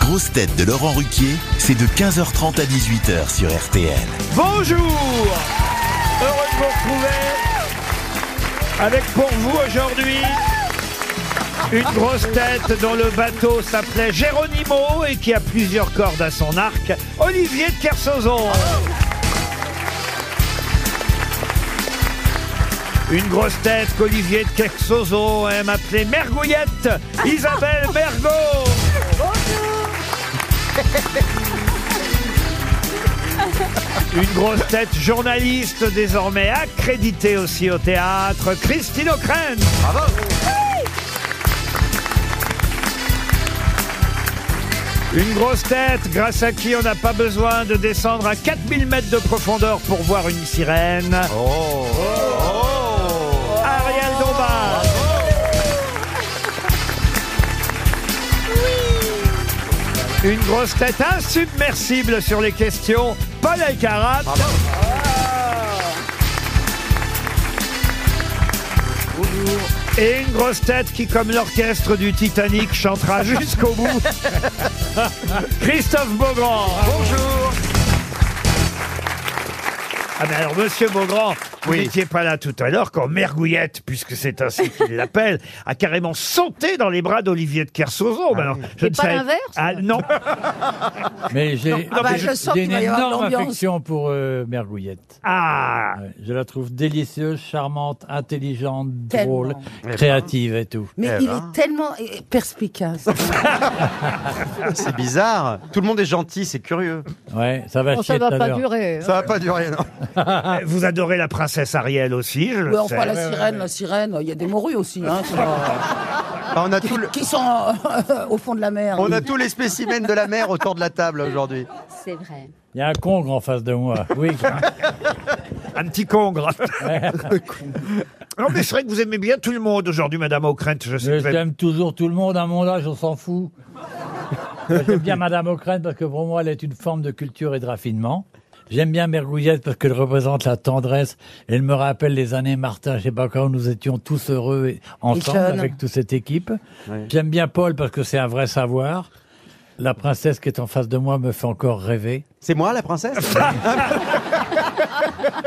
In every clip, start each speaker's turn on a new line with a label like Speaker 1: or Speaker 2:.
Speaker 1: grosses têtes de Laurent Ruquier, c'est de 15h30 à 18h sur RTL.
Speaker 2: Bonjour Heureux de vous retrouver avec pour vous aujourd'hui une grosse tête dont le bateau s'appelait Géronimo et qui a plusieurs cordes à son arc, Olivier de Kersauzon. Une grosse tête qu'Olivier de Kersozo aime appeler Mergouillette, Isabelle Mergot. Une grosse tête journaliste désormais accréditée aussi au théâtre, Christine O'Crane. Une grosse tête grâce à qui on n'a pas besoin de descendre à 4000 mètres de profondeur pour voir une sirène. Ariel Dombas. Une grosse tête insubmersible sur les questions, Paul Alcarat. Et une grosse tête qui, comme l'orchestre du Titanic, chantera jusqu'au bout. Christophe Beaugrand. Bonjour. Ah mais alors, Monsieur Beaugrand, vous n'étiez pas là tout à l'heure quand Mergouillette, puisque c'est ainsi qu'il l'appelle, a carrément sauté dans les bras d'Olivier de
Speaker 3: Ah
Speaker 2: Kersauzon. Mais alors, je
Speaker 4: Et
Speaker 2: ne
Speaker 4: pas
Speaker 2: savais-
Speaker 4: l'inverse Ah bah,
Speaker 2: Ah non.
Speaker 5: Mais j'ai
Speaker 2: Non, non,
Speaker 5: j'ai-
Speaker 2: mais je
Speaker 4: sens
Speaker 5: j'ai
Speaker 4: qu'il
Speaker 5: une
Speaker 4: va y avoir de
Speaker 5: énorme
Speaker 4: l'ambiance.
Speaker 5: affection pour euh, Mergouillette.
Speaker 2: Ah
Speaker 5: Ouais, Je la trouve délicieuse, charmante, intelligente,
Speaker 4: Tellement. Eh ben.
Speaker 5: drôle, créative et tout.
Speaker 4: Mais il
Speaker 2: hein. ben.
Speaker 4: est tellement eh, perspicace.
Speaker 2: Ah,
Speaker 3: C'est bizarre. Tout le monde est gentil, c'est curieux.
Speaker 5: Ouais, ça
Speaker 4: Oh,
Speaker 5: va chier tout à l'heure.
Speaker 4: durer. hein.
Speaker 3: Ça va pas durer, non
Speaker 2: Vous adorez la princesse Ariel aussi, je le
Speaker 4: Ouais,
Speaker 2: sais.
Speaker 4: enfin, la sirène, la sirène, il y a des morues aussi, hein, qui,
Speaker 3: Enfin, Bah, on, a tout le-
Speaker 4: qui sont euh, au fond de la mer.
Speaker 3: on a tous les spécimens de la mer autour de la table aujourd'hui.
Speaker 6: C'est vrai.
Speaker 5: Il y a un congre en face de moi. Oui.
Speaker 2: Un petit congre. non, mais c'est vrai que vous aimez bien tout le monde aujourd'hui, Madame O'Krent. Je sais
Speaker 5: Je
Speaker 2: que vous êtes-
Speaker 5: t'aime toujours tout le monde à mon âge, on s'en fout. Moi, J'aime bien Madame O'Crane parce que pour moi, elle est une forme de culture et de raffinement. J'aime bien Mergouillette parce qu'elle représente la tendresse. Elle me rappelle les années Martin, je sais pas quand nous étions tous heureux et- ensemble
Speaker 4: jeunes.
Speaker 5: avec toute cette équipe. J'aime bien Paul parce que c'est un vrai savoir. La princesse qui est en face de moi me fait encore rêver.
Speaker 3: C'est moi la princesse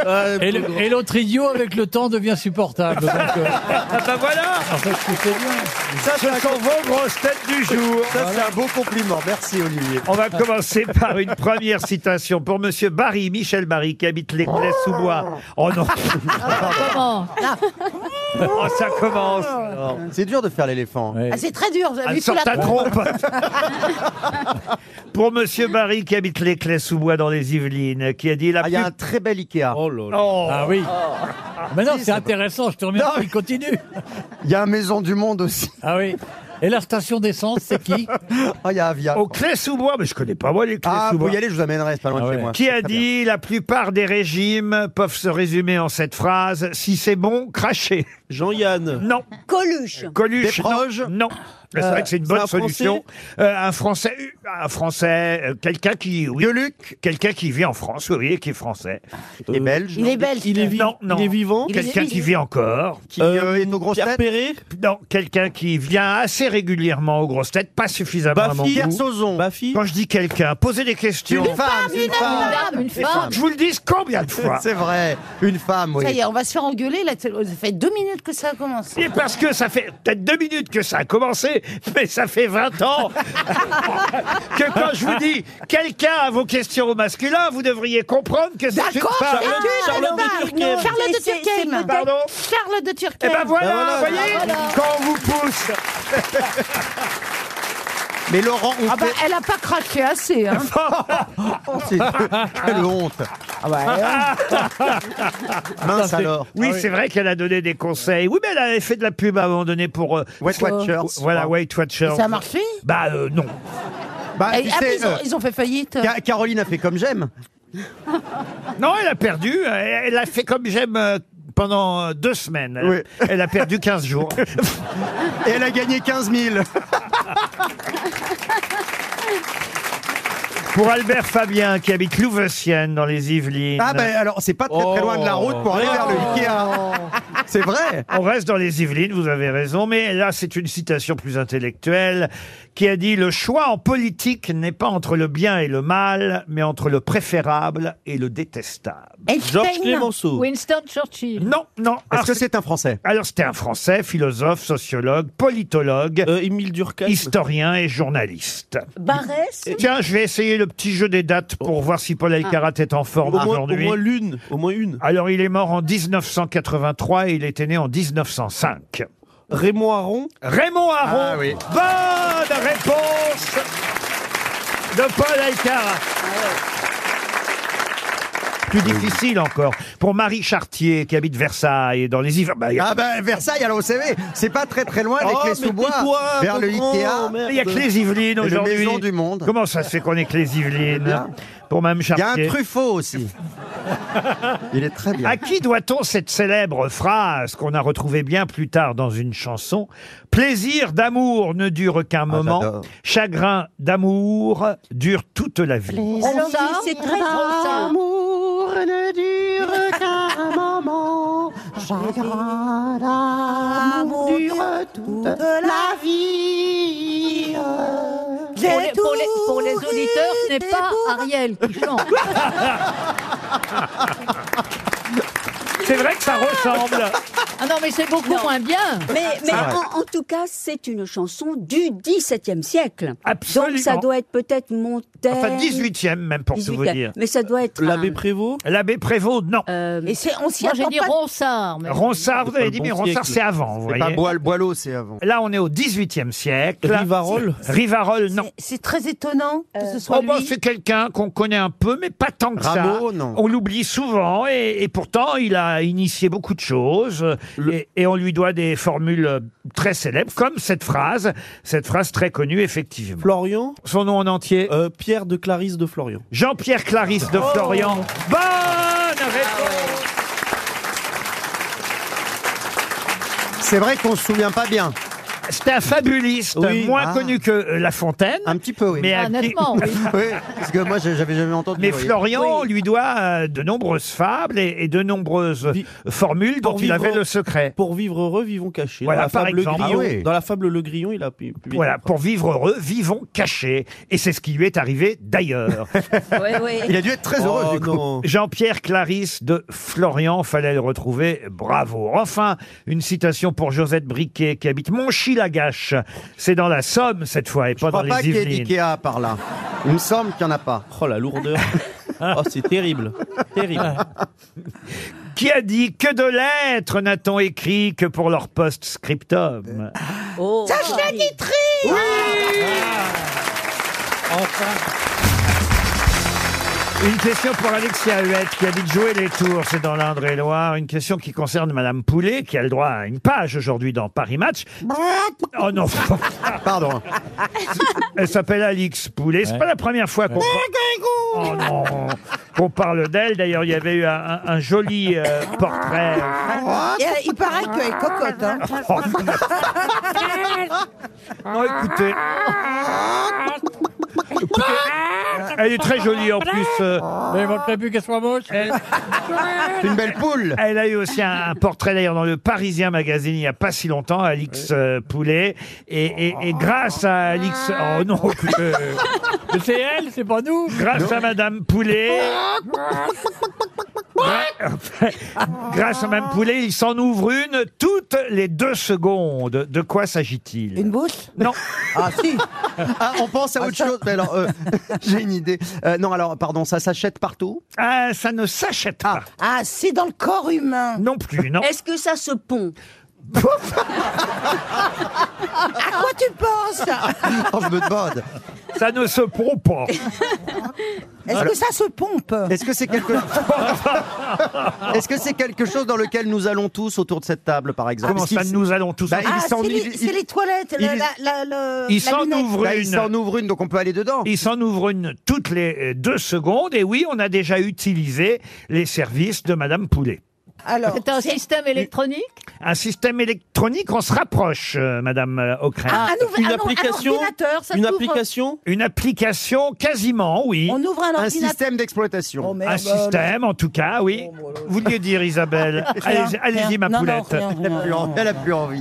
Speaker 3: Ah,
Speaker 5: Et le- et l'autre idiot avec le temps devient supportable. Donc, euh,
Speaker 2: Ah
Speaker 3: bah
Speaker 2: ben voilà
Speaker 5: en fait, tout est bien.
Speaker 2: Ça, ce sont vos grosses têtes du jour.
Speaker 3: Ça, c'est un beau compliment. Merci, Olivier.
Speaker 2: On va commencer par une première citation pour Monsieur Barry, Michel Barry, qui habite les Clés sous bois. Oh non Oh, ça commence
Speaker 3: C'est dur de faire l'éléphant.
Speaker 5: Ouais.
Speaker 4: Ah, c'est très dur, vous avez
Speaker 2: Elle
Speaker 4: vu tout
Speaker 2: sort
Speaker 4: la
Speaker 2: ta trompe Pour Monsieur Barry, qui habite les Clés sous bois dans les Yvelines, qui a dit la
Speaker 3: Ah, il y a un très bel Ikea.
Speaker 5: Oh là là.
Speaker 2: Oh.
Speaker 5: Ah oui. Mais non,
Speaker 3: Si,
Speaker 5: c'est
Speaker 3: c'est-
Speaker 5: intéressant, je te remercie, il continue.
Speaker 3: Ah Il y a un Maison du Monde aussi.
Speaker 5: Ah oui. Et la station d'essence, c'est qui
Speaker 3: Ah, il y a Avia.
Speaker 2: Au Oh, Clés sous bois, mais je connais pas moi les Clés
Speaker 3: Ah,
Speaker 2: sous
Speaker 3: vous
Speaker 2: bois.
Speaker 3: y allez, je vous amènerai, c'est pas loin
Speaker 5: Ah
Speaker 3: de
Speaker 5: ouais.
Speaker 3: chez moi.
Speaker 2: Qui a
Speaker 3: Très bien.
Speaker 2: dit la plupart des régimes peuvent se résumer en cette phrase si c'est bon, crachez.
Speaker 7: Jean-Yann.
Speaker 2: Non,
Speaker 6: Coluche.
Speaker 2: Coluche.
Speaker 3: Des
Speaker 2: non.
Speaker 3: proches Euh,
Speaker 2: Non. C'est vrai que c'est une bonne
Speaker 7: un Français
Speaker 2: solution. Euh, un français, un français, euh, quelqu'un qui, oui, quelqu'un qui vit en France, oui, oui, qui est français.
Speaker 3: Il est belge.
Speaker 4: Il est belge.
Speaker 7: Il est, vi-
Speaker 2: Non, non.
Speaker 7: il est vivant.
Speaker 4: Il est
Speaker 2: Quelqu'un
Speaker 4: vivant.
Speaker 2: qui vit encore.
Speaker 3: Qui euh, est nos grosses
Speaker 7: Pierre
Speaker 3: têtes
Speaker 7: Perret.
Speaker 2: Non, quelqu'un qui vient assez régulièrement aux grosses têtes, pas suffisamment. à mon
Speaker 7: Baffy.
Speaker 2: goût.
Speaker 3: Pierre Sauzon.
Speaker 7: Baffy.
Speaker 2: Quand je dis quelqu'un, posez des questions.
Speaker 3: Une femme, c'est une femme.
Speaker 4: une femme.
Speaker 2: Je vous le dis combien de fois
Speaker 3: C'est vrai. Une femme,
Speaker 4: Ça y
Speaker 3: oui.
Speaker 4: est, on va se faire engueuler. Là, ça fait deux minutes que ça a commencé.
Speaker 2: Et parce que ça fait peut-être deux minutes que ça a commencé, mais ça fait 20 ans que quand je vous dis quelqu'un à vos questions au masculin, vous devriez comprendre que c'est une
Speaker 4: D'accord,
Speaker 2: femme.
Speaker 4: et tu,
Speaker 7: Charlotte de
Speaker 4: alors,
Speaker 7: Turckheim.
Speaker 4: Charlotte de
Speaker 6: C'est- c'est-
Speaker 4: Turckheim.
Speaker 6: c'est
Speaker 2: Pardon
Speaker 4: Charlotte de
Speaker 2: Eh
Speaker 4: Turckheim.
Speaker 2: ben voilà,
Speaker 3: Ben voilà.
Speaker 2: voyez, quand on vous pousse.
Speaker 3: Mais Laurent, on
Speaker 4: Ah bah,
Speaker 3: fait-
Speaker 4: elle a pas craqué assez. Hein.
Speaker 3: Oh, c'est- Quelle honte.
Speaker 4: ah bah,
Speaker 3: Mince alors. Ah
Speaker 2: Oui, c'est vrai qu'elle a donné des conseils. Oui, mais elle avait fait de la pub à un moment donné pour. euh,
Speaker 3: Weight Watchers.
Speaker 2: voilà, Weight Watchers.
Speaker 4: ça a marché
Speaker 2: Bah euh, non.
Speaker 3: Bah,
Speaker 4: Eh,
Speaker 3: tu
Speaker 4: ah, mais
Speaker 3: sais,
Speaker 4: ils, ont,
Speaker 3: euh,
Speaker 4: ils ont fait faillite.
Speaker 3: Ca- Caroline a fait comme j'aime.
Speaker 2: Non, elle a perdu. Elle elle a fait comme j'aime euh, pendant euh, deux semaines. Elle,
Speaker 3: Oui.
Speaker 2: elle a perdu 15 jours.
Speaker 3: Et elle a gagné 15 000.
Speaker 2: Pour Albert Fabien, qui habite Louveciennes dans les Yvelines.
Speaker 3: bah, Oh.
Speaker 5: Oh.
Speaker 4: Oh.
Speaker 3: Ah ben alors, c'est pas très très loin de la route pour aller vers le Ikea. C'est vrai.
Speaker 2: On reste dans les Yvelines, vous avez raison, mais là c'est une citation plus intellectuelle qui a dit le choix en politique n'est pas entre le bien et le mal, mais entre le préférable et le détestable.
Speaker 3: Georges Clémenceau.
Speaker 4: Winston Churchill.
Speaker 2: Non, non.
Speaker 3: Est-ce
Speaker 2: alors
Speaker 3: que
Speaker 2: c'est-
Speaker 3: c'est un Français
Speaker 2: Alors c'était un Français, philosophe, sociologue, politologue,
Speaker 6: Euh, Émile Durkheim.
Speaker 2: historien et journaliste.
Speaker 7: Barès
Speaker 2: Tiens, je vais essayer le petit jeu des dates pour voir si Paul Elkarat est en forme
Speaker 6: Oh. Ah. Au moins, au
Speaker 2: aujourd'hui.
Speaker 6: moins l'une. Au moins une.
Speaker 2: Alors il est mort en 1983 et il était né en 1905.
Speaker 6: Raymond Aron.
Speaker 2: Raymond Aron.
Speaker 3: Ah oui.
Speaker 2: Bonne réponse de Paul Alcarat.
Speaker 3: Ah
Speaker 2: Plus difficile encore pour Marie Chartier qui habite Versailles et dans les Yvelines. Bah, Il n'y a,
Speaker 3: Ah ben Versailles, alors vous savez, c'est pas très très loin avec
Speaker 6: Oh,
Speaker 3: les
Speaker 6: mais
Speaker 3: sous-bois,
Speaker 6: tais-toi,
Speaker 3: vers le
Speaker 6: Bertrand,
Speaker 3: Ikea.
Speaker 6: merde.
Speaker 2: il y a que les Yvelines
Speaker 3: les
Speaker 2: aujourd'hui.
Speaker 3: maisons du monde.
Speaker 2: Comment ça se fait qu'on est que les Yvelines Pour Mme
Speaker 3: Il y a
Speaker 2: Chartier.
Speaker 3: un Truffaut aussi. Il est très bien.
Speaker 2: À qui doit-on cette célèbre phrase qu'on a retrouvée bien plus tard dans une chanson Plaisir d'amour ne dure qu'un moment,
Speaker 3: Ah, j'adore.
Speaker 2: chagrin d'amour dure toute la vie.
Speaker 7: Alors oui, c'est très français.
Speaker 8: L'amour ne dure qu'un moment, chagrin d'amour dure toute la vie.
Speaker 7: Pour les, pour les- pour les auditeurs, ce n'est pas Ariel qui chante.
Speaker 2: C'est vrai que ça ressemble.
Speaker 7: Ah non, mais c'est beaucoup moins bien.
Speaker 9: Mais, mais en, en tout cas, c'est une chanson du XVIIe siècle.
Speaker 2: Absolument.
Speaker 9: Donc ça doit être peut-être Montaigne.
Speaker 2: Enfin, 18e même pour tout vous
Speaker 9: 18e.
Speaker 2: dire.
Speaker 9: Mais ça doit être.
Speaker 6: L'abbé
Speaker 9: un-
Speaker 6: Prévost.
Speaker 2: L'abbé Prévost, non.
Speaker 9: euh,
Speaker 7: Et c'est, on s'y Moi, j'ai dit Ronsard. mais-
Speaker 2: Ronsard, vous
Speaker 6: pas
Speaker 2: avez
Speaker 6: le
Speaker 2: dit,
Speaker 6: bon
Speaker 2: mais Ronsard,
Speaker 6: siècle.
Speaker 2: c'est avant, vous
Speaker 3: C'est
Speaker 2: voyez.
Speaker 3: pas Boile, Boileau, c'est avant.
Speaker 2: Là, on est au 18e siècle.
Speaker 6: Rivarol.
Speaker 2: Rivarol, non.
Speaker 8: C'est- C'est très étonnant que
Speaker 9: Euh.
Speaker 8: ce soit
Speaker 2: Oh, bah,
Speaker 8: lui.
Speaker 2: c'est quelqu'un qu'on connaît un peu, mais pas tant que
Speaker 3: Rameau,
Speaker 2: ça.
Speaker 3: non.
Speaker 2: On l'oublie souvent et, et pourtant il a initié beaucoup de choses euh, et, et on lui doit des formules euh, très célèbres comme cette phrase, cette phrase très connue effectivement.
Speaker 6: Florian.
Speaker 2: Son nom en entier
Speaker 6: Euh, Pierre de Clarisse de Florian. Oh
Speaker 2: Jean-Pierre Clarisse de Florian. Bonne Ah, réponse.
Speaker 3: C'est vrai qu'on se souvient pas bien.
Speaker 2: C'était un fabuliste
Speaker 6: Oui.
Speaker 2: moins
Speaker 3: Ah.
Speaker 2: connu que euh, La Fontaine.
Speaker 3: Un petit peu, oui.
Speaker 2: Mais,
Speaker 7: Ah,
Speaker 2: à qui-
Speaker 7: Honnêtement, oui.
Speaker 3: Oui, parce que moi, je- j'avais jamais entendu.
Speaker 2: mais
Speaker 3: vous voyez.
Speaker 2: Florian lui doit euh, de nombreuses fables et, et de nombreuses
Speaker 6: Vi-
Speaker 2: formules dont
Speaker 6: Pour
Speaker 2: il avait
Speaker 6: vivre-
Speaker 2: le secret.
Speaker 6: Pour vivre heureux, vivons cachés.
Speaker 2: Voilà,
Speaker 6: dans la
Speaker 2: par
Speaker 6: fable
Speaker 2: exemple.
Speaker 6: Le Grillon,
Speaker 3: Ah oui.
Speaker 6: Dans la fable Le Grillon, il a pu. pu-
Speaker 2: Voilà, pour vivre heureux, vivons cachés. Et c'est ce qui lui est arrivé d'ailleurs.
Speaker 9: ouais, ouais.
Speaker 3: Il a dû être très heureux,
Speaker 6: Oh,
Speaker 3: du coup.
Speaker 6: non.
Speaker 2: Jean-Pierre Clarisse de Florian, fallait le retrouver, bravo. Enfin, une citation pour Josette Briquet qui habite Monchy-Lagache. C'est dans la Somme cette fois et
Speaker 3: Je
Speaker 2: pas dans
Speaker 3: crois pas
Speaker 2: les
Speaker 3: qu'il y ait
Speaker 2: Yvelines.
Speaker 3: d'Ikea par là. Il me semble qu'il n'y en a pas.
Speaker 6: Oh la lourdeur. oh, c'est terrible. Terrible.
Speaker 2: Qui a dit que de lettres n'a-t-on écrit que pour leur post-scriptum
Speaker 7: Oh.
Speaker 2: Une question pour Alexia Huette qui habite jouer les tours, c'est dans l'Indre-et-Loire. Une question qui concerne Madame Poulet qui a le droit à une page aujourd'hui dans Paris Match. Oh non
Speaker 3: Pardon.
Speaker 2: Elle s'appelle Alix Poulet. C'est
Speaker 5: Ouais.
Speaker 2: pas la première fois qu'on Oh non. qu'on parle d'elle. D'ailleurs, il y avait eu un, un- un joli euh, portrait. Oh,
Speaker 8: Et, euh, il paraît qu'elle est cocotte. hein.
Speaker 2: Non, écoutez. Écoutez, Elle est très jolie en plus. euh,
Speaker 5: Mais il manquerait plus qu'elle soit moche.
Speaker 3: C'est une belle poule.
Speaker 2: Elle a eu aussi un, un portrait d'ailleurs dans le Parisien Magazine il n'y a pas si longtemps, Alix euh, Poulet. Et, et- et grâce à Alix. Oh non, écoutez.
Speaker 5: Mais c'est elle, c'est pas nous.
Speaker 2: Grâce à Madame Poulet. Grâce à Madame Poulet, il s'en ouvre une toutes les deux secondes. De quoi s'agit-il
Speaker 8: Une bouche
Speaker 2: Non,
Speaker 8: Ah si
Speaker 3: Ah, on pense à autre chose. Mais alors, euh, j'ai une idée. Euh, non, alors, pardon, ça s'achète partout.
Speaker 2: Ah, ça ne s'achète pas.
Speaker 8: Ah, c'est dans le corps humain.
Speaker 2: Non plus, non.
Speaker 9: Est-ce que ça se pond
Speaker 8: À quoi tu penses
Speaker 3: Oh, je me demande.
Speaker 2: Ça ne se prend pas.
Speaker 8: Est-ce que ça se pompe
Speaker 3: Est-ce que c'est quelque Est-ce que c'est quelque chose dans lequel nous allons tous autour de cette table, par exemple
Speaker 2: Comment
Speaker 3: Parce qu'il-
Speaker 2: ça, nous allons tous.
Speaker 3: Bah,
Speaker 2: ensemble
Speaker 3: il
Speaker 8: Ah, c'est
Speaker 3: s'en-
Speaker 8: les,
Speaker 3: il-
Speaker 8: c'est
Speaker 3: il-
Speaker 8: les toilettes,
Speaker 3: il-
Speaker 8: la, la, la- le-
Speaker 2: Il
Speaker 8: la
Speaker 2: s'en
Speaker 8: lunette.
Speaker 2: ouvre
Speaker 3: Bah, il
Speaker 2: une.
Speaker 3: s'en ouvre une, donc on peut aller dedans.
Speaker 2: Il s'en ouvre une toutes les euh, deux secondes. Et oui, on a déjà utilisé les services de Madame Poulet.
Speaker 8: Alors,
Speaker 7: C'est un système électronique
Speaker 2: Un système électronique, on se rapproche, euh, Madame euh, Ockrent.
Speaker 8: Ah, un, nouvel-
Speaker 6: Une
Speaker 8: un- un
Speaker 6: application
Speaker 8: ordinateur, ça
Speaker 6: Une
Speaker 8: s'ouvre.
Speaker 6: application
Speaker 2: Une application, quasiment, oui.
Speaker 8: On ouvre un
Speaker 3: Un
Speaker 8: ordinateur.
Speaker 3: système d'exploitation.
Speaker 8: Oh, merde,
Speaker 2: Un
Speaker 8: euh,
Speaker 2: système, en tout cas, oui. Vous vouliez dire, Isabelle
Speaker 8: rien,
Speaker 2: Allez-y, allez-y,
Speaker 8: rien.
Speaker 2: ma
Speaker 8: Non, non,
Speaker 2: poulette.
Speaker 8: rien,
Speaker 3: Elle a
Speaker 8: rien,
Speaker 3: plus en-
Speaker 8: rien.
Speaker 3: elle a plus envie.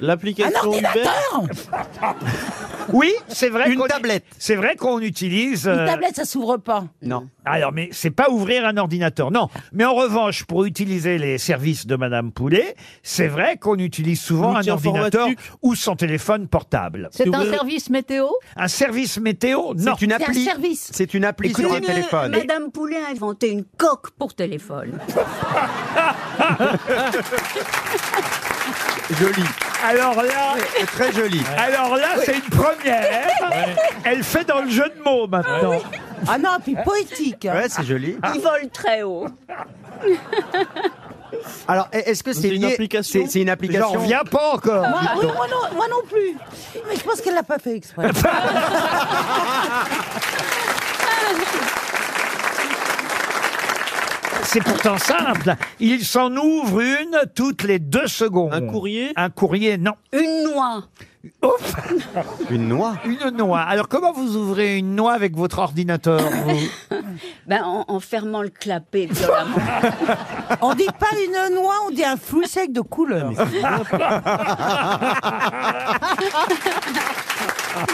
Speaker 8: Un
Speaker 6: L'application Uber
Speaker 8: ordinateur
Speaker 2: Oui, c'est vrai.
Speaker 3: Une
Speaker 2: qu'on-
Speaker 3: tablette.
Speaker 2: C'est vrai qu'on utilise.
Speaker 8: Une
Speaker 2: euh,
Speaker 8: tablette, ça s'ouvre pas.
Speaker 3: Non.
Speaker 2: Ah, Alors, mais c'est pas ouvrir un ordinateur, non. Mais en revanche, pour utiliser les services de Madame Poulet, c'est vrai qu'on utilise souvent un
Speaker 6: L'outil
Speaker 2: ordinateur
Speaker 6: informatique.
Speaker 2: ou son téléphone portable.
Speaker 7: C'est un
Speaker 6: ouvrir-
Speaker 7: service météo
Speaker 2: Un service météo, non.
Speaker 3: C'est une
Speaker 8: C'est un
Speaker 3: appli.
Speaker 8: service.
Speaker 3: C'est une appli sur un
Speaker 9: Une-
Speaker 3: téléphone.
Speaker 9: Madame Poulet a inventé une coque pour téléphone.
Speaker 3: Joli.
Speaker 2: Alors là,
Speaker 3: C'est très joli.
Speaker 2: alors là, c'est une première. Elle fait dans le jeu de mots maintenant.
Speaker 8: Ah non, puis poétique.
Speaker 3: Ouais, c'est joli.
Speaker 9: Il vole très haut.
Speaker 3: Alors, est-ce que c'est
Speaker 6: C'est une
Speaker 3: lié
Speaker 6: application
Speaker 3: C'est c'est une
Speaker 2: J'en
Speaker 3: application.
Speaker 2: reviens pas encore.
Speaker 8: Moi, oui, moi non, moi non plus. Mais je pense qu'elle l'a pas fait exprès.
Speaker 2: C'est pourtant simple. Il s'en ouvre une toutes les deux secondes.
Speaker 6: Un courrier
Speaker 2: Un courrier, non.
Speaker 9: Une noix.
Speaker 2: Ouf,
Speaker 3: Une noix.
Speaker 2: une noix. Alors comment vous ouvrez une noix avec votre ordinateur vous
Speaker 9: Ben, en, en fermant le clapet violemment.
Speaker 8: On dit pas une noix, on dit un fruit sec de
Speaker 3: Ah,
Speaker 8: couleur.
Speaker 2: Ah.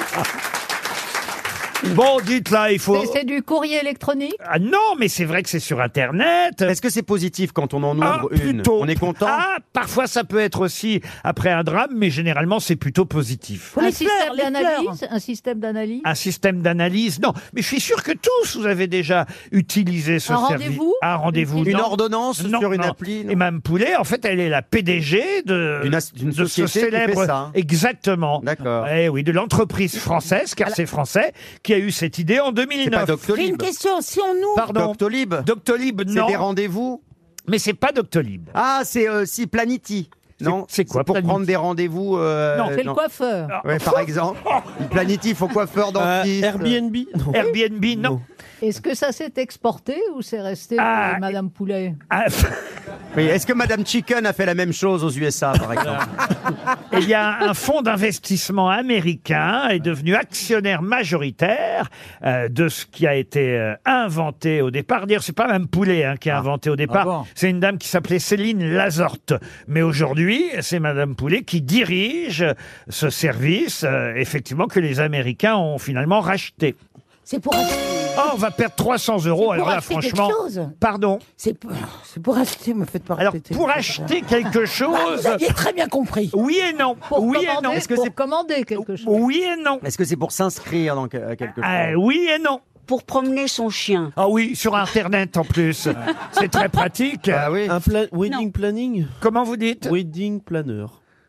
Speaker 2: Bon, dites là, il faut.
Speaker 7: C'est- C'est du courrier électronique
Speaker 2: Ah non, mais c'est vrai que c'est sur Internet.
Speaker 3: Est-ce que c'est positif quand on en
Speaker 2: Ah,
Speaker 3: ouvre une
Speaker 2: plutôt.
Speaker 3: On est content
Speaker 2: Ah, parfois ça peut être aussi après un drame, mais généralement c'est plutôt positif.
Speaker 8: les
Speaker 7: un
Speaker 8: fleurs,
Speaker 7: système,
Speaker 8: les
Speaker 7: d'analyse, un système d'analyse
Speaker 2: Un système d'analyse, non. Mais je suis sûr que tous vous avez déjà utilisé ce
Speaker 7: Un
Speaker 2: service.
Speaker 7: rendez-vous
Speaker 2: Un rendez-vous.
Speaker 3: Une
Speaker 2: non.
Speaker 3: ordonnance
Speaker 2: Non,
Speaker 3: sur une
Speaker 2: non.
Speaker 3: appli non
Speaker 2: Et Mme Poulet, en fait, elle est la PDG de,
Speaker 3: D'une as- d'une
Speaker 2: de ce
Speaker 3: société qui fait
Speaker 2: célèbre.
Speaker 3: ça.
Speaker 2: Exactement.
Speaker 3: D'accord.
Speaker 2: Eh oui, de l'entreprise française, car c'est français, qui a eu cette idée en
Speaker 3: C'est pas
Speaker 2: 2009.
Speaker 8: J'ai une
Speaker 3: Doctolib.
Speaker 8: question, si on ouvre...
Speaker 2: Pardon.
Speaker 3: Doctolib.
Speaker 2: Doctolib,
Speaker 3: C'est
Speaker 2: non.
Speaker 3: des rendez-vous.
Speaker 2: Mais c'est pas Doctolib.
Speaker 3: Ah, c'est euh, si Planity. Non,
Speaker 2: c'est quoi,
Speaker 3: pour
Speaker 2: Planity
Speaker 3: prendre des rendez-vous. euh,
Speaker 2: Non,
Speaker 7: C'est le coiffeur.
Speaker 3: Ouais, par exemple. Planity, faut coiffeur
Speaker 6: Euh,
Speaker 3: dentiste.
Speaker 6: Airbnb Non.
Speaker 2: Airbnb, non.
Speaker 7: Est-ce que ça s'est exporté ou c'est resté
Speaker 2: Ah,
Speaker 7: euh, Madame Poulet
Speaker 2: Ah,
Speaker 3: Oui, est-ce que Madame Chicken a fait la même chose aux USA, par exemple
Speaker 2: Il y a Eh un fonds d'investissement américain est devenu actionnaire majoritaire euh, de ce qui a été euh, inventé au départ. D'ailleurs, c'est pas Mme Poulet hein, qui a inventé au départ.
Speaker 5: Ah bon
Speaker 2: c'est une dame qui s'appelait Céline Lazorte. Mais aujourd'hui, c'est Madame Poulet qui dirige ce service, euh, effectivement, que les Américains ont finalement racheté.
Speaker 8: C'est pour, ach-
Speaker 2: Oh, on va perdre 300 euros.
Speaker 8: pour
Speaker 2: Oh, Alors là,
Speaker 8: acheter quelque
Speaker 2: franchement,
Speaker 8: chose.
Speaker 2: pardon.
Speaker 8: C'est pour... c'est pour acheter, me faites pas
Speaker 2: Alors,
Speaker 8: répéter. Bah,
Speaker 2: pour acheter quelque
Speaker 8: Vous
Speaker 2: chose,
Speaker 8: aviez très bien compris.
Speaker 2: oui et non.
Speaker 7: Pour
Speaker 2: oui et non.
Speaker 7: commander,
Speaker 2: Est-ce que
Speaker 7: pour
Speaker 2: c'est
Speaker 7: commander quelque chose.
Speaker 2: oui et non.
Speaker 3: Est-ce que c'est pour s'inscrire dans que- à quelque chose
Speaker 2: Ah, oui et non.
Speaker 9: Pour promener son chien.
Speaker 2: Ah oui, sur Internet en plus. C'est très pratique.
Speaker 3: Ah oui.
Speaker 6: Un pla- wedding planning
Speaker 2: Comment vous dites
Speaker 6: Wedding planner.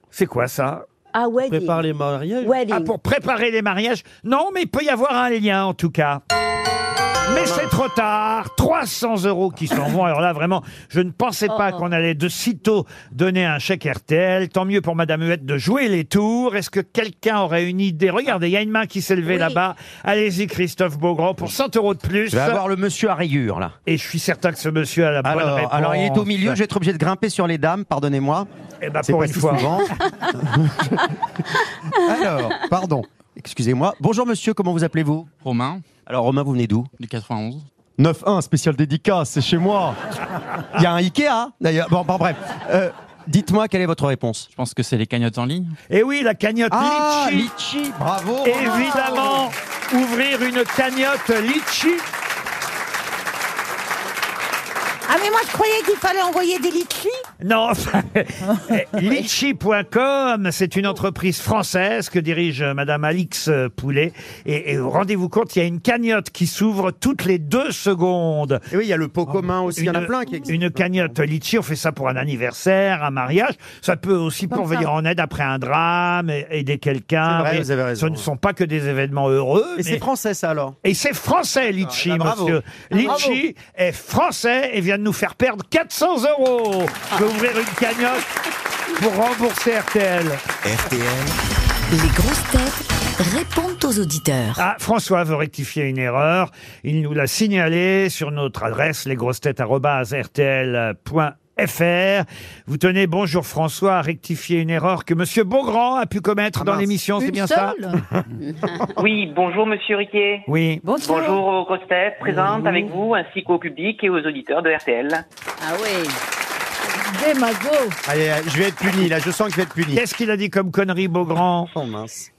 Speaker 2: C'est quoi ça
Speaker 9: Ah, wedding.
Speaker 6: Prépare les mariages.
Speaker 9: Wedding.
Speaker 2: Ah, pour préparer les mariages Non, mais il peut y avoir un lien en tout cas.
Speaker 6: Ah,
Speaker 2: Mais c'est trop tard. 300 euros qui s'en vont. Alors là, vraiment, je ne pensais
Speaker 9: Oh.
Speaker 2: pas qu'on allait de sitôt donner un chèque RTL. Tant mieux pour Madame Huette de jouer les tours. Est-ce que quelqu'un aurait une idée Regardez, il y a une main qui s'est levée
Speaker 9: Oui.
Speaker 2: là-bas. Allez-y, Christophe Beaugrand, pour 100 euros de plus.
Speaker 3: Je vais avoir le monsieur à rayures, là.
Speaker 2: Et je suis certain que ce monsieur a la bonne réponse.
Speaker 3: Alors, alors, il est au milieu, je vais être obligé de grimper sur les dames, pardonnez-moi.
Speaker 2: Eh ben,
Speaker 3: C'est
Speaker 2: pour
Speaker 3: pas
Speaker 2: une
Speaker 3: si
Speaker 2: fois.
Speaker 3: souvent. alors, pardon. Excusez-moi. Bonjour monsieur, comment vous appelez-vous
Speaker 10: Romain,
Speaker 3: Alors Romain, vous venez d'où
Speaker 10: du 91.
Speaker 3: 9-1, spécial dédicace, c'est chez moi. Il y a un Ikea, d'ailleurs. Bon, bon, bref. Euh, Dites-moi quelle est votre réponse. Ah,
Speaker 10: Je pense que c'est les cagnottes en ligne.
Speaker 2: Et Eh oui, la cagnotte Ah, Litchi.
Speaker 3: litchi, bravo.
Speaker 2: Évidemment, ouvrir une cagnotte Litchi.
Speaker 8: Ah mais moi je croyais qu'il fallait envoyer des litchis.
Speaker 2: Non, enfin, euh, litchi.com, c'est une entreprise française que dirige euh, Madame Alix euh, Poulet. Et, et rendez-vous compte, il y a une cagnotte qui s'ouvre toutes les deux secondes. Oh,
Speaker 3: Et oui, il y a le pot commun aussi, il y en a plein qui existent.
Speaker 2: Une cagnotte litchi, on fait ça pour un anniversaire, un mariage. Ça peut aussi venir en aide après un drame, et- aider quelqu'un.
Speaker 3: C'est vrai,
Speaker 2: Mais
Speaker 3: vous avez raison.
Speaker 2: Ce ne sont pas que des événements heureux.
Speaker 3: Et c'est
Speaker 2: mais-
Speaker 3: français ça alors
Speaker 2: Et c'est français, Litchi,
Speaker 3: Ah, bah, bravo.
Speaker 2: monsieur. Litchi est français et vient de nous faire perdre 400 euros. Je vais ouvrir une cagnotte pour rembourser RTL.
Speaker 1: RTL,
Speaker 11: Les grosses têtes répondent aux auditeurs.
Speaker 2: Ah, François veut rectifier une erreur. Il nous l'a signalé sur notre adresse lesgrossetêtes.rtl.fr. fr. Vous tenez Bonjour François à rectifier une erreur que Monsieur Beaugrand a pu commettre
Speaker 3: Ah,
Speaker 2: dans l'émission, c'est bien ça
Speaker 12: Oui, bonjour Monsieur Riquet.
Speaker 2: Oui.
Speaker 12: Bonjour. aux grosses têtes présentes
Speaker 2: Bonjour.
Speaker 12: avec vous, ainsi qu'au public et aux auditeurs de RTL. Ah oui.
Speaker 3: Allez, allez, je vais être puni, là, je sens que je vais être puni.
Speaker 2: Qu'est-ce qu'il a dit comme connerie, Beaugrand
Speaker 3: Oh mince.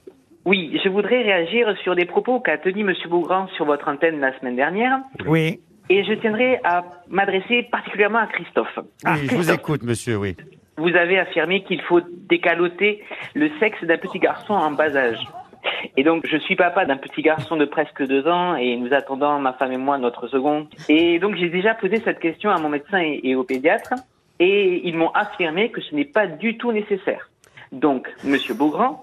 Speaker 12: Oui, je voudrais réagir sur des propos qu'a tenus Monsieur Beaugrand sur votre antenne la semaine dernière.
Speaker 2: Oui.
Speaker 12: Et je tiendrai à m'adresser particulièrement à Christophe.
Speaker 3: oui, je vous écoute, monsieur, oui.
Speaker 12: Vous avez affirmé qu'il faut décaloter le sexe d'un petit garçon en bas âge. Et donc, je suis papa d'un petit garçon de presque deux ans et nous attendons, ma femme et moi, notre second. Et donc, j'ai déjà posé cette question à mon médecin et, et au pédiatre et ils m'ont affirmé que ce n'est pas du tout nécessaire. Donc, monsieur Beaugrand,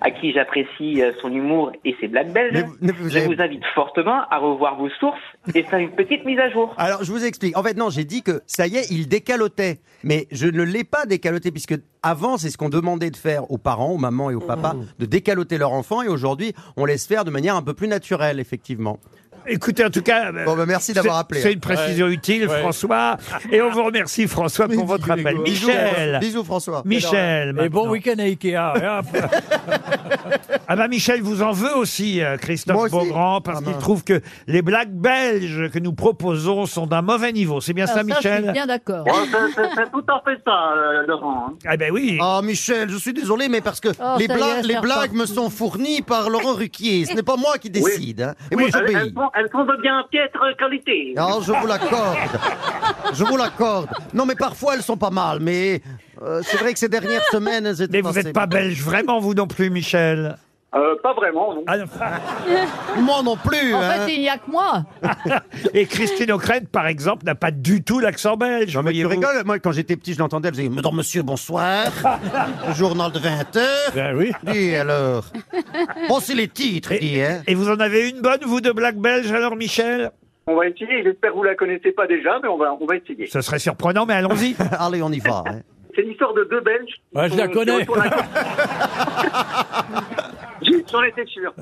Speaker 12: à qui j'apprécie euh, son humour et ses blagues belges, je vous invite fortement à revoir vos sources et faire une petite mise à jour.
Speaker 3: Alors, je vous explique. En fait, non, j'ai dit que ça y est, il décalotait. Mais je ne l'ai pas décaloté, puisque avant, c'est ce qu'on demandait de faire aux parents, aux mamans et aux papas,
Speaker 7: Mmh.
Speaker 3: de décaloter leur enfant. Et aujourd'hui, on laisse faire de manière un peu plus naturelle, effectivement.
Speaker 2: Écoutez, en tout cas.
Speaker 3: Bon, bah, merci d'avoir
Speaker 2: Ah, ben, c'est-
Speaker 3: appelé.
Speaker 2: C'est une précision utile, François. Et on vous remercie, François, pour votre appel.
Speaker 3: Bisous,
Speaker 2: Michel.
Speaker 3: Bisous, François. hein.
Speaker 2: Michel.
Speaker 5: Et bon
Speaker 2: maintenant.
Speaker 5: week-end à Ikea. et hop.
Speaker 2: hein. Ah bah Michel vous en veut aussi, euh, Christophe Beaugrand,
Speaker 3: Ah,
Speaker 2: parce qu'il trouve que les blagues belges que nous proposons sont d'un mauvais niveau. C'est bien
Speaker 7: Alors
Speaker 2: Ah, ça, Michel
Speaker 7: Ah, Je suis bien d'accord.
Speaker 12: Bon, c'est- c'est- c'est tout à fait ça, euh, Laurent.
Speaker 2: Ah ben oui.
Speaker 3: Ah Michel, je suis désolé, mais parce que
Speaker 7: Oh,
Speaker 3: les,
Speaker 7: ça y est,
Speaker 3: blagues-
Speaker 7: c'est
Speaker 3: les
Speaker 7: reparti.
Speaker 3: blagues me sont fournies par Laurent Ruquier. Ce n'est pas moi qui décide. hein. Et moi,
Speaker 12: elles,
Speaker 3: j'obéis.
Speaker 12: elles font- elles font de bien
Speaker 2: euh,
Speaker 12: piètre qualité.
Speaker 3: Ah, je vous l'accorde. Je vous l'accorde. Non, mais parfois elles sont pas mal, mais euh, c'est vrai que ces dernières semaines, elles étaient
Speaker 2: Mais vous
Speaker 3: assez-
Speaker 2: n'êtes pas belge, vraiment, vous non plus, Michel
Speaker 12: Euh, pas vraiment, non.
Speaker 2: Ah non.
Speaker 3: Moi non plus.
Speaker 7: En
Speaker 3: hein.
Speaker 7: fait, il n'y a que moi.
Speaker 2: Et Christine O'Crête, par exemple, n'a pas du tout l'accent belge.
Speaker 3: Non, mais tu
Speaker 2: voyez-vous.
Speaker 3: rigoles. Moi, quand j'étais petit, je l'entendais. Elle faisait Madame, monsieur, bonsoir. Le journal de 20h.
Speaker 5: Ben oui.
Speaker 3: Dis alors. Bon, c'est les titres, dis, hein.
Speaker 2: Et vous en avez une bonne, vous, de blague belge, alors, Michel
Speaker 12: On va essayer, j'espère que vous la connaissez pas déjà, mais on va, on va essayer.
Speaker 2: Ce serait surprenant, mais allons-y.
Speaker 3: Allez, on y va. hein.
Speaker 12: C'est l'histoire de deux Belges. qui
Speaker 5: Ouais, je
Speaker 12: sont-
Speaker 5: la
Speaker 12: qui
Speaker 5: connais.
Speaker 12: retournent à- J'ai- J'en étais sûr.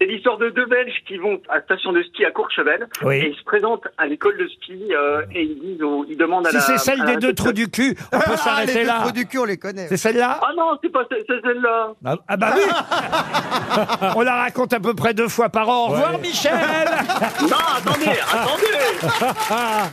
Speaker 12: C'est l'histoire de deux Belges qui vont à la station de ski à Courchevel
Speaker 2: Oui.
Speaker 12: et ils se présentent à l'école de ski euh, et ils disent, aux- ils demandent à
Speaker 2: Si
Speaker 12: la.
Speaker 2: c'est celle
Speaker 12: à
Speaker 2: des
Speaker 12: la-
Speaker 2: deux trous du cul, on peut
Speaker 3: Ah, les
Speaker 2: s'arrêter
Speaker 3: deux
Speaker 2: là.
Speaker 3: trous du cul, on les connaît.
Speaker 2: C'est celle-là
Speaker 12: Ah non, c'est pas ce- c'est celle-là.
Speaker 2: Ah bah oui On la raconte à peu près deux fois par an. Au revoir, Michel
Speaker 12: Non, attendez, attendez.
Speaker 2: Ah,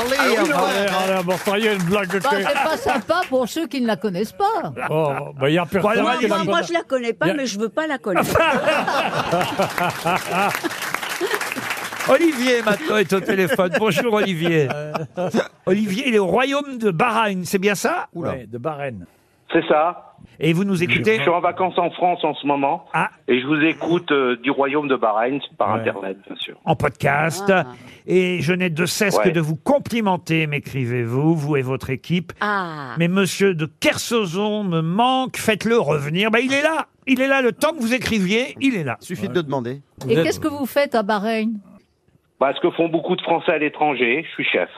Speaker 3: Allez,
Speaker 12: oui,
Speaker 3: au revoir.
Speaker 5: Ouais, alors, Ah bon, ça y est, une blague de
Speaker 7: Bah, c'est pas sympa pour ceux qui ne la connaissent pas.
Speaker 5: Oh, bah, il y a personne
Speaker 2: alors,
Speaker 5: qui la
Speaker 9: Moi, moi,
Speaker 5: connaît.
Speaker 9: je la connais pas,
Speaker 5: Bien.
Speaker 9: mais je veux pas la connaître.
Speaker 2: Olivier maintenant est au téléphone. Bonjour Olivier.
Speaker 9: Euh,
Speaker 5: Euh,
Speaker 2: Olivier, il est au royaume de Bahreïn, c'est bien ça
Speaker 5: Ouais, de Bahreïn.
Speaker 13: C'est ça.
Speaker 2: Et vous nous écoutez
Speaker 13: Je suis en vacances en France en ce moment
Speaker 2: Ah.
Speaker 13: et je vous écoute euh, du royaume de Bahreïn par
Speaker 5: Ouais.
Speaker 13: internet, bien sûr.
Speaker 2: en podcast.
Speaker 7: Ah.
Speaker 2: Et je n'ai de cesse
Speaker 13: Ouais.
Speaker 2: que de vous complimenter, m'écrivez-vous, vous et votre équipe.
Speaker 9: Ah,
Speaker 2: Mais monsieur de Kersozon me manque, faites-le revenir. Bah, il est là, il est là, le temps que vous écriviez, il est là.
Speaker 3: Suffit de demander.
Speaker 7: Et qu'est-ce que vous faites à Bahreïn
Speaker 13: Bah, ce que font beaucoup de Français à l'étranger, je suis chef.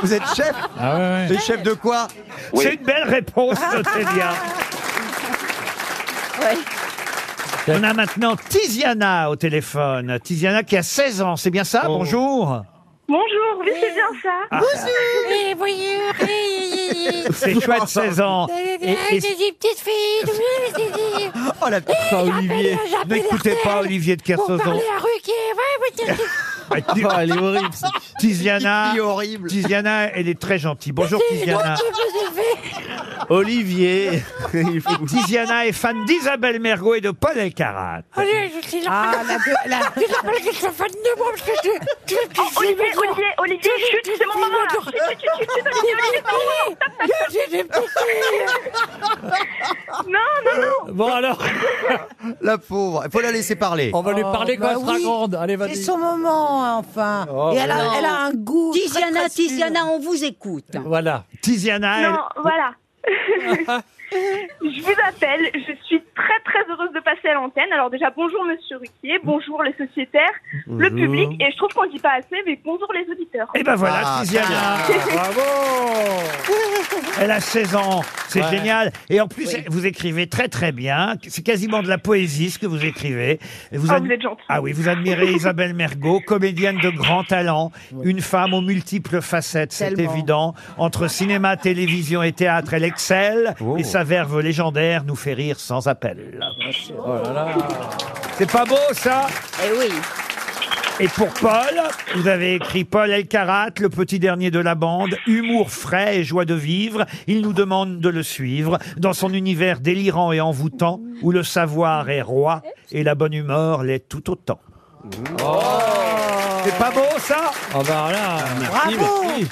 Speaker 3: Vous êtes chef
Speaker 5: Ah ouais, ouais.
Speaker 3: Et chef de quoi
Speaker 13: Oui.
Speaker 2: C'est une belle réponse, notez bien. On a maintenant Tiziana au téléphone. Tiziana qui a 16 ans, c'est bien ça Bonjour.
Speaker 14: Bonjour, oui, c'est bien ça.
Speaker 15: Et voyez, et-
Speaker 2: Ah. C'est chouette, 16 ans. Et-
Speaker 15: et-
Speaker 2: et-
Speaker 15: et- j'ai une petite fille. oui, c'est- c'est-
Speaker 3: Oh la petite
Speaker 15: j'appelle-
Speaker 2: Olivier.
Speaker 15: j'appelle
Speaker 2: N'écoutez
Speaker 15: RTL
Speaker 2: pas Olivier de
Speaker 15: Pour
Speaker 2: Kersauzon.
Speaker 15: parler à Ruquier. Ouais, ouais,
Speaker 2: Ah, elle est horrible. Tiziana,
Speaker 3: fille horrible.
Speaker 2: Tiziana, elle est très gentille. Bonjour
Speaker 15: c'est- c'est moi
Speaker 2: Tiziana.
Speaker 15: qui vous ai fait.
Speaker 6: Olivier.
Speaker 2: Tiziana est fan d'Isabelle Mergo et de Paul Elkarat.
Speaker 15: Oh, je- je suis la
Speaker 8: Ah, la, deux- la,
Speaker 15: Tu n'as pas qu'elle soit fan de moi parce que je. Tu es
Speaker 14: Oh, Olivier, Olivier, Olivier,
Speaker 15: Tu-
Speaker 14: chut,
Speaker 15: tu-
Speaker 14: c'est mon
Speaker 15: tu-
Speaker 14: maman là.
Speaker 15: tu-
Speaker 14: Chut, chut, chut, chut, Olivier, Olivier.
Speaker 15: J'ai des petites filles.
Speaker 14: Non, non, non.
Speaker 5: Bon, alors,
Speaker 3: La pauvre. Il faut la laisser parler.
Speaker 5: on va lui parler
Speaker 2: Oh,
Speaker 5: quand
Speaker 8: bah
Speaker 5: elle sera
Speaker 8: oui.
Speaker 5: grande. Allez,
Speaker 8: c'est
Speaker 5: vas-y.
Speaker 8: son moment, hein, enfin.
Speaker 5: Oh,
Speaker 8: Et elle a,
Speaker 9: non.
Speaker 8: elle a un goût. très,
Speaker 9: Tiziana,
Speaker 8: très sûr.
Speaker 9: Tiziana, on vous écoute.
Speaker 5: Voilà.
Speaker 2: Tiziana, elle,
Speaker 14: Non, voilà. Je vous appelle, je suis très très heureuse de passer à l'antenne. Alors déjà, bonjour Monsieur Ruquier, bonjour les sociétaires, le
Speaker 2: Bonjour.
Speaker 14: public, et je trouve qu'on dit pas assez, mais bonjour les auditeurs.
Speaker 15: Eh
Speaker 2: Et ben voilà,
Speaker 15: Ah,
Speaker 2: Tiziana. Bravo Elle a 16 ans, c'est
Speaker 16: Ouais.
Speaker 2: génial. Et en plus, vous écrivez très très bien. C'est quasiment de la poésie ce que vous écrivez. Et
Speaker 14: Ah,
Speaker 2: admi-
Speaker 14: vous êtes gentil.
Speaker 2: Ah oui, vous admirez Isabelle Mergot, comédienne de grand talent, une femme aux multiples facettes, c'est
Speaker 16: Tellement.
Speaker 2: évident. Entre cinéma, télévision et théâtre, elle excelle.
Speaker 16: Oh.
Speaker 2: Et sa verve légendaire nous fait rire sans
Speaker 15: Oh
Speaker 2: appel. Oh C'est pas beau ça
Speaker 9: Eh oui.
Speaker 2: Et pour Paul, vous avez écrit Paul Elkarat, le petit dernier de la bande, humour frais et joie de vivre. Il nous demande de le suivre dans son univers délirant et envoûtant où le savoir est roi et la bonne humeur l'est tout autant. C'est pas beau ça Oh bah là,
Speaker 15: merci, Bravo merci.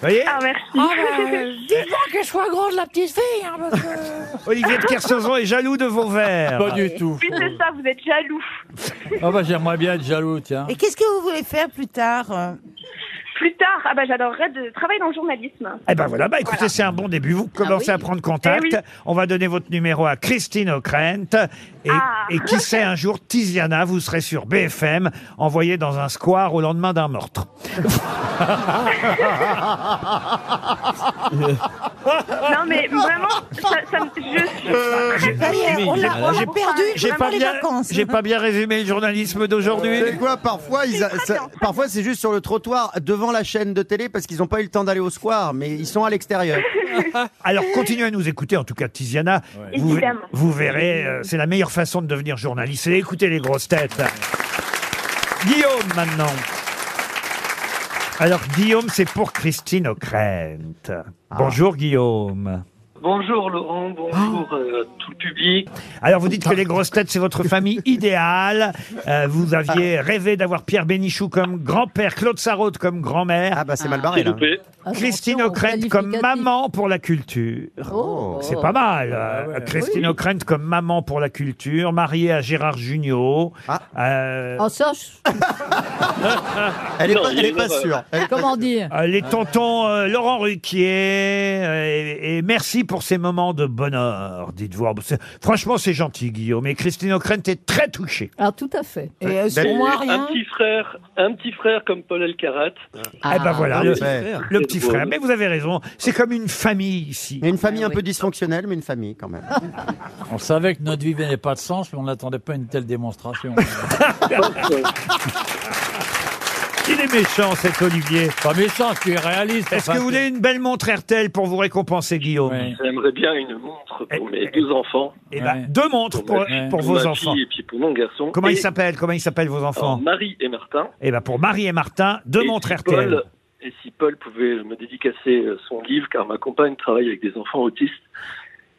Speaker 2: Vous voyez
Speaker 15: Ah bah, euh, Vivement que je sois grande la petite fille, hein, parce que...
Speaker 2: Olivier de Kersauzon est jaloux de vos verres.
Speaker 5: Pas du tout.
Speaker 14: Oui, c'est ça, vous êtes jaloux.
Speaker 5: Ah bah j'aimerais bien être jaloux, tiens.
Speaker 8: Et qu'est-ce que vous voulez faire plus tard
Speaker 14: Plus tard, ah bah j'adorerais de travailler dans le journalisme.
Speaker 2: Eh ben voilà, bah écoutez, c'est un bon début. Vous commencez à prendre contact.
Speaker 14: Eh oui.
Speaker 2: On va donner votre numéro à Christine O'Krent. Et,
Speaker 14: Ah.
Speaker 2: et qui sait, un jour, Tiziana, vous serez sur BFM, envoyée dans un square au lendemain d'un meurtre.
Speaker 14: non mais vraiment, ça, ça me- je suis
Speaker 2: Ça y est, on l'a- on l'a perdu,
Speaker 3: J'ai
Speaker 2: vraiment
Speaker 3: pas
Speaker 2: les
Speaker 3: bien-
Speaker 2: vacances.
Speaker 3: j'ai
Speaker 2: pas bien résumé le journalisme d'aujourd'hui.
Speaker 3: C'est quoi Parfois, ils a- ça- parfois c'est juste sur le trottoir devant la chaîne de télé parce qu'ils n'ont pas eu le temps d'aller au square, mais ils sont à l'extérieur.
Speaker 2: Alors continuez à nous écouter, en tout cas Tiziana. Vous,
Speaker 3: Évidemment.
Speaker 2: vous verrez, euh, c'est la meilleure façon de devenir journaliste. C'est écouter les grosses têtes. Guillaume maintenant. Alors Guillaume, c'est pour Christine O'Krent. Bonjour Guillaume.
Speaker 17: Bonjour Laurent, bonjour euh, tout le public.
Speaker 2: Alors vous dites que les grosses têtes, c'est votre famille idéale. Euh, vous aviez rêvé d'avoir Pierre Bénichou comme grand-père, Claude Sarraute comme grand-mère. Ah
Speaker 3: bah c'est mal
Speaker 17: barré, là. J'ai loupé.
Speaker 2: Christine O'Krent comme maman pour la culture. C'est pas mal. euh, Christine O'Krent comme maman pour la culture, mariée à Gérard Euh, Junior.
Speaker 7: En soche
Speaker 2: Elle est pas- elle est pas sûre. Elle est pas
Speaker 7: Comment
Speaker 2: sûre.
Speaker 7: dire
Speaker 2: Euh, les tontons euh, Laurent Ruquier euh, et, et merci pour ces moments de bonheur, dites-vous. Ah, bah, c'est- Franchement, c'est gentil, Guillaume. Et Christine O'Krent est très touchée.
Speaker 7: Alors tout à fait.
Speaker 2: euh,
Speaker 17: Et un petit frère, un petit frère comme Paul Elkarat.
Speaker 2: Ah, ben voilà, le, le petit
Speaker 17: C'est
Speaker 2: frère.
Speaker 17: drôle.
Speaker 2: Mais vous avez raison, c'est comme une famille ici.
Speaker 3: Une famille un peu dysfonctionnelle, mais une famille quand même.
Speaker 5: On savait que notre vie n'avait pas de sens, mais on n'attendait pas une telle démonstration.
Speaker 2: Il est méchant, cet Olivier.
Speaker 5: Pas méchant, tu es réaliste.
Speaker 2: Est-ce que vous voulez une belle montre RTL pour vous récompenser, Guillaume
Speaker 17: J'aimerais bien une montre pour mes deux enfants.
Speaker 2: Eh ben, Deux montres pour,
Speaker 17: ma-
Speaker 2: pour vos
Speaker 17: ma
Speaker 2: enfants.
Speaker 17: fille et puis pour mon garçon.
Speaker 2: Comment
Speaker 17: Et-
Speaker 2: ils s'appellent Comment ils s'appellent vos
Speaker 17: alors,
Speaker 2: enfants
Speaker 17: Marie et Martin.
Speaker 2: Eh ben pour Marie et Martin, deux
Speaker 17: Et
Speaker 2: montres
Speaker 17: si
Speaker 2: RTL.
Speaker 17: Paul- et si Paul pouvait me dédicacer euh, son livre, car ma compagne travaille avec des enfants autistes,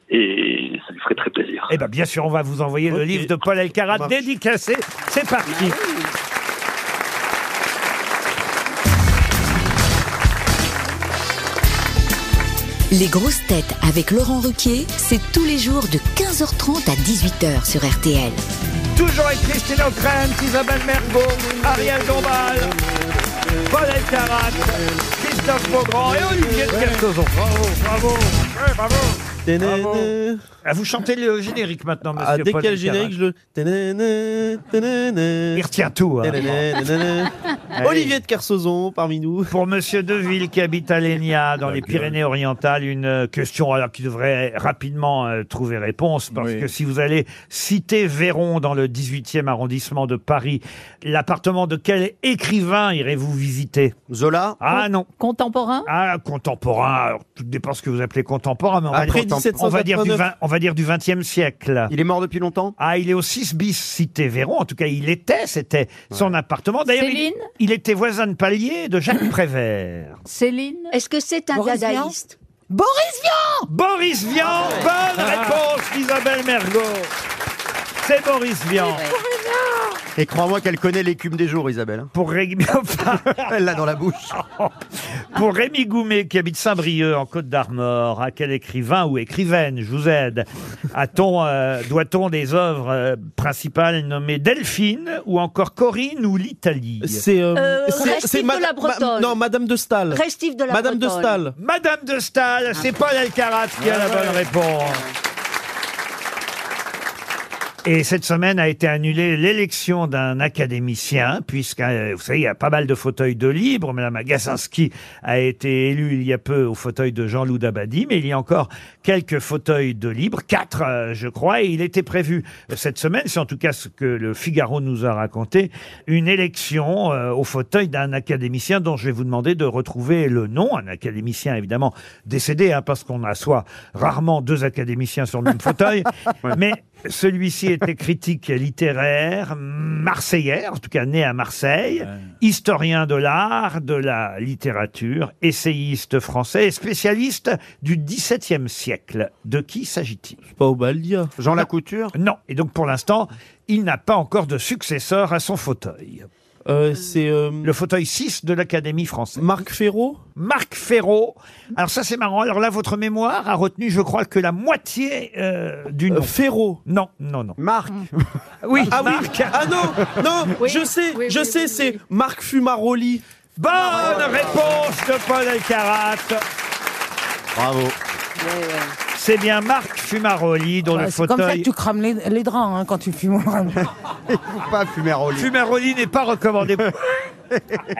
Speaker 17: et ça lui ferait très plaisir.
Speaker 2: Eh bien, bien sûr, on va vous envoyer le livre de Paul Elkarat dédicacé. C'est parti.
Speaker 17: Ah,
Speaker 11: Les grosses têtes avec Laurent Ruquier, c'est tous les jours de 15h30 à 18h sur RTL.
Speaker 2: Toujours avec Christine O'Krent, Isabelle Mergot, Ariel Dombal, Paul Elkarat, Christophe Beaugrand et Olivier de Kersauzon. Bravo, bravo, ouais, bravo. Bravo. Ah, Vous chantez le générique maintenant, monsieur.
Speaker 6: Ah, dès
Speaker 2: Paul
Speaker 6: qu'il y a le
Speaker 2: Elkarat.
Speaker 6: générique, je le. Il
Speaker 2: retient tout.
Speaker 6: Olivier de
Speaker 2: Kersauzon parmi nous. Pour Monsieur Deville qui habite à Lénia dans les Pyrénées-Orientales, une euh, question alors, qui devrait rapidement euh, trouver réponse parce que si vous allez citer Véron dans le 18e arrondissement de Paris, l'appartement de quel écrivain irez-vous visiter Zola Ah non.
Speaker 7: Contemporain
Speaker 2: Ah, contemporain. Alors, tout dépend ce que vous appelez contemporain. Mais on, va
Speaker 3: Après
Speaker 2: dire-
Speaker 3: 1789.
Speaker 2: on va dire du 20 on va dire du 20e siècle. Il est mort depuis longtemps Ah, il est au 6 bis cité Véron. En tout cas, il était, c'était son appartement. D'ailleurs, il,
Speaker 9: Céline
Speaker 2: il était voisin de palier de Jacques Prévert.
Speaker 9: Céline Est-ce que c'est un
Speaker 2: Boris Vian
Speaker 9: dadaïste Boris Vian
Speaker 2: Boris Vian
Speaker 9: Ah
Speaker 2: Bonne réponse d'Isabelle Mergot. C'est Boris Vian.
Speaker 3: Et crois-moi qu'elle connaît l'écume des jours, Isabelle.
Speaker 2: Pour régler.
Speaker 3: Elle l'a dans la bouche.
Speaker 2: Pour Rémi Goumet, qui habite Saint-Brieuc, en Côte d'Armor, à quel écrivain ou écrivaine, je vous aide, a-t-on, euh, doit-on des œuvres euh, principales nommées Delphine ou encore Corinne ou l'Italie
Speaker 6: C'est, euh,
Speaker 9: Euh, c'est- Restif c'est de Mada- la Bretonne. Ma- non,
Speaker 2: Madame de Staël.
Speaker 9: Restif de la Ah. Madame de Bretonne. Staël.
Speaker 2: Madame de Staël, c'est Paul Elkarat qui a la
Speaker 9: Ah ouais.
Speaker 2: bonne réponse. Et cette semaine a été annulée l'élection d'un académicien, puisque, euh, vous savez, il y a pas mal de fauteuils de libres. Madame Agassinski a été élue il y a peu au fauteuil de Jean-Loup Dabadi, mais il y a encore quelques fauteuils de libres, quatre, euh, je crois, et il était prévu cette semaine, c'est en tout cas ce que le Figaro nous a raconté, une élection euh, au fauteuil d'un académicien dont je vais vous demander de retrouver le nom, un académicien évidemment décédé, hein, parce qu'on assoit rarement deux académiciens sur le même fauteuil, mais celui-ci était critique littéraire, marseillais, en tout cas né à Marseille, historien de l'art, de la littérature, essayiste français et spécialiste du XVIIe siècle. De qui s'agit-il Pas Jean Lacouture Non. Et donc pour l'instant, il n'a pas encore de successeur à son fauteuil.
Speaker 6: Euh,
Speaker 2: c'est le fauteuil 6 de l'Académie française. Marc Ferraud Marc Ferraud. Alors ça c'est marrant. Alors là votre mémoire a retenu je crois que la moitié euh, du nom. Ferraud Non, non, non. Marc Oui,
Speaker 6: Ah oui.
Speaker 2: Marc.
Speaker 6: Ah non, non, Mm. Oui, je sais, oui, je oui, sais, oui,
Speaker 2: c'est Marc Fumaroli. Bonne réponse de Paul Elkarat. Bravo. C'est bien Marc Fumaroli dont le
Speaker 8: C'est comme ça que
Speaker 2: fauteuil
Speaker 8: tu crames les, les draps hein, quand tu fumes. Il faut pas fumer
Speaker 2: Fumeroli n'est pas recommandé.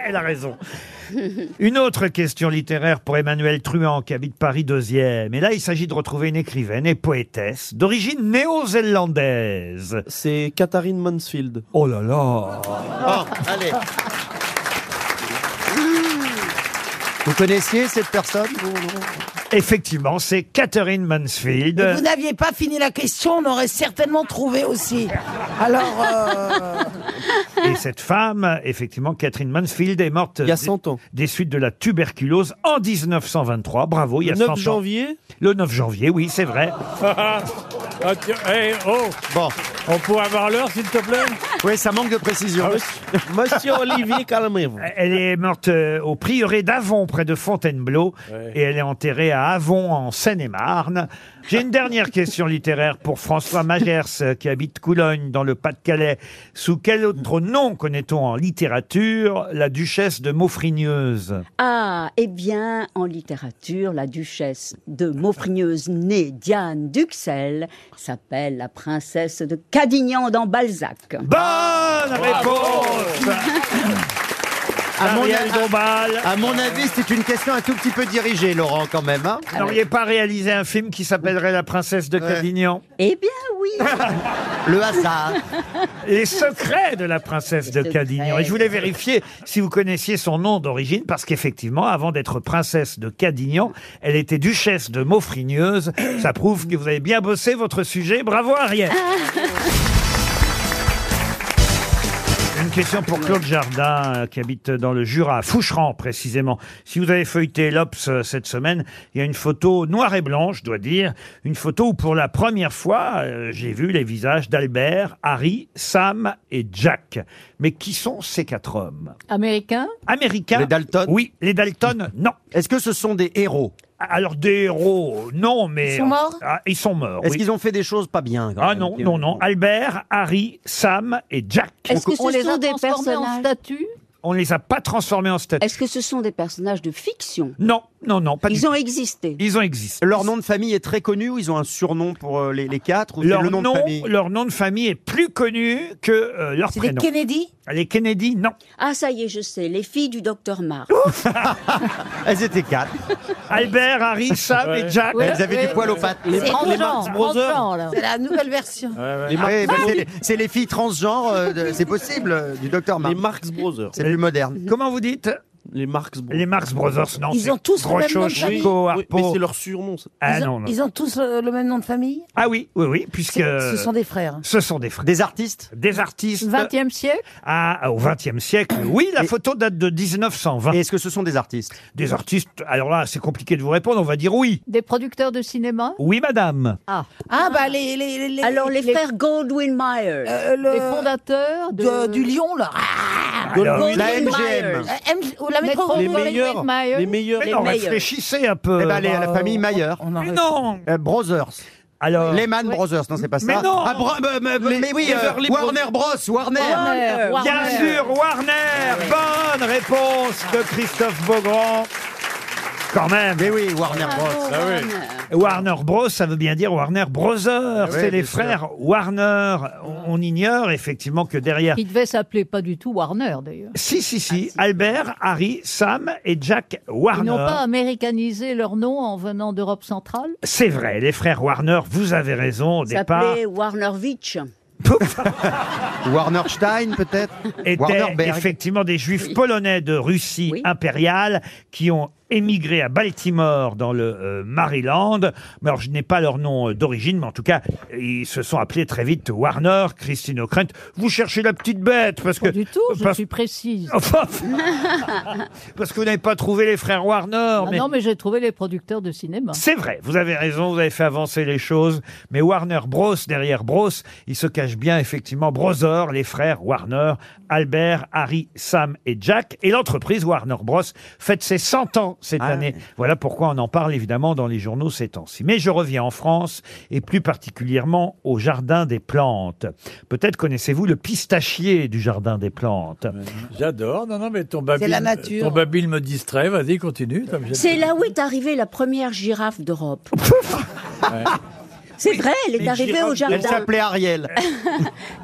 Speaker 2: Elle a raison. Une autre question littéraire pour Emmanuel Truand, qui habite Paris 2e. Et là, il s'agit de retrouver une écrivaine et poétesse d'origine néo-zélandaise. C'est Katharine Mansfield. Oh là là
Speaker 6: Ah,
Speaker 3: allez. Vous connaissiez cette personne
Speaker 2: Effectivement, c'est Katharine Mansfield.
Speaker 8: Vous n'aviez pas fini la question, on aurait certainement trouvé aussi. Alors, euh,
Speaker 2: Et cette femme, effectivement, Catherine Mansfield, est morte il y a 100 ans. Des, suites de la tuberculose en 1923. Bravo, il y a
Speaker 6: Le 9
Speaker 2: 100 ans.
Speaker 6: janvier
Speaker 2: Le 9 janvier, oui, c'est vrai.
Speaker 5: Ah, ah, tiens, eh, oh Bon. On pourrait avoir l'heure, s'il te plaît
Speaker 2: Oui, ça manque de précision.
Speaker 6: Monsieur Olivier, calmez-vous.
Speaker 2: Elle est morte euh, au prieuré d'Avon, près de Fontainebleau,
Speaker 6: Ouais.
Speaker 2: et elle est enterrée à Avon, en Seine-et-Marne. J'ai une dernière question littéraire pour François Magers, euh, qui habite Coulogne, dans le Pas-de-Calais. Sous quel autre nom connaît-on en littérature la duchesse de Maufrigneuse
Speaker 9: Ah, eh bien, en littérature, la duchesse de Maufrigneuse, née Diane d'Uxelles, s'appelle la princesse de Cadignan dans Balzac.
Speaker 2: Bonne réponse
Speaker 3: à mon,
Speaker 2: Ariel Dombal.
Speaker 3: à mon avis, c'est une question un tout petit peu dirigée, Laurent, quand même. hein.
Speaker 2: Vous n'auriez pas réalisé un film qui s'appellerait La princesse de Cadignan
Speaker 9: Eh bien, oui
Speaker 2: Le hasard. Les secrets de la princesse de
Speaker 9: secrets.
Speaker 2: Cadignan. Et je voulais vérifier si vous connaissiez son nom d'origine, parce qu'effectivement, avant d'être princesse de Cadignan, elle était duchesse de Maufrigneuse. Ça prouve que vous avez bien bossé votre sujet. Bravo, Ariel.
Speaker 9: Ah,
Speaker 2: Une question pour Claude Jardin, euh, qui habite dans le Jura, à Foucheran précisément. Si vous avez feuilleté l'Obs euh, cette semaine, il y a une photo noire et blanche, je dois dire, une photo où pour la première fois, euh, j'ai vu les visages d'Albert, Harry, Sam et Jack. Mais qui sont ces quatre hommes
Speaker 7: Américain
Speaker 2: Américains Les Dalton Oui, les Dalton, non. Est-ce que ce sont des héros alors des héros, non, mais
Speaker 3: Ils sont morts
Speaker 2: Ah, ils sont morts.
Speaker 3: Est-ce
Speaker 2: oui.
Speaker 3: qu'ils ont fait des choses pas bien quand
Speaker 2: Ah
Speaker 3: même
Speaker 2: non, non, non. Albert, Harry, Sam et Jack.
Speaker 9: Est-ce que ce
Speaker 7: On les
Speaker 9: sont
Speaker 7: a
Speaker 9: des
Speaker 7: transformés en
Speaker 9: personnages
Speaker 7: statues
Speaker 2: On les a pas transformés en statues.
Speaker 9: Est-ce que ce sont des personnages
Speaker 8: Euh,
Speaker 9: de fiction
Speaker 2: Non, non, non, pas
Speaker 9: Ils
Speaker 2: du
Speaker 9: ont existé.
Speaker 2: Ils ont existé.
Speaker 3: Leur nom de famille est très connu ou ils ont un surnom pour euh, les, les quatre ou c'est
Speaker 2: Leur
Speaker 3: le nom, de
Speaker 2: nom,
Speaker 3: famille
Speaker 2: leur nom de famille est plus connu que euh, leur
Speaker 9: C'est des
Speaker 2: prénom.
Speaker 9: Kennedy
Speaker 2: Les Kennedy, non.
Speaker 9: Ah, ça y est, je sais, les filles du docteur Mars.
Speaker 3: Elles étaient quatre.
Speaker 2: Albert, Harry, Sam et Jack.
Speaker 3: Ouais, Elles avaient ouais. du poil aux pattes. Les trans- les Marx Brothers.
Speaker 8: c'est la nouvelle version. Ah,
Speaker 3: Les Marx- Ouais, bah, c'est les- c'est les filles transgenres, euh, de- c'est possible, euh, du docteur Marx. Les Marx Brothers. C'est plus moderne.
Speaker 2: Comment vous dites
Speaker 6: Les Marx Brothers.
Speaker 2: Les Marx Brothers, non.
Speaker 8: Ils
Speaker 2: c'est
Speaker 8: ont tous le même
Speaker 2: Groschot,
Speaker 8: nom de famille.
Speaker 2: Chico,
Speaker 8: Oui,
Speaker 2: Harpo.
Speaker 8: mais c'est
Speaker 6: leur surnom. ça.
Speaker 2: Ah
Speaker 8: ils, ont,
Speaker 2: non, non.
Speaker 8: ils ont tous euh, le même nom de famille
Speaker 2: Ah oui, oui, oui, puisque...
Speaker 8: C'est- ce sont des hein. frères.
Speaker 2: Ce sont des frères. Des artistes Des artistes.
Speaker 7: 20e siècle
Speaker 2: Ah, au XXe siècle, oui, la photo date de 1920.
Speaker 3: Est-ce que ce sont des artistes
Speaker 2: Des artistes, alors là, c'est compliqué de vous répondre, on va dire oui.
Speaker 7: Des producteurs de cinéma
Speaker 2: Oui, madame.
Speaker 7: Ah.
Speaker 8: Ah bah les... les, les, les-
Speaker 9: Alors les,
Speaker 8: les-
Speaker 9: frères Goldwyn Mayer.
Speaker 8: euh, le-
Speaker 7: Les fondateurs de...
Speaker 8: de- du lion, là. Ah,
Speaker 2: Alors,
Speaker 8: La MGM.
Speaker 7: Ou la
Speaker 8: Oh,
Speaker 7: métro
Speaker 2: Les meilleurs, les meilleurs. Mais non, réfléchissez un peu. euh,
Speaker 3: Eh ben, les- la famille Mayer.
Speaker 2: Mais non
Speaker 3: Euh, Brothers.
Speaker 2: Alors.
Speaker 3: Lehman Brothers, non, c'est pas ça.
Speaker 2: Mais non
Speaker 3: Ah, Bro- euh, euh,
Speaker 2: Les-
Speaker 3: Mais oui, euh,
Speaker 2: Beverly Bros.
Speaker 3: Warner Bros. Warner.
Speaker 2: Bien sûr, Warner. Bonne réponse de Christophe Beaugrand. Quand même. Mais
Speaker 3: oui, Warner Bros.
Speaker 2: Warner Bros, ça veut bien dire Warner Brothers.
Speaker 7: Ah ouais,
Speaker 2: c'est les
Speaker 7: bien sûr.
Speaker 2: frères Warner. On, on ignore effectivement que derrière.
Speaker 7: Il devait s'appeler pas du tout Warner d'ailleurs.
Speaker 2: Si, si, si. Albert, Harry, Sam et Jack Warner.
Speaker 7: Ils n'ont pas américanisé leur nom en venant d'Europe centrale.
Speaker 2: C'est vrai, les frères Warner, vous avez raison au départ.
Speaker 9: S'appelait Warnervich.
Speaker 3: Warner Stein, peut-être
Speaker 2: étaient
Speaker 3: Warnerberg.
Speaker 2: effectivement des juifs polonais de Russie impériale qui ont émigré à Baltimore dans le euh, Maryland. Mais alors, je n'ai pas leur nom euh, d'origine, mais en tout cas, ils se sont appelés très vite Warner, Christine O'Krent. Vous cherchez la petite bête parce que... du tout,
Speaker 7: je suis précise.
Speaker 2: Enfin,
Speaker 7: Ah
Speaker 2: parce que vous n'avez pas trouvé les frères Warner. Ah mais...
Speaker 7: Bah Non, mais j'ai trouvé les producteurs de cinéma.
Speaker 2: C'est vrai, vous avez raison, vous avez fait avancer les choses. Mais Warner Bros, derrière Bros, il se cache bien effectivement Brother, les frères Warner, Albert, Harry, Sam et Jack. Et l'entreprise Warner Bros fête ses 100 ans cette année. Voilà pourquoi on en parle évidemment dans les journaux ces temps-ci. Mais je reviens en France et plus particulièrement au Jardin des Plantes. Peut-être connaissez-vous le pistachier du Jardin des Plantes.
Speaker 5: J'adore. Non, non, mais ton babil,
Speaker 9: la nature.
Speaker 5: ton babil me distrait. Vas-y, continue. Tom, j'aime
Speaker 9: C'est
Speaker 5: bien.
Speaker 9: là où est arrivée la première girafe d'Europe.
Speaker 5: Ouais.
Speaker 9: C'est vrai, elle est
Speaker 2: Les
Speaker 9: arrivée
Speaker 2: girafes
Speaker 9: au jardin.
Speaker 2: Elle s'appelait Ariel.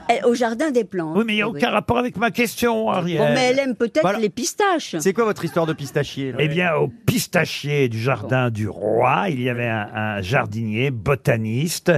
Speaker 9: Elle- au jardin des plantes.
Speaker 2: Oui, mais il n'y a aucun rapport avec ma question, Ariel.
Speaker 9: Ah, Bon, mais elle aime peut-être
Speaker 2: Voilà.
Speaker 9: les pistaches.
Speaker 3: C'est quoi votre histoire de pistachier là
Speaker 2: Eh bien, au pistachier du jardin du roi, il y avait un, un jardinier botaniste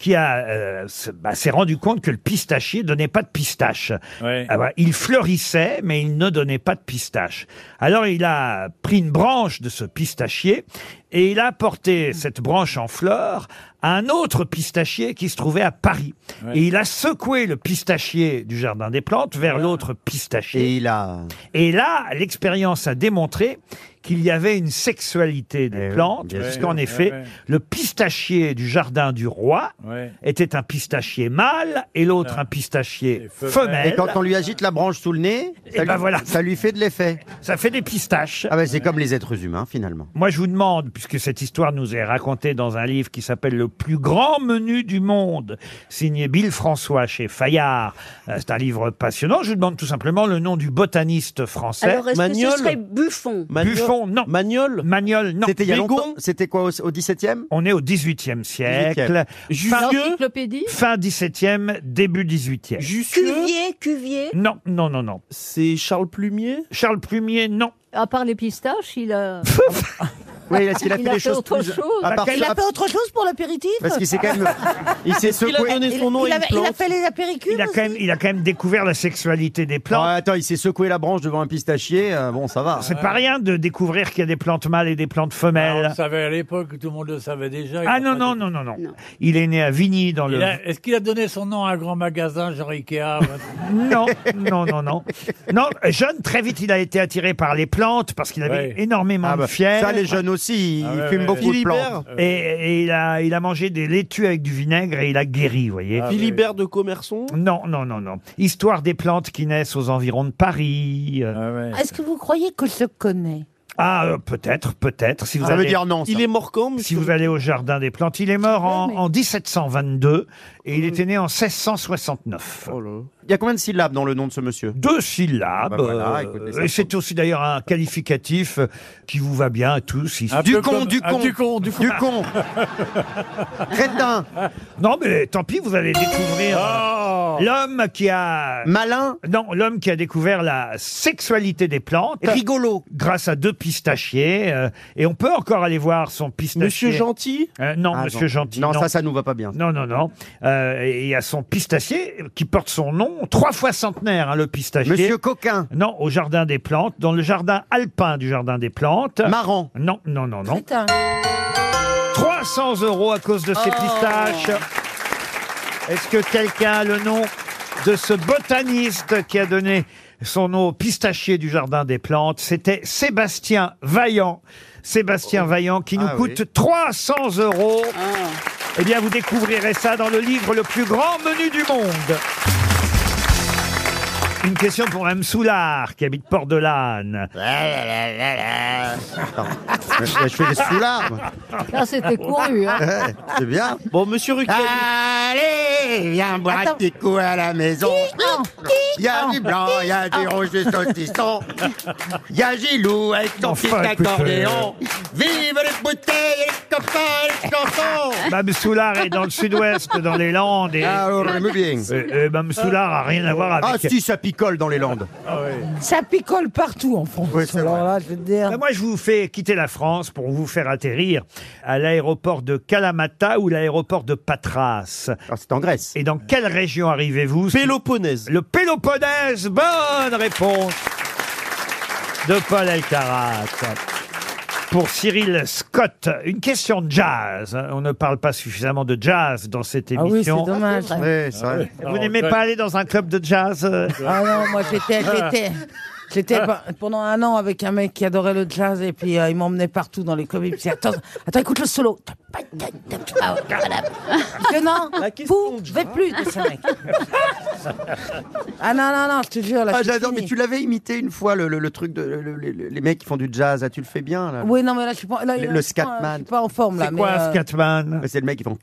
Speaker 2: qui a euh, se- bah, s'est rendu compte que le pistachier donnait pas de pistache.
Speaker 5: Ouais.
Speaker 2: Ah bah, il fleurissait, mais il ne donnait pas de pistache. Alors, il a pris une branche de ce pistachier et il a
Speaker 3: Hmm.
Speaker 2: porté cette branche en fleurs à un autre pistachier qui se trouvait à Paris.
Speaker 3: Ouais.
Speaker 2: Et il a secoué le pistachier du jardin des plantes vers l'autre pistachier.
Speaker 3: Ah. Et il a.
Speaker 2: Et là, l'expérience a démontré qu'il y avait une sexualité des plantes,
Speaker 3: Eh bien sûr.
Speaker 2: puisqu'en
Speaker 3: Ouais,
Speaker 2: effet,
Speaker 3: ouais, ouais.
Speaker 2: le pistachier du jardin du roi
Speaker 3: Ouais. Ah.
Speaker 2: était un pistachier mâle et l'autre un pistachier femelle.
Speaker 3: Et quand on lui agite la branche sous le nez,
Speaker 2: Eh
Speaker 3: ça,
Speaker 2: ben
Speaker 3: lui,
Speaker 2: voilà.
Speaker 3: ça lui fait de l'effet.
Speaker 2: Ça fait des pistaches.
Speaker 3: Ah ben c'est comme les êtres humains finalement.
Speaker 2: Moi, je vous demande, puisque cette histoire nous est racontée dans un livre qui s'appelle Le plus grand menu du monde, signé Bill François chez Fayard. Euh, C'est un livre passionnant. Je vous demande tout simplement le nom du botaniste français.
Speaker 9: Alors, est-ce que ce serait Buffon
Speaker 2: Buffon, non. Magnol Magnol, non.
Speaker 3: C'était il y a
Speaker 2: Bégon
Speaker 3: longtemps. C'était quoi au, au 17e
Speaker 2: On est au XVIIIe siècle.
Speaker 3: 18e.
Speaker 2: Fin,
Speaker 7: L'encyclopédie
Speaker 2: fin XVIIe, début XVIIIe.
Speaker 9: Cuvier, Cuvier.
Speaker 2: Non, non, non, non. C'est Charles Plumier Charles Plumier, non.
Speaker 7: À part les pistaches, il a.
Speaker 3: Oui, est-ce qu'il a
Speaker 7: Il
Speaker 3: fait
Speaker 7: a
Speaker 3: des
Speaker 7: fait
Speaker 3: choses
Speaker 7: autre
Speaker 3: plus-
Speaker 2: Ah,
Speaker 7: chose.
Speaker 3: à part
Speaker 8: Il
Speaker 3: ça-
Speaker 8: a fait autre chose pour l'apéritif
Speaker 3: Parce qu'il s'est quand même- il s'est Est-ce qu'il a secoué- donné son
Speaker 8: Il-
Speaker 3: nom à
Speaker 8: il,
Speaker 3: une
Speaker 8: avait- il a
Speaker 3: plante
Speaker 8: fait les apéricules
Speaker 2: Il a, quand même, il a quand même découvert la sexualité des plantes.
Speaker 3: Ah, attends, il s'est secoué la branche devant un pistachier. euh, bon, ça va.
Speaker 2: C'est pas rien de découvrir qu'il y a des plantes mâles et des plantes
Speaker 5: Ah, on
Speaker 2: femelles.
Speaker 5: le savait à l'époque, tout le monde le savait déjà.
Speaker 2: Ah
Speaker 5: Ils
Speaker 2: non,
Speaker 5: ont
Speaker 2: non,
Speaker 5: pas
Speaker 2: non, non, non. Il est né à Vigny dans
Speaker 5: dit-
Speaker 2: le...
Speaker 5: Il a- Est-ce qu'il a donné son nom à un grand magasin, genre Ikea
Speaker 2: Non, non, non, non. Non, jeune, très vite, il a été attiré par les plantes parce qu'il avait
Speaker 5: Ouais.
Speaker 2: énormément de fièvre.
Speaker 3: Ah, bah, ça, les jeunes aussi, ils Ah ouais, fument ouais, beaucoup de Philibert. plantes.
Speaker 5: Ah,
Speaker 2: Et, et il, a, il a mangé des laitues avec du vinaigre et il a guéri, vous
Speaker 5: Ah,
Speaker 2: voyez.
Speaker 6: Philibert de Commerçon
Speaker 2: Non, non, non, non. Histoire des plantes qui naissent aux environs de Paris.
Speaker 5: Ah,
Speaker 8: Est-ce que vous croyez qu'on se connaît
Speaker 2: Ah, euh, peut-être, peut-être. Si vous
Speaker 3: Ça veut
Speaker 2: allez-
Speaker 3: dire non, ça. Il est
Speaker 2: mort quand Si vous allez au jardin des plantes, il est mort en, en 1722 et il était né en 1669.
Speaker 3: Oh Il y a combien de syllabes dans le nom de ce monsieur
Speaker 2: Deux syllabes.
Speaker 3: Ah bah voilà,
Speaker 2: euh,
Speaker 3: écoutez,
Speaker 2: et
Speaker 3: ça-
Speaker 2: c'est aussi d'ailleurs un qualificatif euh, qui vous va bien à tous. ici.
Speaker 5: Un peu comme- ah, du con, du con.
Speaker 3: Crétin.
Speaker 2: Non, mais tant pis, vous allez découvrir euh, l'homme qui a.
Speaker 3: Oh. Malin
Speaker 2: Non, l'homme qui a découvert la sexualité des plantes.
Speaker 3: Rigolo.
Speaker 2: Grâce à deux pistachiers. euh, et on peut encore aller voir son pistachier.
Speaker 3: Monsieur Gentil
Speaker 2: Euh, Non,
Speaker 3: Ah,
Speaker 2: Monsieur
Speaker 3: non.
Speaker 2: Gentil.
Speaker 3: Non, ça, ça nous va pas bien.
Speaker 2: Non, non, non. Euh, et il y a son pistachier qui porte son nom, trois fois centenaire, hein, le pistachier.
Speaker 3: Monsieur Coquin.
Speaker 2: Non, au Jardin des Plantes, dans le jardin alpin du Jardin des Plantes.
Speaker 3: Marron.
Speaker 2: Non, non, non, non.
Speaker 8: Putain.
Speaker 2: 300 euros à cause de ces
Speaker 8: Oh.
Speaker 2: pistaches. Est-ce que quelqu'un a le nom de ce botaniste qui a donné son nom au pistachier du Jardin des Plantes C'était Sébastien Vaillant. Sébastien Vaillant qui nous
Speaker 3: Ah
Speaker 2: coûte
Speaker 3: oui. Ah.
Speaker 2: 300 euros. Eh bien, vous découvrirez ça dans le livre Le plus grand menu du monde. Une question pour M. Soulard, qui habite Port de l'Âne.
Speaker 3: je fais des soulards, moi.
Speaker 7: Ah, c'était couru, hein.
Speaker 3: Ouais, C'est bien. Bon, monsieur Ruquier. Allez, viens boire un petit coup à la maison. Il y a du blanc, il y a du rouge, du saucisson. Il y a Gilou avec son petit
Speaker 2: Enfin, écoutez. euh,
Speaker 3: accordéon. Vive les bouteilles, les copains, les chansons.
Speaker 2: Mme Bah, Soulard est dans le sud-ouest, dans les Landes. Et,
Speaker 3: Ah, oui, oui, bien.
Speaker 2: Euh, euh, Mme Soulard n'a rien à voir avec...
Speaker 3: Ah, si, ça picole dans les Landes.
Speaker 8: Ça picole partout en France. Alors là, je veux te dire.
Speaker 2: Ben, moi, je vous fais quitter la France pour vous faire atterrir à l'aéroport de Kalamata ou l'aéroport de Patras.
Speaker 3: Ah, c'est en Grèce.
Speaker 2: Et dans quelle région arrivez-vous Péloponnèse. Le Péloponnèse, bonne réponse de Paul Elkarat. Pour Cyril Scott, une question de jazz. On ne parle pas suffisamment de jazz dans cette
Speaker 8: Ah oui, c'est
Speaker 2: émission.
Speaker 8: dommage. Ah, c'est vrai.
Speaker 3: c'est vrai.
Speaker 2: Vous n'aimez pas aller dans un club de jazz euh
Speaker 8: Ah non, moi j'étais, j'étais, j'étais pe- pendant un an avec un mec qui adorait le jazz et puis euh, il m'emmenait partout dans les clubs. Il me disait, attends, attends, écoute le solo. Ah ouais, voilà. Je dis, non, vous ne vais plus de ce mec. Ah non, non, non, je te jure. Là,
Speaker 3: Ah,
Speaker 8: c'est
Speaker 3: j'adore, mais
Speaker 8: fini.
Speaker 3: tu l'avais imité une fois, le, le- le truc de. le- le- le- les mecs qui font du jazz, ah, tu le fais bien, là.
Speaker 8: Oui, non, mais là, je suis pas, là,
Speaker 3: Le-
Speaker 8: là,
Speaker 3: le
Speaker 8: je suis pas-
Speaker 3: Scatman.
Speaker 8: Je suis pas en forme, là.
Speaker 3: C'est
Speaker 8: mais,
Speaker 3: quoi
Speaker 8: euh,
Speaker 3: un scatman C'est le mec qui font.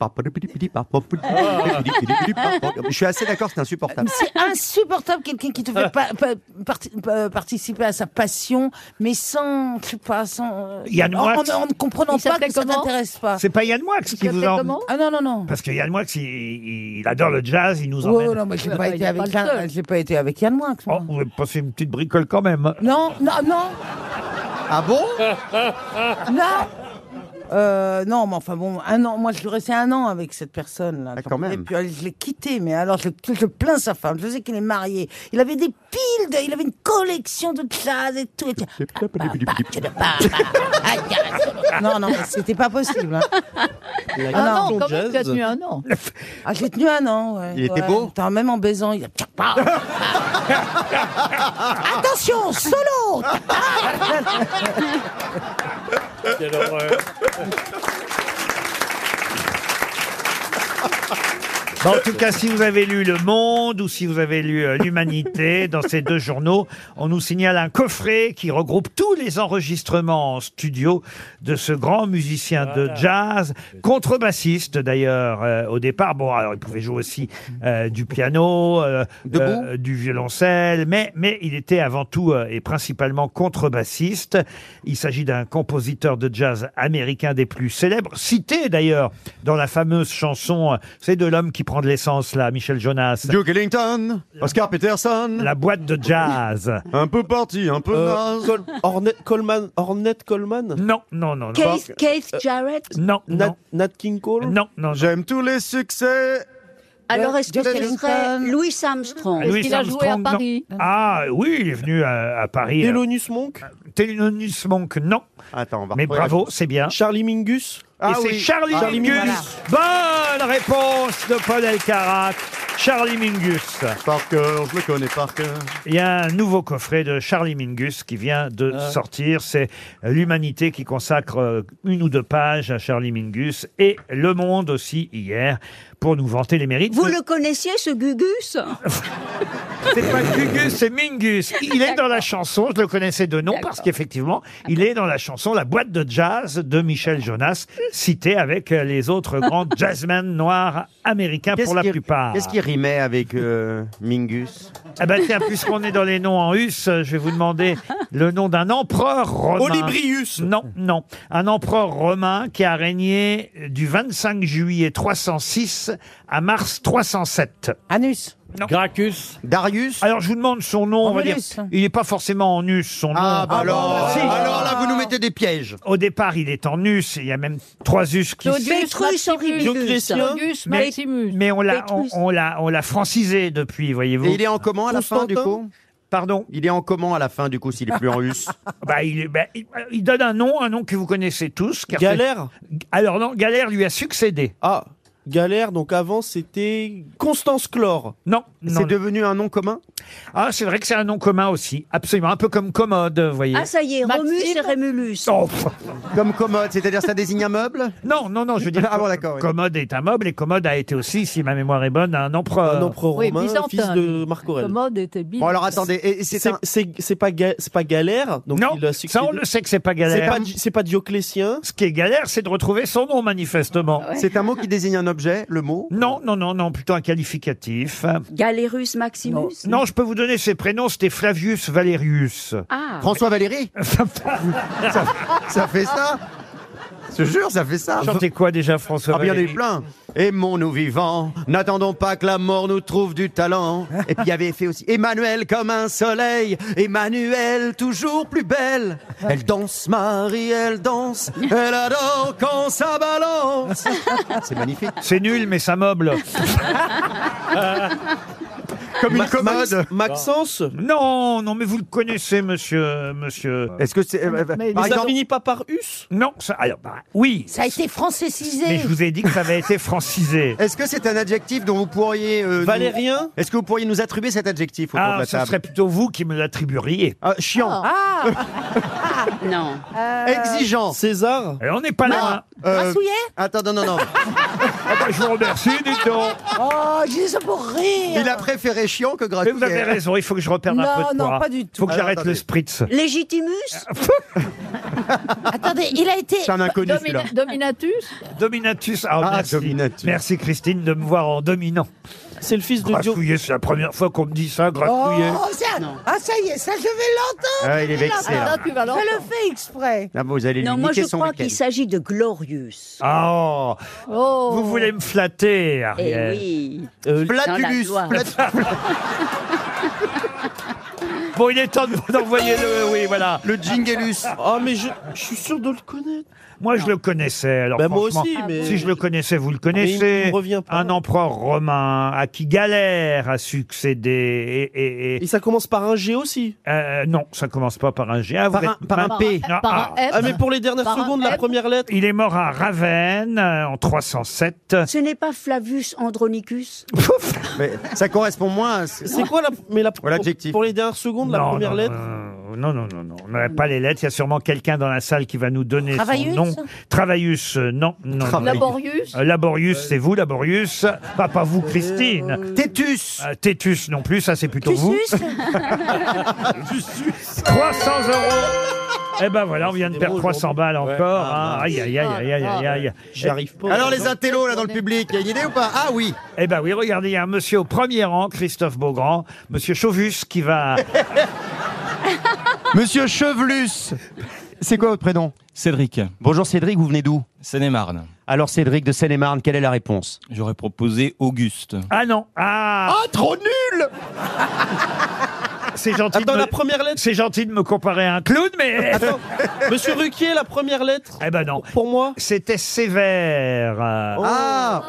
Speaker 3: Je suis assez d'accord, c'est insupportable.
Speaker 8: C'est insupportable quelqu'un qui te fait pas, pas- parti- pas- participer à sa passion, mais sans, je sais pas, sans. euh,
Speaker 2: Yann
Speaker 8: en,
Speaker 2: Moix.
Speaker 8: en- en ne comprenant
Speaker 7: Il
Speaker 8: pas
Speaker 7: s'appelait
Speaker 8: que ça
Speaker 7: comment
Speaker 8: t'intéresse
Speaker 7: Ah.
Speaker 8: pas.
Speaker 2: C'est pas Yann Moix qui vous emmène.
Speaker 8: Ah non, non, non.
Speaker 2: Parce que Yann Moix, il, il adore le jazz, il nous
Speaker 8: Ouais,
Speaker 2: emmène.
Speaker 8: ouais, non, mais j'ai
Speaker 7: Bah,
Speaker 8: pas,
Speaker 7: il
Speaker 8: été
Speaker 7: est pas
Speaker 8: avec
Speaker 7: le
Speaker 8: Yann-
Speaker 7: seul.
Speaker 8: j'ai pas été avec Yann Moix.
Speaker 2: Oh,
Speaker 8: moi.
Speaker 2: vous avez passé une petite bricole quand même.
Speaker 8: Non, non, non,
Speaker 3: Ah bon
Speaker 8: non. Euh, non, mais enfin bon, un an, moi je suis resté un an avec cette personne là.
Speaker 3: Ah, quand même.
Speaker 8: Et puis elle, je l'ai quitté, mais alors je, je plains sa femme, je sais qu'il est marié. Il avait des piles, de- il avait une collection de jazz et tout. Et tiens, pa, pa, pa, tu ne pa, pa. Aïe, aïe. non, non, mais c'était pas possible. hein.
Speaker 6: La
Speaker 8: Ah non,
Speaker 6: question
Speaker 7: Non, quand même, tu as
Speaker 6: jazz.
Speaker 7: tenu un an.
Speaker 8: Ah, j'ai tenu un an. ouais.
Speaker 3: Il était
Speaker 8: Ouais.
Speaker 3: beau
Speaker 8: Putain, Même en baisant, il a. Attention, solo
Speaker 2: Bon, en tout cas, si vous avez lu Le Monde ou si vous avez lu euh, L'Humanité, dans ces deux journaux, on nous signale un coffret qui regroupe tous les enregistrements en studio de ce grand musicien de jazz, contrebassiste d'ailleurs euh, au départ. Bon, alors il pouvait jouer aussi euh, du piano, euh,
Speaker 3: Debout.
Speaker 2: euh, du violoncelle, mais, mais il était avant tout euh, et principalement contrebassiste. Il s'agit d'un compositeur de jazz américain des plus célèbres, cité d'ailleurs dans la fameuse chanson euh, C'est de l'homme qui prend de l'essence, là, Michel Jonas.
Speaker 3: Duke Ellington, Oscar Peterson,
Speaker 2: La boîte de jazz.
Speaker 3: un peu parti, un peu
Speaker 6: Euh,
Speaker 3: naze.
Speaker 6: Col- Ornette Coleman. Ornette Coleman.
Speaker 2: Non, non, non, non.
Speaker 9: Keith, Keith Jarrett
Speaker 2: Non,
Speaker 6: Nat,
Speaker 2: non,
Speaker 6: Nat King Cole.
Speaker 2: non, non. non.
Speaker 3: J'aime tous Euh, les succès.
Speaker 9: Alors, est-ce que
Speaker 8: Duke
Speaker 9: ce serait
Speaker 8: Ellington.
Speaker 9: Louis Armstrong
Speaker 2: Louis
Speaker 7: qu'il a joué à
Speaker 2: Armstrong, non.
Speaker 7: Paris
Speaker 2: Ah oui, il est venu à, à Paris. euh,
Speaker 6: Thelonious Monk.
Speaker 2: Thelonious Monk, non.
Speaker 3: Attends, on va
Speaker 2: Mais
Speaker 3: retrouver
Speaker 2: bravo, c'est bien.
Speaker 6: Charlie Mingus.
Speaker 3: Ah
Speaker 2: et c'est
Speaker 3: oui.
Speaker 2: Charlie
Speaker 3: Ah,
Speaker 2: Mingus. Bonne réponse de Paul Elkarat. Charlie Mingus.
Speaker 3: la- Par cœur, je le connais par cœur.
Speaker 2: Il y a un nouveau coffret de Charlie Mingus qui vient de
Speaker 6: Ah.
Speaker 2: sortir. C'est l'Humanité qui consacre euh, une ou deux pages à Charlie Mingus et Le Monde aussi hier pour nous vanter les mérites.
Speaker 9: Vous le connaissiez, ce Gugus
Speaker 2: C'est pas Gugus, c'est Mingus. Il est dans la chanson, je le connaissais de nom parce qu'effectivement, il est dans la chanson La boîte de jazz de Michel Jonas, cité avec euh, les autres grands jazzmen noirs américains pour la
Speaker 3: qui-
Speaker 2: plupart.
Speaker 3: Qu'est-ce qui rimait avec euh, Mingus
Speaker 2: Ah bah tiens, puisqu'on est dans les noms en us, euh, je vais vous demander le nom d'un empereur romain.
Speaker 6: Olibrius.
Speaker 2: Non, non. Un empereur romain qui a régné du 25 juillet 306 à mars 307.
Speaker 8: Anus.
Speaker 5: Gracchus.
Speaker 3: Darius
Speaker 2: Alors je vous demande son nom, on va dire.
Speaker 8: Romulus.
Speaker 2: Il n'est pas forcément en us, son nom.
Speaker 3: Ah, bah alors,
Speaker 2: Si.
Speaker 3: alors là, vous nous mettez des pièges.
Speaker 2: Au départ, il est en us, il y a même trois us qui
Speaker 7: Claudius,
Speaker 9: Petrus Horribilis.
Speaker 7: Maximus, Claudius,
Speaker 2: Mais-
Speaker 7: Maximus.
Speaker 2: mais on l'a on,
Speaker 9: Petrus.
Speaker 2: on l'a on l'a francisé depuis, voyez-vous.
Speaker 3: Et il est en comment à la fin, du
Speaker 6: Constantin
Speaker 3: coup
Speaker 2: Pardon.
Speaker 3: Il est en comment à la fin, du coup, s'il est plus en russe
Speaker 2: Bah, il, est- bah, il- il donne un nom, un nom que vous connaissez tous. car c'est-
Speaker 6: Galère.
Speaker 2: Alors non, Galère lui a succédé.
Speaker 6: Ah. Galère, donc avant c'était Constance Clore.
Speaker 2: Non.
Speaker 6: C'est
Speaker 2: devenu un nom commun Ah, c'est vrai que c'est un nom commun aussi. Absolument. Un peu comme commode, vous voyez.
Speaker 9: Ah, ça y est, Romus et Rémulus.
Speaker 2: Comme commode, c'est-à-dire ça désigne un meuble Oh. Non, non, non, je veux dire.
Speaker 3: Ah bon, d'accord, oui.
Speaker 2: Commode est un meuble et commode a été aussi, si ma mémoire est bonne, un empereur.
Speaker 6: Un empereur Oui, romain, Byzantin. fils de Marc Aurèle.
Speaker 7: Commode était bien.
Speaker 6: Bon, alors, attendez, et- et c'est C'est- un-
Speaker 2: c'est pas c'est pas galère. non, ça on le sait que c'est pas galère.
Speaker 6: C'est pas Di-
Speaker 2: c'est pas Dioclétien. Ce qui est galère, c'est de retrouver son nom manifestement.
Speaker 9: Ouais. C'est
Speaker 2: un mot qui désigne un objet, le mot. Non, non, non, non, plutôt un qualificatif.
Speaker 9: Galérus Maximus.
Speaker 2: Non, je peux vous donner ses prénoms. C'était Flavius Valerius.
Speaker 9: Ah.
Speaker 2: François Valéry. ça,
Speaker 3: ça fait ça Je te jure, ça fait ça.
Speaker 2: Chantait quoi déjà François
Speaker 3: Ah bien, il y en a
Speaker 2: Valéry
Speaker 3: eu plein. Aimons-nous vivants, n'attendons pas que la mort nous trouve du talent. Et puis il y avait fait aussi Emmanuel comme un soleil, Emmanuel toujours plus belle. Elle danse, Marie, elle danse, elle adore quand ça balance.
Speaker 2: C'est magnifique. C'est nul, mais ça meuble. Euh, Comme une commode. Maxence Non, non, mais vous le connaissez, monsieur. monsieur.
Speaker 3: Est-ce que c'est. euh,
Speaker 2: Mais,
Speaker 3: par exemple-
Speaker 2: finit pas par us Non, ça. Alors, bah, oui.
Speaker 8: Ça a été francisé.
Speaker 2: Mais je vous ai dit que ça avait été francisé.
Speaker 3: Est-ce que c'est un adjectif dont vous pourriez. euh, nous-
Speaker 2: Valérien
Speaker 3: Est-ce que vous pourriez nous attribuer cet adjectif autour de
Speaker 2: Ah,
Speaker 3: la
Speaker 2: ce
Speaker 3: table
Speaker 2: serait plutôt vous qui me l'attribueriez. chiant.
Speaker 7: Ah
Speaker 9: Non.
Speaker 3: Exigeant.
Speaker 2: César On n'est pas là.
Speaker 15: Euh,
Speaker 3: Souillet Attends, non, non, non.
Speaker 2: Ah bah, je vous remercie, dites donc.
Speaker 8: Oh, je dis ça pour rire.
Speaker 3: Il a préféré chiant que gratuit. hein.
Speaker 2: Mais vous avez raison, il faut que je reperde un
Speaker 8: Non,
Speaker 2: peu de
Speaker 8: non,
Speaker 2: poids.
Speaker 8: pas du tout.
Speaker 2: faut que
Speaker 8: Alors,
Speaker 2: j'arrête
Speaker 8: attendez.
Speaker 2: le spritz.
Speaker 9: Légitimus
Speaker 8: Attendez, il a été.
Speaker 2: C'est un inconnu,
Speaker 7: Domina-
Speaker 2: celui-là.
Speaker 7: Dominatus
Speaker 2: Dominatus. Ah, merci. Merci Christine de me voir en dominant. C'est le fils de Gratouillé, c'est la première fois qu'on me dit ça,
Speaker 8: Oh,
Speaker 2: gratouillé.
Speaker 8: ça, ah, ça y est, ça, je vais l'entendre.
Speaker 3: Ah, il est
Speaker 8: Je vais
Speaker 3: vexé,
Speaker 8: l'entendre.
Speaker 3: là.
Speaker 8: Je le fais exprès.
Speaker 3: Ah, vous allez lui
Speaker 9: Non, moi je
Speaker 3: niquer son
Speaker 9: crois
Speaker 3: week-end.
Speaker 9: qu'il s'agit de Glorius.
Speaker 2: Oh, Vous voulez me flatter,
Speaker 9: Eh
Speaker 2: Ariel
Speaker 9: oui.
Speaker 2: Euh,
Speaker 9: Platulus. Dans la gloire.
Speaker 2: Bon, il est temps de vous envoyer le... Oui, voilà.
Speaker 3: Le Jingelus.
Speaker 2: Ah,
Speaker 6: Oh, mais je, je suis sûr de le connaître.
Speaker 2: Moi, je le connaissais. Alors,
Speaker 6: Ben, moi
Speaker 2: franchement,
Speaker 6: aussi, mais- Ah,
Speaker 2: Si je le connaissais, vous le connaissez.
Speaker 6: Mais il me revient
Speaker 2: Un empereur romain à qui Galère a succédé. Et, et, et... ça commence par un G aussi Non, ça commence pas par un G. Ah, vous
Speaker 6: Par un-
Speaker 2: êtes
Speaker 6: par un
Speaker 2: malin.
Speaker 6: P.
Speaker 2: Ah,
Speaker 6: Par un
Speaker 2: ah.
Speaker 6: F. Ah, mais pour les dernières Par un secondes, la F.
Speaker 2: première lettre. Il est mort à Ravenne euh, en 307.
Speaker 9: Ce n'est pas Flavius Andronicus
Speaker 3: Mais ça correspond moins. à-
Speaker 6: C'est quoi la, mais la,
Speaker 3: l'adjectif
Speaker 6: Pour les dernières secondes, la
Speaker 2: Non,
Speaker 6: première
Speaker 2: non,
Speaker 6: lettre
Speaker 2: Non, non, non, non. On n'a pas les lettres. Il y a sûrement quelqu'un dans la salle qui va nous donner
Speaker 6: Travaillus
Speaker 2: son nom. Travaillus, euh, non, non. non.
Speaker 7: Laborius
Speaker 2: Euh, Laborius, c'est vous, Laborius. Pas, pas vous,
Speaker 3: Euh,
Speaker 2: Christine. Tétus. Tétus non plus, ça c'est plutôt vous. 300 euros. Eh ben voilà, on vient de perdre 300 balles encore.
Speaker 6: Ah,
Speaker 2: hein.
Speaker 6: bah.
Speaker 2: Aïe, aïe, aïe, aïe, aïe, aïe, aïe.
Speaker 3: J'y arrive pas. Alors, les intellos, là, dans le public, il y a une idée ou pas Ah oui.
Speaker 2: Eh ben oui, regardez, il y a un monsieur au premier rang, Christophe Beaugrand, monsieur Chauvus qui va...
Speaker 3: Monsieur Chevelus. C'est quoi votre prénom
Speaker 10: Cédric.
Speaker 3: Bonjour Cédric, vous venez d'où
Speaker 10: Seine-et-Marne.
Speaker 3: Alors Cédric de Seine-et-Marne, quelle est la réponse
Speaker 10: J'aurais proposé Auguste.
Speaker 2: Ah non Ah
Speaker 3: trop nul
Speaker 2: C'est gentil,
Speaker 6: Attends,
Speaker 2: de me...
Speaker 6: la première lettre
Speaker 2: c'est gentil de me comparer à un clown, mais...
Speaker 6: Attends, Monsieur Ruquier, la première lettre
Speaker 2: Eh ben non. Pour moi C'était sévère. euh,
Speaker 3: Ah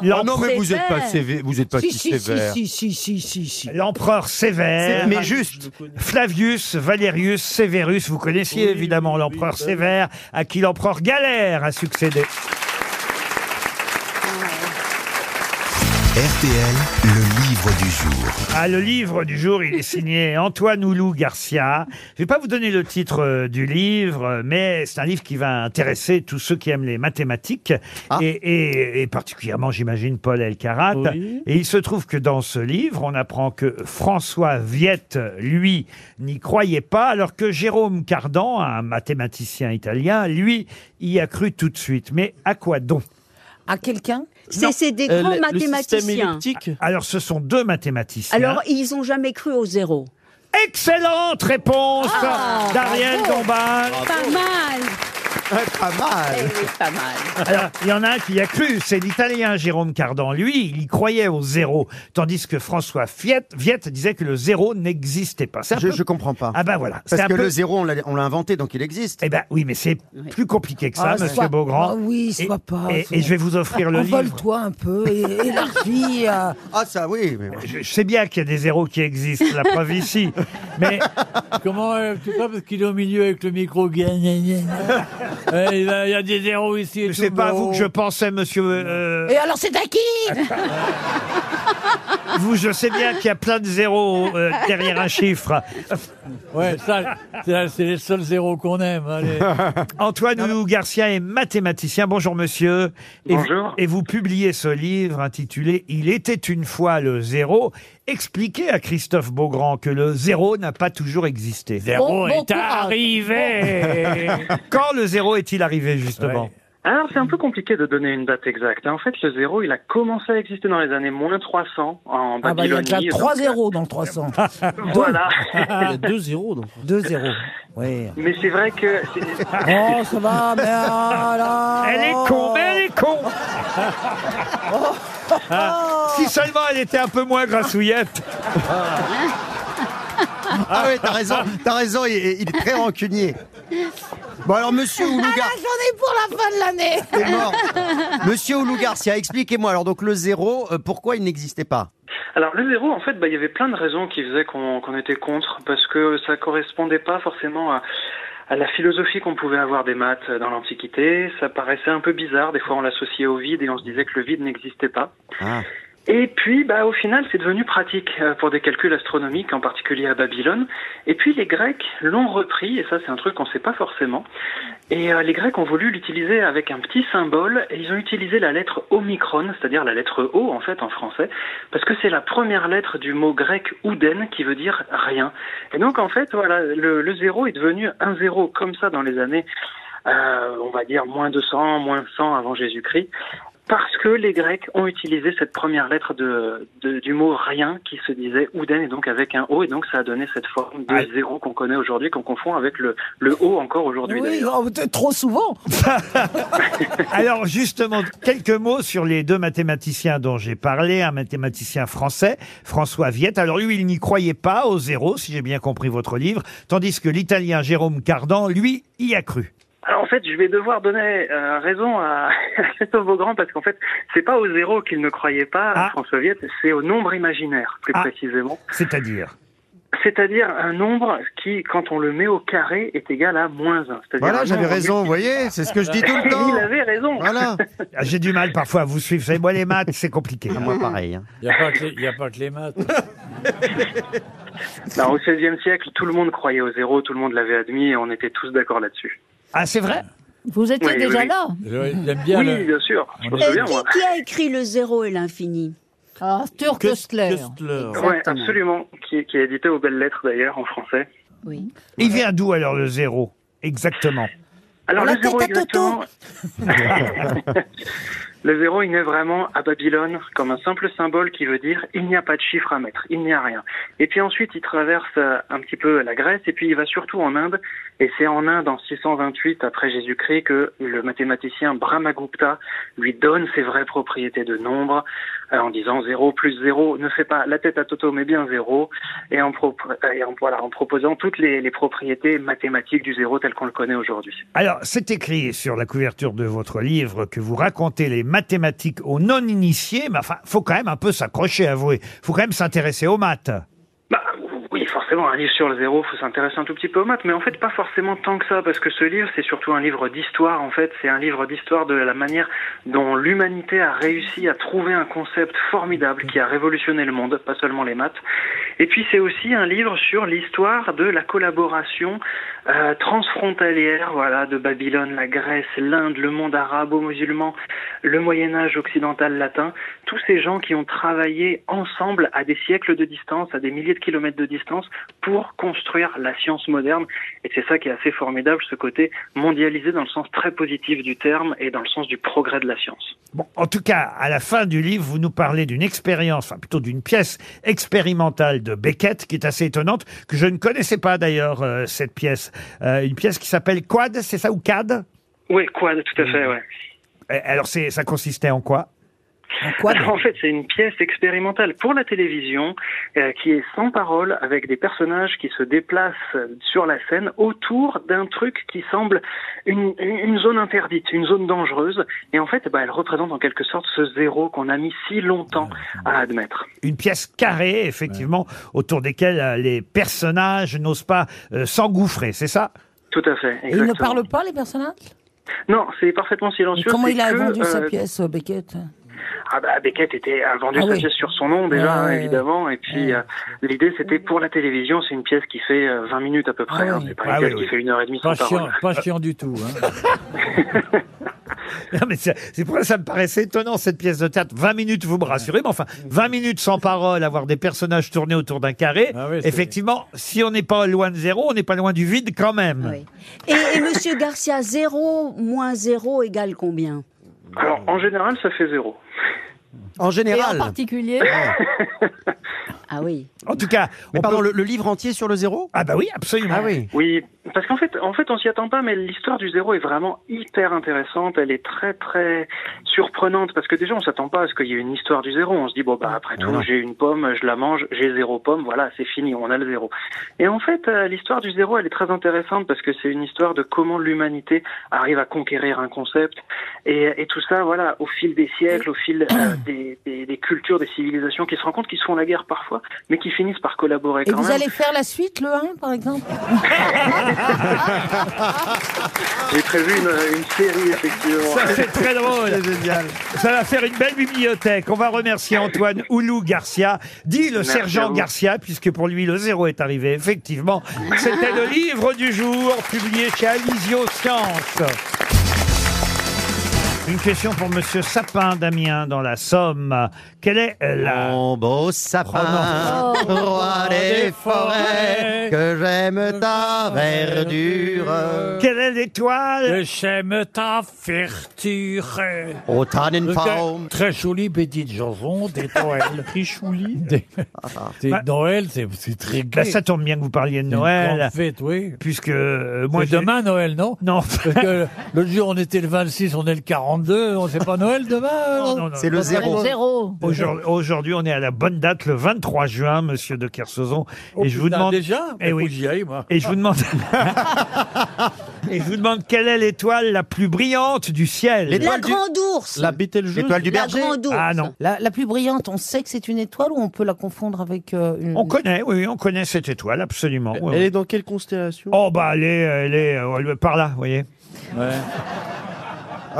Speaker 2: l'empereur-
Speaker 3: non, mais vous êtes pas sévère, vous êtes pas si, sévère.
Speaker 8: si, si, si, si.
Speaker 2: L'empereur sévère.
Speaker 3: C'est- mais juste.
Speaker 2: Flavius, Valerius, Severus. Vous connaissiez évidemment l'empereur sévère, à qui l'empereur galère a succédé.
Speaker 1: RTL, le livre du jour.
Speaker 2: Ah, le livre du jour, il est signé Antoine Oulou Garcia. Je vais pas vous donner le titre euh, du livre, euh, mais c'est un livre qui va intéresser tous ceux qui aiment les mathématiques et, et- et particulièrement, j'imagine, Paul Elkarat. Et il se trouve que dans ce livre, on apprend que François Viette, lui, n'y croyait pas, alors que Jérôme Cardan, un mathématicien italien, lui, y a cru tout de suite. Mais à quoi donc
Speaker 8: À quelqu'un
Speaker 9: C'est- c'est des
Speaker 2: Euh,
Speaker 9: grands mathématiciens.
Speaker 2: Alors, ce sont deux mathématiciens.
Speaker 9: Alors, ils n'ont jamais cru au zéro.
Speaker 2: Excellente réponse d'Ariel
Speaker 9: Ah, bravo.
Speaker 2: Dombal.
Speaker 9: Pas mal.
Speaker 3: Pas
Speaker 9: Eh
Speaker 3: mal.
Speaker 9: oui, pas mal.
Speaker 2: Alors, il y en a un qui y a cru, c'est l'italien Jérôme Cardan. Lui, il y croyait au zéro, tandis que François Viette, Viette disait que le zéro n'existait pas. C'est un
Speaker 3: Je,
Speaker 2: peu-
Speaker 3: je comprends pas.
Speaker 2: Ah ben voilà.
Speaker 3: Parce
Speaker 2: C'est un
Speaker 3: que
Speaker 2: peu-
Speaker 3: le zéro, on l'a on l'a inventé, donc il existe.
Speaker 2: Eh ben oui, mais c'est plus compliqué que ça,
Speaker 8: Ah,
Speaker 2: monsieur
Speaker 8: sois-
Speaker 2: Beaugrand.
Speaker 8: Ah oui,
Speaker 2: Et-
Speaker 8: sois pas.
Speaker 2: Et, et je vais vous offrir le livre.
Speaker 8: Envole-toi un peu et élargis. euh,
Speaker 3: Ah ça, oui. mais-
Speaker 2: Je, je sais bien qu'il y a des zéros qui existent, la preuve ici. Mais
Speaker 5: Comment euh, tu sais pas parce qu'il est au milieu avec le micro. gna, gna, gna, gna. Eh, Il y a- il y a des zéros ici. et
Speaker 2: C'est
Speaker 5: tout,
Speaker 2: pas à
Speaker 5: bon.
Speaker 2: vous que je pensais, monsieur. euh,
Speaker 8: Et alors, c'est à qui
Speaker 2: vous, je sais bien qu'il y a plein de zéros euh, derrière un chiffre.
Speaker 5: Ouais, ça, c'est- c'est les seuls zéros qu'on aime. hein, Allez.
Speaker 2: Antoine Oulou Garcia est mathématicien. Bonjour, monsieur. Et vous-
Speaker 5: Bonjour.
Speaker 2: et vous publiez ce livre intitulé Il était une fois le zéro. Expliquez à Christophe Beaugrand que le zéro n'a pas toujours existé.
Speaker 5: Zéro Bon- bon est courage. arrivé.
Speaker 2: Quand le zéro est-il arrivé, justement
Speaker 17: Hein, Alors, c'est un peu compliqué de donner une date exacte. hein. En fait, le zéro, il a commencé à exister dans les années moins 300 en
Speaker 8: Ah bah, il y a
Speaker 17: Babylonie.
Speaker 8: déjà
Speaker 17: Donc,
Speaker 8: 3 zéros dans le 300.
Speaker 17: Voilà.
Speaker 8: zéros dans 2 zéros. Oui.
Speaker 17: Mais c'est vrai que. c'est-
Speaker 8: Oh, ça va, mais alors...
Speaker 2: Elle est con, mais elle est con Ah, Si seulement elle était un peu moins grassouillette
Speaker 3: Ah oui, t'as raison, t'as raison, il, est- il est très rancunier. Bon alors, monsieur
Speaker 8: Ah là,
Speaker 3: Oulouga,
Speaker 8: j'en ai pour la fin de l'année
Speaker 3: T'es mort. monsieur Oulou Garcia, expliquez-moi, alors donc le zéro, euh, pourquoi il n'existait pas
Speaker 17: Alors, le zéro, en fait, bah, il y avait plein de raisons qui faisaient qu'on qu'on était contre, parce que ça correspondait pas forcément à, à la philosophie qu'on pouvait avoir des maths dans l'Antiquité. Ça paraissait un peu bizarre. Des fois, on l'associait au vide et on se disait que le vide n'existait pas. Et puis, bah, au final, c'est devenu pratique euh, pour des calculs astronomiques, en particulier à Babylone. Et puis, les Grecs l'ont repris, et ça, c'est un truc qu'on ne sait pas forcément. Et euh, les Grecs ont voulu l'utiliser avec un petit symbole, et ils ont utilisé la lettre Omicron, c'est-à-dire la lettre O, en fait, en français, parce que c'est la première lettre du mot grec ouden, qui veut dire rien. Et donc, en fait, voilà, le, le zéro est devenu un zéro, comme ça, dans les années, euh, on va dire, moins 200, moins 100 avant Jésus-Christ parce que les Grecs ont utilisé cette première lettre de, de- du mot rien qui se disait ouden et donc avec un O et donc ça a donné cette forme de zéro qu'on connaît aujourd'hui qu'on confond avec le, le O encore aujourd'hui.
Speaker 8: Oui,
Speaker 17: d'ailleurs.
Speaker 8: oh, t- trop souvent
Speaker 2: Alors justement, quelques mots sur les deux mathématiciens dont j'ai parlé, un mathématicien français, François Viette. Alors lui, il n'y croyait pas au zéro, si j'ai bien compris votre livre, tandis que l'italien Jérôme Cardan, lui, y a cru.
Speaker 17: Alors en fait, je vais devoir donner euh, raison à à Christophe Beaugrand parce qu'en fait, c'est pas au zéro qu'il ne croyait pas, François Viette, c'est au nombre imaginaire plus précisément.
Speaker 2: C'est-à-dire
Speaker 17: C'est-à-dire un nombre qui, quand on le met au carré, est égal à moins 1. C'est-à-dire un
Speaker 3: Voilà, j'avais
Speaker 17: nombre
Speaker 3: raison, vous voyez, c'est ce que je dis tout le temps.
Speaker 17: Il avait raison.
Speaker 3: Voilà.
Speaker 2: Ah, J'ai du mal parfois à vous suivre. Vous savez, moi, les maths, c'est compliqué.
Speaker 3: Ah, moi, pareil. hein.
Speaker 5: Il n'y a, pas que les- il y a pas que les maths.
Speaker 17: Non, au XVIe siècle, tout le monde croyait au zéro, tout le monde l'avait admis et on était tous d'accord là-dessus.
Speaker 2: Ah, c'est vrai
Speaker 9: Vous étiez
Speaker 17: Oui, oui,
Speaker 9: déjà
Speaker 17: oui.
Speaker 9: là
Speaker 5: J'aime
Speaker 17: oui, bien sûr. Je me
Speaker 9: Et
Speaker 17: souviens, moi.
Speaker 9: qui, qui a écrit le zéro et l'infini Ah, Arthur Köstler.
Speaker 17: Ouais, absolument. Qui, qui est édité aux belles lettres d'ailleurs en français.
Speaker 9: Oui.
Speaker 2: Il vient d'où alors le zéro Exactement.
Speaker 17: Alors
Speaker 8: La
Speaker 17: le zéro
Speaker 8: tête à
Speaker 17: exactement. le zéro, il naît vraiment à Babylone comme un simple symbole qui veut dire il n'y a pas de chiffre à mettre, il n'y a rien. Et puis ensuite, il traverse euh, un petit peu la Grèce et puis il va surtout en Inde. Et c'est en Inde, en 628 après Jésus-Christ, que le mathématicien Brahmagupta lui donne ses vraies propriétés de nombre euh, en disant 0 plus 0 ne fait pas la tête à Toto mais bien 0 et en, pro- et en- voilà, en proposant toutes les, les propriétés mathématiques du zéro tel qu'on le connaît aujourd'hui.
Speaker 2: Alors, c'est écrit sur la couverture de votre livre que vous racontez les mathématiques aux non-initiés, mais enfin, faut quand même un peu s'accrocher, avouez. Faut quand même s'intéresser aux maths.
Speaker 17: Bah, oui, forcément, un livre sur le zéro, faut s'intéresser un tout petit peu aux maths, mais en fait pas forcément tant que ça, parce que ce livre, c'est surtout un livre d'histoire, en fait, c'est un livre d'histoire de la manière dont l'humanité a réussi à trouver un concept formidable qui a révolutionné le monde, pas seulement les maths. Et puis c'est aussi un livre sur l'histoire de la collaboration euh, transfrontalière, voilà, de Babylone, la Grèce, l'Inde, le monde arabo-musulman, le Moyen Âge occidental latin, tous ces gens qui ont travaillé ensemble à des siècles de distance, à des milliers de kilomètres de distance, pour construire la science moderne. Et c'est ça qui est assez formidable, ce côté mondialisé dans le sens très positif du terme et dans le sens du progrès de la science.
Speaker 2: Bon, en tout cas, à la fin du livre, vous nous parlez d'une expérience, enfin plutôt d'une pièce expérimentale de Beckett, qui est assez étonnante, que je ne connaissais pas d'ailleurs, euh, cette pièce. Euh, une pièce qui s'appelle Quad, c'est ça, ou CAD
Speaker 17: Oui, quad, tout à fait, ouais.
Speaker 2: Mmh. Eh, Alors, c'est, ça consistait en quoi
Speaker 17: Alors, En fait, c'est une pièce expérimentale pour la télévision euh, qui est sans parole avec des personnages qui se déplacent euh, sur la scène autour d'un truc qui semble une, une zone interdite, une zone dangereuse. Et en fait, bah, elle représente en quelque sorte ce zéro qu'on a mis si longtemps à admettre.
Speaker 2: une pièce carrée, effectivement, autour desquelles euh, les personnages n'osent pas euh, s'engouffrer, c'est ça
Speaker 17: Tout à fait.
Speaker 8: Et ils ne
Speaker 17: exactement.
Speaker 8: parlent pas, les personnages
Speaker 17: Non, c'est parfaitement
Speaker 8: Mais
Speaker 17: silencieux.
Speaker 8: comment
Speaker 17: c'est
Speaker 8: il a
Speaker 17: que,
Speaker 8: vendu sa
Speaker 17: euh,
Speaker 8: pièce, euh, Beckett
Speaker 17: Ah bah, Beckett était, a vendu
Speaker 8: Ah
Speaker 17: sa
Speaker 8: oui.
Speaker 17: pièce sur son nom déjà, hein,
Speaker 8: Ah ouais.
Speaker 17: évidemment. Et puis euh, l'idée c'était pour la télévision, c'est une pièce qui fait euh, 20 minutes à peu près.
Speaker 5: Ah
Speaker 17: hein.
Speaker 5: oui.
Speaker 17: C'est pas
Speaker 5: Ah
Speaker 17: une pièce
Speaker 5: oui,
Speaker 17: qui
Speaker 5: oui.
Speaker 17: fait une heure et demie sans
Speaker 5: Pas chiant,
Speaker 17: parole.
Speaker 5: pas chiant du tout. hein.
Speaker 2: Non, mais c'est c'est pour ça que ça me paraissait étonnant, cette pièce de théâtre. 20 minutes, vous me rassurez, mais enfin, 20 minutes sans parole, avoir des personnages tournés autour d'un carré.
Speaker 5: Ah oui, c'est-
Speaker 2: Effectivement, si on n'est pas loin de zéro, on n'est pas loin du vide quand même.
Speaker 9: Et, et Monsieur Garcia, 0 moins 0 égale combien
Speaker 17: Alors en général, ça fait zéro.
Speaker 3: En général.
Speaker 9: Et en particulier Ah oui.
Speaker 2: En tout cas,
Speaker 3: mais pardon, le, le livre entier sur le zéro
Speaker 2: Ah bah oui, absolument.
Speaker 3: Ah oui.
Speaker 17: Oui, parce qu'en fait, en fait, on s'y attend pas, mais l'histoire du zéro est vraiment hyper intéressante. Elle est très très surprenante parce que déjà, on s'attend pas à ce qu'il y ait une histoire du zéro. On se dit bon bah après tout, j'ai une pomme, je la mange, j'ai zéro pomme, voilà, c'est fini, on a le zéro. Et en fait, euh, l'histoire du zéro, elle est très intéressante parce que c'est une histoire de comment l'humanité arrive à conquérir un concept et, et tout ça, voilà, au fil des siècles, au fil euh, des, des- des cultures, des civilisations qui se rendent compte qu'ils se font la guerre parfois, mais qui finissent par collaborer
Speaker 8: Et
Speaker 17: quand
Speaker 8: vous
Speaker 17: même.
Speaker 8: allez faire la suite, le 1, par exemple
Speaker 17: J'ai prévu une, une série, effectivement.
Speaker 2: Ça, c'est très drôle. Ça va faire une belle bibliothèque. On va remercier Antoine Oulou Garcia, dit le
Speaker 17: Merci à
Speaker 2: sergent
Speaker 17: vous.
Speaker 2: Garcia, puisque pour lui, le zéro est arrivé. Effectivement, c'était le livre du jour, publié chez Alizio Science. Une question pour Monsieur Sapin Damien dans la Somme. Quelle est euh, la...
Speaker 3: Mon beau sapin,
Speaker 2: Oh non.
Speaker 3: roi des
Speaker 2: Euh,
Speaker 3: forêts, que j'aime ta verdure.
Speaker 2: euh, Quelle est l'étoile
Speaker 5: J'aime ta ferture.
Speaker 3: Au Tannenbaum.
Speaker 5: Très- Très jolie petite chanson des Noël. Très jolie.
Speaker 3: Ah.
Speaker 5: Noël, c'est c'est très
Speaker 2: Bah,
Speaker 5: gai.
Speaker 2: ça tombe bien que vous parliez de
Speaker 5: Une
Speaker 2: Noël.
Speaker 5: grande fête, oui.
Speaker 2: Puisque euh, moi,
Speaker 5: c'est
Speaker 2: j'ai-
Speaker 5: demain Noël, non
Speaker 2: Non.
Speaker 5: Parce que l'autre jour, on était le 26, on est le 42, on sait pas Noël demain.
Speaker 2: Non, non, non. C'est le zéro.
Speaker 7: Zéro.
Speaker 2: Aujourd'hui, aujourd'hui, on est à la bonne date, le 23 juin, monsieur de Kersauzon.
Speaker 5: Oh,
Speaker 2: et je vous
Speaker 5: putain,
Speaker 2: demande.
Speaker 5: déjà
Speaker 2: Eh oui.
Speaker 5: Faut que j'y aille, moi.
Speaker 2: Et je vous demande. et je vous demande quelle est l'étoile la plus brillante du ciel
Speaker 9: La grande ours
Speaker 3: L'étoile du
Speaker 9: La
Speaker 3: berger.
Speaker 9: grande ours
Speaker 2: Ah non.
Speaker 8: la, la plus brillante, on sait que c'est une étoile ou on peut la confondre avec euh, une...
Speaker 2: On connaît, oui, on connaît cette étoile, absolument. Oui,
Speaker 6: Elle
Speaker 2: oui.
Speaker 6: est dans quelle
Speaker 5: euh,
Speaker 6: constellation
Speaker 2: Oh, bah, elle est, elle est euh, elle est par là, vous voyez.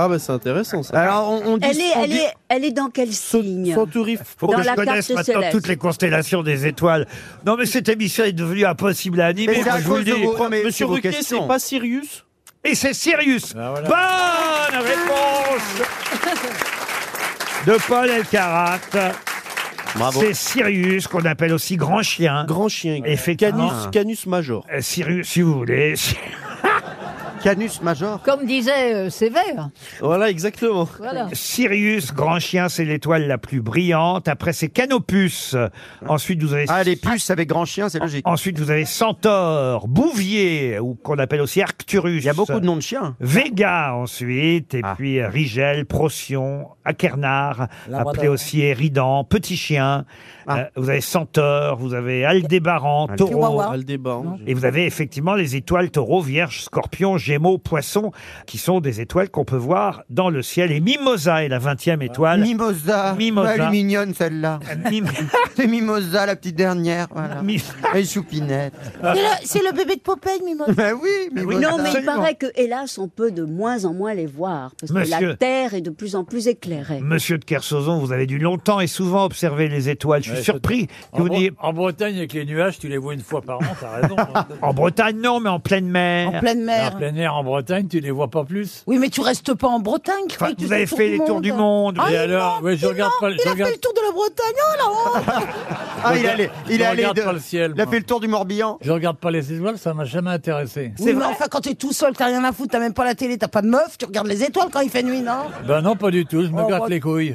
Speaker 6: Ah bah c'est intéressant ça.
Speaker 3: Alors on, on dit.
Speaker 9: Elle est,
Speaker 3: on
Speaker 9: elle,
Speaker 3: dit-
Speaker 9: est, elle est dans quel signe
Speaker 6: Santourif.
Speaker 2: Faut
Speaker 9: Dans
Speaker 2: que je
Speaker 9: la
Speaker 2: connaisse
Speaker 9: carte
Speaker 2: maintenant
Speaker 9: céleste.
Speaker 2: toutes les constellations des étoiles. Non, mais cette émission est devenue impossible à animer.
Speaker 3: Mais c'est à
Speaker 2: moi, je vous
Speaker 3: cause
Speaker 2: le
Speaker 3: de
Speaker 2: dis.
Speaker 3: vos- Non, mais c'est
Speaker 6: Monsieur
Speaker 3: vos
Speaker 6: Ruquier,
Speaker 3: questions.
Speaker 6: c'est pas Sirius
Speaker 2: Et c'est Sirius.
Speaker 5: voilà.
Speaker 2: Bonne réponse de Paul Elkarat.
Speaker 3: Bravo.
Speaker 2: C'est Sirius qu'on appelle aussi grand chien.
Speaker 6: Grand chien.
Speaker 2: Effectivement.
Speaker 6: Canus, Canus Major.
Speaker 2: Euh, Sirius, si vous voulez.
Speaker 3: Canus major.
Speaker 7: Comme disait euh, Sévère.
Speaker 6: Voilà, exactement.
Speaker 7: Voilà.
Speaker 2: Sirius, grand chien, c'est l'étoile la plus brillante. Après, c'est Canopus. Ensuite, vous avez
Speaker 3: Ah les puces avec grand chien, c'est logique.
Speaker 2: Ensuite, vous avez Centaure, Bouvier, ou qu'on appelle aussi Arcturus.
Speaker 3: Il y a beaucoup de noms de chiens. Ah.
Speaker 2: Vega ensuite, et puis euh, Rigel, Procyon, Akernar,
Speaker 5: Labrador.
Speaker 2: appelé aussi Eridan, Petit Chien.
Speaker 3: Ah.
Speaker 2: Euh, vous avez Centaure, vous avez Aldébaran, Taureau.
Speaker 8: Chihuahua.
Speaker 6: Aldébaran.
Speaker 2: Et vous avez effectivement les étoiles Taureau, Vierge, Scorpion, Gémeaux, Poisson, qui sont des étoiles qu'on peut voir dans le ciel. Et Mimosa est la vingtième étoile.
Speaker 3: Mimosa.
Speaker 2: Mimosa.
Speaker 3: Ah, Elle est mignonne celle-là.
Speaker 2: Mim-
Speaker 3: C'est Mimosa la petite dernière. Voilà.
Speaker 2: Mim-
Speaker 3: Et Choupinette.
Speaker 8: C'est le- C'est le, bébé de Popeye, Mimosa.
Speaker 3: Ben oui, Mimosa.
Speaker 9: Non, mais il
Speaker 2: Absolument.
Speaker 9: paraît que, hélas, on peut de moins en moins les voir, parce que
Speaker 2: Monsieur.
Speaker 9: la Terre est de plus en plus éclairée.
Speaker 2: Monsieur de Kersauzon, vous avez dû longtemps et souvent observer les étoiles. Je suis
Speaker 5: Ouais,
Speaker 2: surpris que
Speaker 5: En,
Speaker 2: vous
Speaker 5: Bre-
Speaker 2: n'ayez... Ah,
Speaker 5: en Bretagne, avec les nuages, tu les vois une fois par an, t'as raison.
Speaker 2: En Bretagne, non, mais en pleine mer.
Speaker 8: En pleine
Speaker 5: en
Speaker 8: mer.
Speaker 5: plein air, en Bretagne, tu les vois pas plus.
Speaker 8: Oui, mais tu restes pas en Bretagne. je croyais que tu
Speaker 2: vous
Speaker 8: fais
Speaker 2: avez
Speaker 8: le tour
Speaker 2: fait les tours du monde.
Speaker 8: Ah,
Speaker 5: Et
Speaker 8: il
Speaker 5: alors
Speaker 8: ment,
Speaker 5: Ouais, je
Speaker 8: il
Speaker 5: regarde
Speaker 8: ment,
Speaker 5: pas le-
Speaker 8: il
Speaker 5: je
Speaker 8: a
Speaker 5: regarde-
Speaker 8: fait le tour de la Bretagne. Oh là, oh
Speaker 3: Ah il allait, il
Speaker 5: Je
Speaker 3: allait
Speaker 5: regarde
Speaker 3: de-
Speaker 5: pas le ciel,
Speaker 3: Il a
Speaker 5: moi.
Speaker 3: fait le tour du Morbihan.
Speaker 5: Je regarde pas les étoiles, ça m'a jamais intéressé.
Speaker 8: Oui, mais enfin, quand t'es tout seul, t'as rien à foutre, t'as même pas la télé, t'as pas de meuf, tu regardes les étoiles quand il fait nuit, non
Speaker 5: Ben non, pas du tout, je me
Speaker 8: Oh,
Speaker 5: gratte les couilles.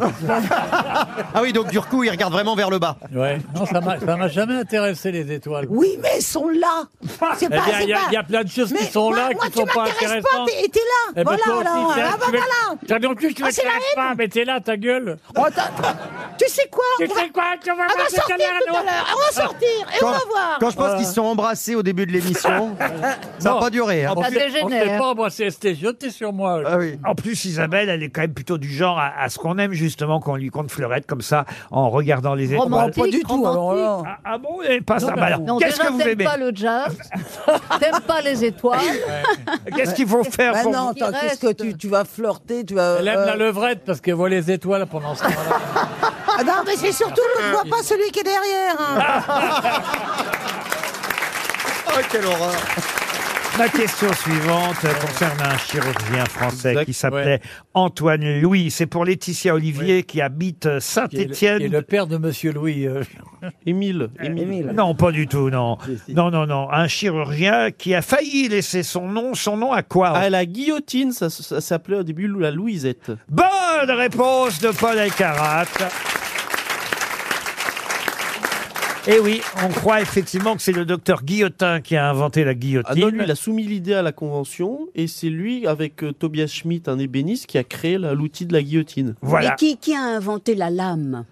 Speaker 3: Ah oui donc du coup il regarde vraiment vers le bas.
Speaker 5: Ouais. Non, ça m'a ça m'a jamais intéressé les étoiles.
Speaker 8: Oui, mais elles sont là C'est
Speaker 5: Eh
Speaker 8: pas-
Speaker 5: bien,
Speaker 8: c'est
Speaker 5: il y, a-
Speaker 8: pas-
Speaker 5: il y a plein de choses
Speaker 8: Mais
Speaker 5: qui sont
Speaker 8: moi-
Speaker 5: là,
Speaker 8: moi,
Speaker 5: qui sont
Speaker 8: tu
Speaker 5: pas
Speaker 8: m'intéresses
Speaker 5: intéressantes.
Speaker 8: t'es- t'es là
Speaker 5: Eh ben,
Speaker 8: Voilà,
Speaker 5: toi aussi,
Speaker 8: alors,
Speaker 5: t'es-
Speaker 8: ah, bah,
Speaker 5: tu m'es-
Speaker 8: voilà
Speaker 5: Toi non plus, tu
Speaker 8: Ah, c'est la
Speaker 5: m'intéresses
Speaker 8: règle.
Speaker 5: pas, mais t'es là, ta gueule.
Speaker 8: Oh, t'as-
Speaker 15: Tu sais quoi Tu sais quoi On
Speaker 8: Ah,
Speaker 15: va,
Speaker 4: va sortir tout à l'heure, on va sortir et on va voir.
Speaker 3: Quand je pense qu'ils se sont embrassés au début de l'émission, ça n'a
Speaker 5: Non.
Speaker 3: pas duré. hein.
Speaker 5: On fait- on fait pas embrasser, c'était jeté sur moi.
Speaker 2: En plus, Isabelle, elle est quand même plutôt du genre à, à ce qu'on aime justement qu'on lui compte fleurette comme ça en regardant les étoiles.
Speaker 7: hein.
Speaker 2: Ah, ah bon, et pas ça. Bah alors,
Speaker 7: Non,
Speaker 2: qu'est-ce
Speaker 7: déjà,
Speaker 2: que vous
Speaker 7: t'aimes
Speaker 2: aimez
Speaker 7: pas le jazz, t'aimes pas les étoiles.
Speaker 2: Qu'est-ce qu'il faut faire
Speaker 8: bah
Speaker 2: pour-
Speaker 8: non, attends,
Speaker 7: Qui
Speaker 8: qu'est-ce que tu, tu vas flirter tu vas,
Speaker 5: Elle aime
Speaker 8: euh,
Speaker 5: la levrette parce qu'elle voit les étoiles pendant ce temps-là.
Speaker 8: Ah non, mais c'est surtout qu'on ne voit pas celui qui est derrière. hein.
Speaker 3: Oh, quelle horreur
Speaker 2: Ma question suivante concerne un chirurgien français qui s'appelait Antoine Louis. C'est pour Laetitia Olivier qui habite Saint-Étienne.
Speaker 5: Qui est le père de Monsieur Louis. euh, Ah,
Speaker 2: Émile. Non, pas du tout, non. Non, non, non. Un chirurgien qui a failli laisser son nom. Son nom à quoi
Speaker 6: À Ah, la guillotine, ça, ça s'appelait au début la Louisette.
Speaker 2: Bonne réponse de Paul Elkarat. Et Eh oui, on croit effectivement que c'est le docteur Guillotin qui a inventé la guillotine.
Speaker 6: Ah non, lui, il a soumis l'idée à la convention, et c'est lui, avec euh, Tobias Schmitt, un ébéniste, qui a créé la- l'outil de la guillotine.
Speaker 9: Mais qui, qui a inventé la lame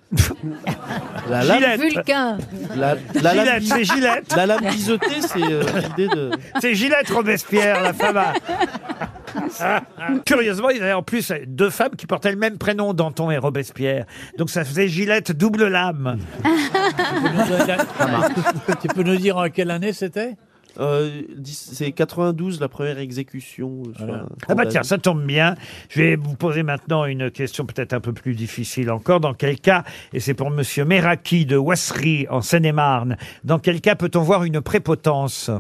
Speaker 6: La lame-
Speaker 9: Vulcain.
Speaker 6: La, la lame
Speaker 2: Gillette,
Speaker 6: bis-
Speaker 2: c'est Gillette.
Speaker 6: La lame biseautée, c'est euh, l'idée de...
Speaker 2: C'est Gillette Robespierre, la femme. à- Curieusement, il y avait en plus deux femmes qui portaient le même prénom, Danton et Robespierre. Donc ça faisait Gillette double lame.
Speaker 5: tu peux nous dire en quelle année c'était
Speaker 6: Euh, dix- c'est 92, la première exécution. euh, sur un
Speaker 2: Ah bah
Speaker 6: condamné.
Speaker 2: tiens, ça tombe bien. Je vais vous poser maintenant une question peut-être un peu plus difficile encore. Dans quel cas, et c'est pour Monsieur Meraki de Wasserie en Seine-et-Marne, dans quel cas peut-on voir une prépotence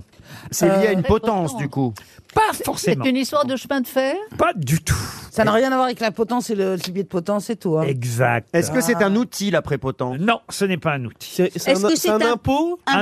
Speaker 3: C'est lié à une Euh,
Speaker 2: potence du coup. Pas forcément.
Speaker 7: C'est une histoire de chemin de fer.
Speaker 2: Pas du tout.
Speaker 8: Ça n'a rien à voir avec la potence et le, le gibier de potence et tout. hein.
Speaker 2: Exact.
Speaker 3: Est-ce que c'est un outil, la
Speaker 2: prépotence Non, ce n'est pas un outil.
Speaker 9: Est-ce que c'est un,
Speaker 2: Un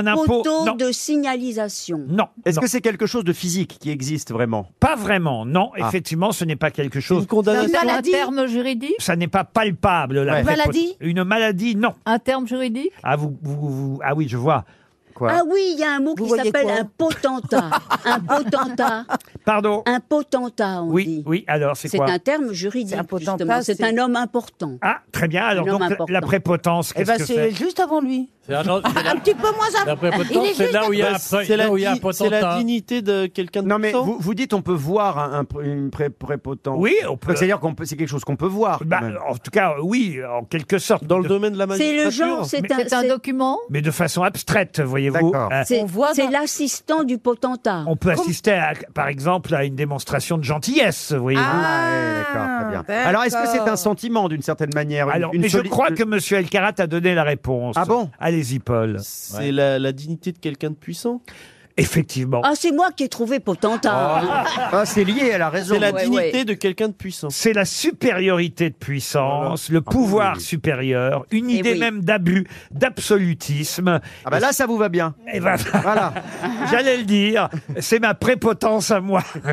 Speaker 2: impôt
Speaker 9: poteau
Speaker 2: non.
Speaker 9: de signalisation.
Speaker 2: Non.
Speaker 3: Est-ce que c'est quelque chose de physique qui existe vraiment
Speaker 2: Pas vraiment, non.
Speaker 3: Ah.
Speaker 2: Effectivement, ce n'est pas quelque chose.
Speaker 7: C'est un terme juridique
Speaker 2: Ça n'est pas palpable. La
Speaker 7: Ouais.
Speaker 2: prépotence.
Speaker 7: Maladie
Speaker 2: Une maladie, non.
Speaker 7: Un terme juridique
Speaker 2: Ah, vous, vous- vous- ah oui, je vois. Quoi
Speaker 9: Ah oui, il y a un mot
Speaker 8: Vous
Speaker 9: qui
Speaker 8: voyez
Speaker 9: s'appelle
Speaker 8: quoi
Speaker 9: un potentat. un potentat.
Speaker 2: Pardon
Speaker 9: Un potentat, on
Speaker 2: Oui,
Speaker 9: dit.
Speaker 2: oui, alors c'est
Speaker 9: C'est
Speaker 2: quoi
Speaker 9: un terme juridique, justement. C'est
Speaker 8: c'est-
Speaker 9: un homme important.
Speaker 2: Ah, très bien. Alors,
Speaker 9: Un homme
Speaker 2: donc, la- la
Speaker 9: important.
Speaker 2: prépotence,
Speaker 8: Eh
Speaker 2: qu'est-ce
Speaker 8: ben
Speaker 2: que
Speaker 8: c'est
Speaker 2: c'est
Speaker 8: juste avant lui.
Speaker 5: C'est un autre-
Speaker 8: Un petit peu moins avant.
Speaker 5: La prépotence,
Speaker 8: Il est
Speaker 5: c'est
Speaker 8: juste
Speaker 5: là où il y
Speaker 2: Bah,
Speaker 5: a
Speaker 8: avant.
Speaker 5: un pre-
Speaker 6: C'est la,
Speaker 5: là où il y a
Speaker 6: di-
Speaker 5: un potentat.
Speaker 6: c'est la dignité de quelqu'un de
Speaker 3: Non mais
Speaker 6: puissant.
Speaker 3: vous, vous dites on peut voir un, un pré- une pré- prépotence.
Speaker 2: Oui, on peut.
Speaker 3: Donc, C'est-à-dire qu'on peut, c'est quelque chose qu'on peut voir.
Speaker 2: Bah, en tout cas, oui, en quelque sorte.
Speaker 6: Dans le domaine de la
Speaker 9: C'est
Speaker 6: magistrature.
Speaker 9: le genre, c'est
Speaker 2: Mais-
Speaker 9: un,
Speaker 7: C'est un
Speaker 9: c'est-
Speaker 7: document
Speaker 2: Mais de façon abstraite, voyez-vous. Euh,
Speaker 9: c'est- c'est l'assistant du potentat.
Speaker 2: on peut assister, à, par exemple, à une démonstration de gentillesse, voyez-vous.
Speaker 3: Ah, d'accord, très bien. Alors est-ce que c'est un sentiment d'une certaine manière une-
Speaker 2: Alors,
Speaker 3: une
Speaker 2: mais je
Speaker 3: soli-
Speaker 2: crois que Monsieur Elkarat a donné la réponse.
Speaker 3: Ah bon
Speaker 2: Allez-y, Paul.
Speaker 6: C'est la, la dignité de quelqu'un de puissant.
Speaker 2: Effectivement.
Speaker 9: Ah, c'est moi qui ai trouvé potentat.
Speaker 2: Oh.
Speaker 3: Ah, c'est lié, elle a raison.
Speaker 6: C'est la
Speaker 9: Ouais,
Speaker 6: dignité
Speaker 9: ouais.
Speaker 6: de quelqu'un de puissant.
Speaker 2: C'est la supériorité de puissance, le
Speaker 3: Ah,
Speaker 2: pouvoir supérieur, une
Speaker 9: Eh
Speaker 2: idée
Speaker 9: oui.
Speaker 2: même d'abus, d'absolutisme.
Speaker 3: Ah bah là ça vous va bien.
Speaker 2: Eh ben,
Speaker 3: Voilà.
Speaker 2: j'allais le dire, c'est ma prépotence à moi.
Speaker 1: Qui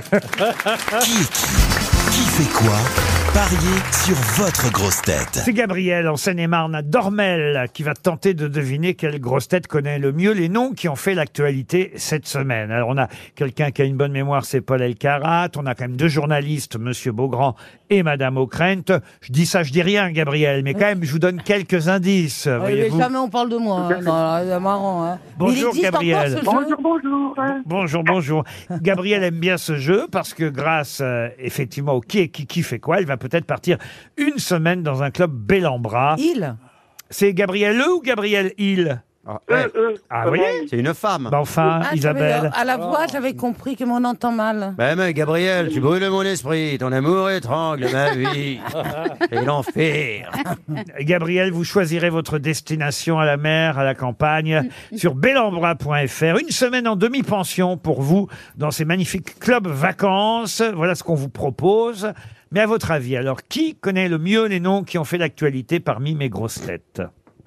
Speaker 1: fait quoi Pariez sur votre grosse tête.
Speaker 2: C'est Gabriel en Seine-et-Marne à Dormel qui va tenter de deviner quelle grosse tête connaît le mieux les noms qui ont fait l'actualité cette semaine. Alors on a quelqu'un qui a une bonne mémoire, c'est Paul Elkarat. On a quand même deux journalistes, Monsieur Beaugrand et Madame O'Krent. Je dis ça, je dis rien, Gabriel, mais quand même, je vous donne quelques indices.
Speaker 8: Ah oui, mais
Speaker 2: voyez-vous.
Speaker 8: jamais on parle de moi. hein. Non, là, c'est marrant. hein. Mais il
Speaker 2: Bonjour,
Speaker 8: existe
Speaker 2: Gabriel.
Speaker 8: encore ce jeu
Speaker 14: bonjour.
Speaker 2: Bonjour, bonjour. Gabrielle aime bien ce jeu parce que grâce euh, effectivement au qui est qui qui fait quoi, elle va peut-être partir une semaine dans un club Bellambra.
Speaker 8: Il
Speaker 2: C'est Gabrielle E ou Gabrielle Il
Speaker 3: Ah,
Speaker 2: ouais. Ah, vous voyez
Speaker 3: C'est une femme.
Speaker 2: Bah, enfin,
Speaker 8: Ah, j'avais-
Speaker 2: Isabelle. Oh.
Speaker 8: À la voix, j'avais compris que mon entend mal.
Speaker 3: Bah, mais Gabriel, tu brûles mon esprit, ton amour étrangle ma vie. C'est l'enfer.
Speaker 2: Gabrielle, vous choisirez votre destination à la mer, à la campagne, sur bellambra.fr. Une semaine en demi-pension pour vous dans ces magnifiques clubs vacances. Voilà ce qu'on vous propose. Mais à votre avis, alors, qui connaît le mieux les noms qui ont fait l'actualité parmi mes grosses têtes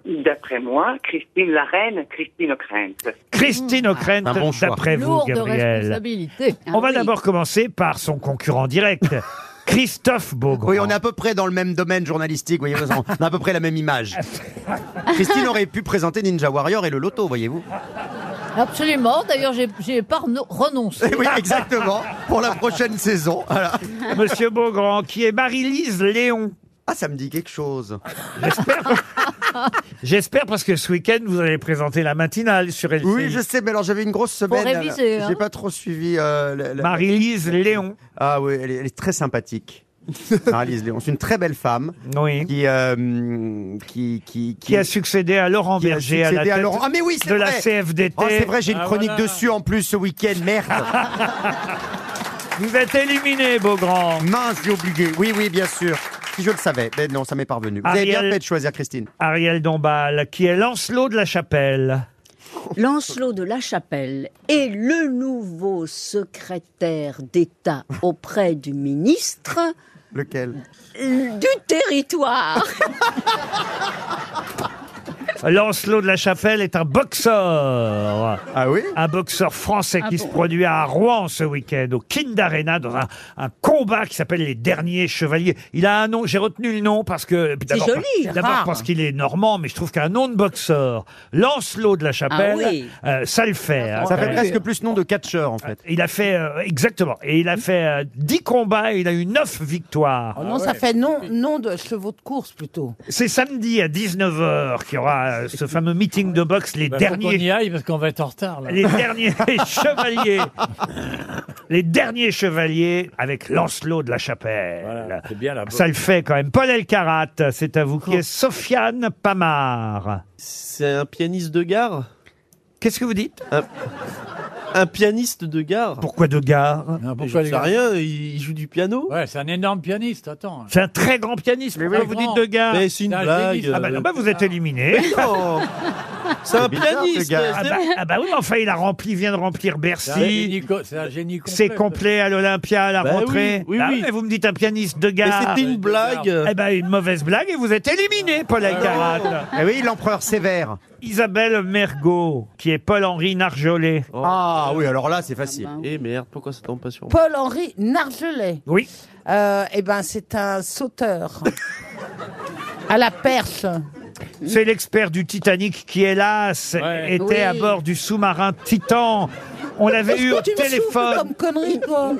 Speaker 14: D'après moi, Christine la reine, Christine O'Krent.
Speaker 2: Christine O'Krent,
Speaker 3: Ah. Un bon choix. hein.
Speaker 2: d'après vous,
Speaker 7: Lourde
Speaker 2: Gabrielle.
Speaker 7: responsabilité.
Speaker 2: On va d'abord commencer par son concurrent direct, Christophe Beaugrand.
Speaker 3: Oui, on est à peu près dans le même domaine journalistique, voyez-vous, on a à peu près la même image. Christine aurait pu présenter Ninja Warrior et le loto, voyez-vous.
Speaker 7: Absolument. D'ailleurs, j'ai- j'ai pas reno- renoncé.
Speaker 3: Oui, exactement, pour la prochaine saison. Voilà.
Speaker 2: Monsieur Beaugrand, qui est Marie-Lise Léon.
Speaker 3: Ah, ça me dit quelque chose.
Speaker 2: J'espère parce que ce week-end, vous allez présenter la matinale sur LCI.
Speaker 3: Oui, je sais, mais alors j'avais une grosse semaine.
Speaker 2: Pour réviser,
Speaker 3: alors.
Speaker 2: hein.
Speaker 3: J'ai pas trop suivi. euh,
Speaker 2: Marie-Lise Léon.
Speaker 3: Ah oui, elle est, elle est très sympathique. Marie-Lise Léon, c'est une très belle femme. Qui, euh, qui, qui,
Speaker 2: Qui a succédé à Laurent
Speaker 3: qui a
Speaker 2: Berger à la
Speaker 3: succédé
Speaker 2: tête
Speaker 3: Laurent- Ah mais oui, c'est
Speaker 2: de
Speaker 3: vrai.
Speaker 2: la CFDT.
Speaker 3: Oh, c'est vrai, j'ai une
Speaker 2: Ah,
Speaker 3: chronique
Speaker 2: voilà.
Speaker 3: dessus en plus ce week-end, merde.
Speaker 2: Vous êtes éliminé, Beaugrand.
Speaker 3: Mince, j'ai oublié. Oui, oui, bien sûr. Si je le savais, mais non, ça m'est parvenu. Vous avez
Speaker 2: Ariel-
Speaker 3: bien fait de choisir Christine.
Speaker 2: Ariel Dombal, qui est Lancelot de la Chapelle.
Speaker 9: Lancelot de la Chapelle est le nouveau secrétaire d'État auprès du ministre
Speaker 3: Lequel
Speaker 9: du territoire.
Speaker 2: Lancelot de la Chapelle est un boxeur.
Speaker 3: Ah oui
Speaker 2: Un boxeur français
Speaker 16: Ah
Speaker 2: qui
Speaker 16: bon
Speaker 2: se produit à Rouen ce week-end, au Kind Arena, dans un, un combat qui s'appelle Les Derniers Chevaliers. Il a un nom, j'ai retenu le nom parce que.
Speaker 16: C'est
Speaker 2: d'abord-
Speaker 16: joli,
Speaker 2: D'abord
Speaker 16: rare.
Speaker 2: parce qu'il est normand, mais je trouve qu'un nom de boxeur, Lancelot de la Chapelle,
Speaker 3: Ah oui.
Speaker 2: euh, ça le fait.
Speaker 16: Ah
Speaker 3: Ça fait
Speaker 2: Euh,
Speaker 3: presque plus nom de catcheur en fait.
Speaker 2: Il a fait, euh, exactement, et il a fait euh, 10 combats et il a eu 9 victoires.
Speaker 16: Oh
Speaker 8: non,
Speaker 3: Ah
Speaker 8: ça fait nom, nom de chevaux de course plutôt.
Speaker 2: C'est samedi à 19h qu'il y aura euh, ce fameux meeting de boxe, les
Speaker 5: Bah, faut qu'on
Speaker 2: derniers
Speaker 5: y aille parce qu'on va être en retard. Là.
Speaker 2: les derniers chevaliers. Les derniers chevaliers avec Lancelot de la Chapelle. Ça le fait quand même. Paul Elkarat, c'est à vous qui est Sofiane Pamar.
Speaker 6: C'est un pianiste de gare
Speaker 2: Qu'est-ce que vous dites
Speaker 6: un... un pianiste de gare
Speaker 2: Pourquoi de gare
Speaker 6: pourquoi
Speaker 5: les
Speaker 6: sais
Speaker 5: gars
Speaker 6: rien, il il joue du piano.
Speaker 5: Ouais, c'est un énorme pianiste, attends.
Speaker 2: C'est un très grand pianiste.
Speaker 5: Mais
Speaker 2: Pourquoi
Speaker 5: oui.
Speaker 2: vous dites de gare
Speaker 6: Mais c'est une
Speaker 5: C'est un
Speaker 6: blague.
Speaker 5: génie,
Speaker 2: Ah bah non,
Speaker 6: euh,
Speaker 2: bah vous êtes éliminé.
Speaker 6: Mais non. C'est un pianiste,
Speaker 2: Ah
Speaker 6: c'est-
Speaker 2: bah, ah bah oui, mais enfin, il a rempli, vient de remplir
Speaker 5: C'est un
Speaker 2: Bercy.
Speaker 5: génie co- C'est un génie Ah, complet.
Speaker 2: C'est complet à l'Olympia, à la
Speaker 5: Bah oui,
Speaker 2: rentrée.
Speaker 5: oui,
Speaker 2: Ah
Speaker 5: oui.
Speaker 2: mais vous me dites un pianiste de gare.
Speaker 6: Mais c'était une blague.
Speaker 2: Eh ben, une mauvaise blague et vous êtes éliminé, Paul Alcarat.
Speaker 3: Eh oui, l'empereur sévère.
Speaker 2: Isabelle Mergot, qui est Paul-Henri Narjolet.
Speaker 3: Ah oui, alors là, c'est facile.
Speaker 6: Eh merde, pourquoi ça tombe pas sur moi
Speaker 8: Paul-Henri Nargelet.
Speaker 2: Oui.
Speaker 8: Euh, eh ben, c'est un sauteur. à la perche.
Speaker 2: C'est l'expert du Titanic qui, hélas, était
Speaker 8: Oui.
Speaker 2: à bord du sous-marin Titan. On l'avait
Speaker 8: Qu'est-ce
Speaker 2: eu
Speaker 8: que
Speaker 2: au
Speaker 8: tu me souffles
Speaker 2: téléphone.
Speaker 8: comme connerie, toi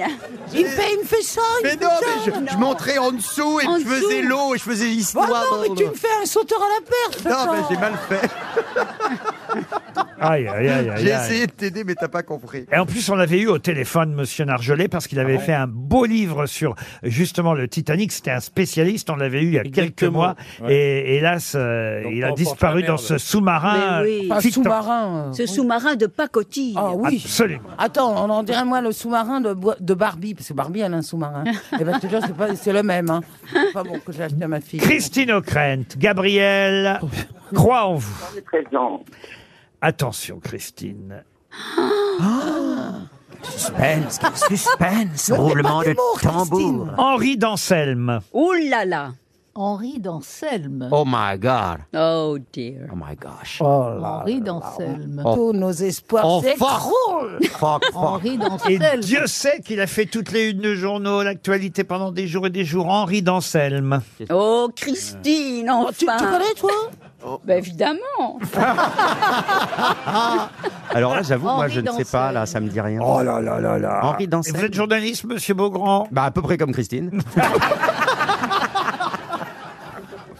Speaker 8: Il me fait, il me fait ça, il
Speaker 3: Mais
Speaker 8: me fait
Speaker 3: non,
Speaker 8: ça.
Speaker 3: mais je, je montrais en dessous et
Speaker 8: En
Speaker 3: je faisais
Speaker 8: dessous.
Speaker 3: l'eau et je faisais
Speaker 8: Oh
Speaker 3: l'histoire.
Speaker 8: non, mais tu me fais un sauteur à la perche.
Speaker 3: Non, mais
Speaker 8: attends.
Speaker 3: j'ai mal fait.
Speaker 2: Aïe, aïe, aïe, aïe,
Speaker 3: J'ai
Speaker 2: aïe.
Speaker 3: essayé de t'aider, mais t'as pas compris.
Speaker 2: Et en plus, on l'avait eu au téléphone, Monsieur Nargelet, parce qu'il
Speaker 5: Ah
Speaker 2: avait fait un beau livre sur justement le Titanic. C'était un spécialiste. On l'avait eu il y a quelques mois. Et hélas, euh, il a
Speaker 5: on pense
Speaker 2: disparu
Speaker 5: la
Speaker 2: dans
Speaker 5: merde.
Speaker 2: ce sous-marin.
Speaker 9: Mais oui.
Speaker 2: euh,
Speaker 8: Un
Speaker 2: Titan.
Speaker 8: Ah, sous-marin. euh,
Speaker 9: Ce
Speaker 8: oui.
Speaker 9: sous-marin de pacotille.
Speaker 8: Ah oui.
Speaker 2: Absolument.
Speaker 8: Attends, on en dirait moi le sous-marin de, Bo- de Barbie, parce que Barbie elle a un sous-marin. Et ben je te jure, c'est pas- c'est le même. Hein. C'est pas bon que j'ai acheté à ma fille.
Speaker 2: Christine O'Krent,
Speaker 5: Oh.
Speaker 2: Gabriel, crois en vous.
Speaker 13: Présent.
Speaker 2: Attention, Christine.
Speaker 3: Suspense, suspense, roulement de tambour.
Speaker 2: Henri d'Anselme.
Speaker 9: Oh là là
Speaker 7: Henri d'Anselme.
Speaker 3: Oh my god.
Speaker 9: Oh dear.
Speaker 3: Oh my gosh.
Speaker 7: Henri d'Anselme.
Speaker 3: Oh.
Speaker 8: hein. Tous nos espoirs
Speaker 3: Oh, fuck.
Speaker 8: s'écroulent.
Speaker 3: Fuck, fuck.
Speaker 7: Henri
Speaker 2: Et
Speaker 7: d'Anselme.
Speaker 2: Dieu sait qu'il a fait toutes les unes de journaux, l'actualité pendant des jours et des jours. Henri d'Anselme.
Speaker 9: Oh Christine, enfin
Speaker 8: Tu, tu connais toi
Speaker 9: Bah, évidemment
Speaker 3: Alors là, j'avoue, moi,
Speaker 7: Henri
Speaker 3: je ne sais pas, là, ça me dit rien.
Speaker 2: Oh là là là là.
Speaker 3: Henri
Speaker 2: Et
Speaker 3: Dancel.
Speaker 2: vous êtes journaliste, monsieur Beaugrand
Speaker 3: Bah, à peu près comme Christine.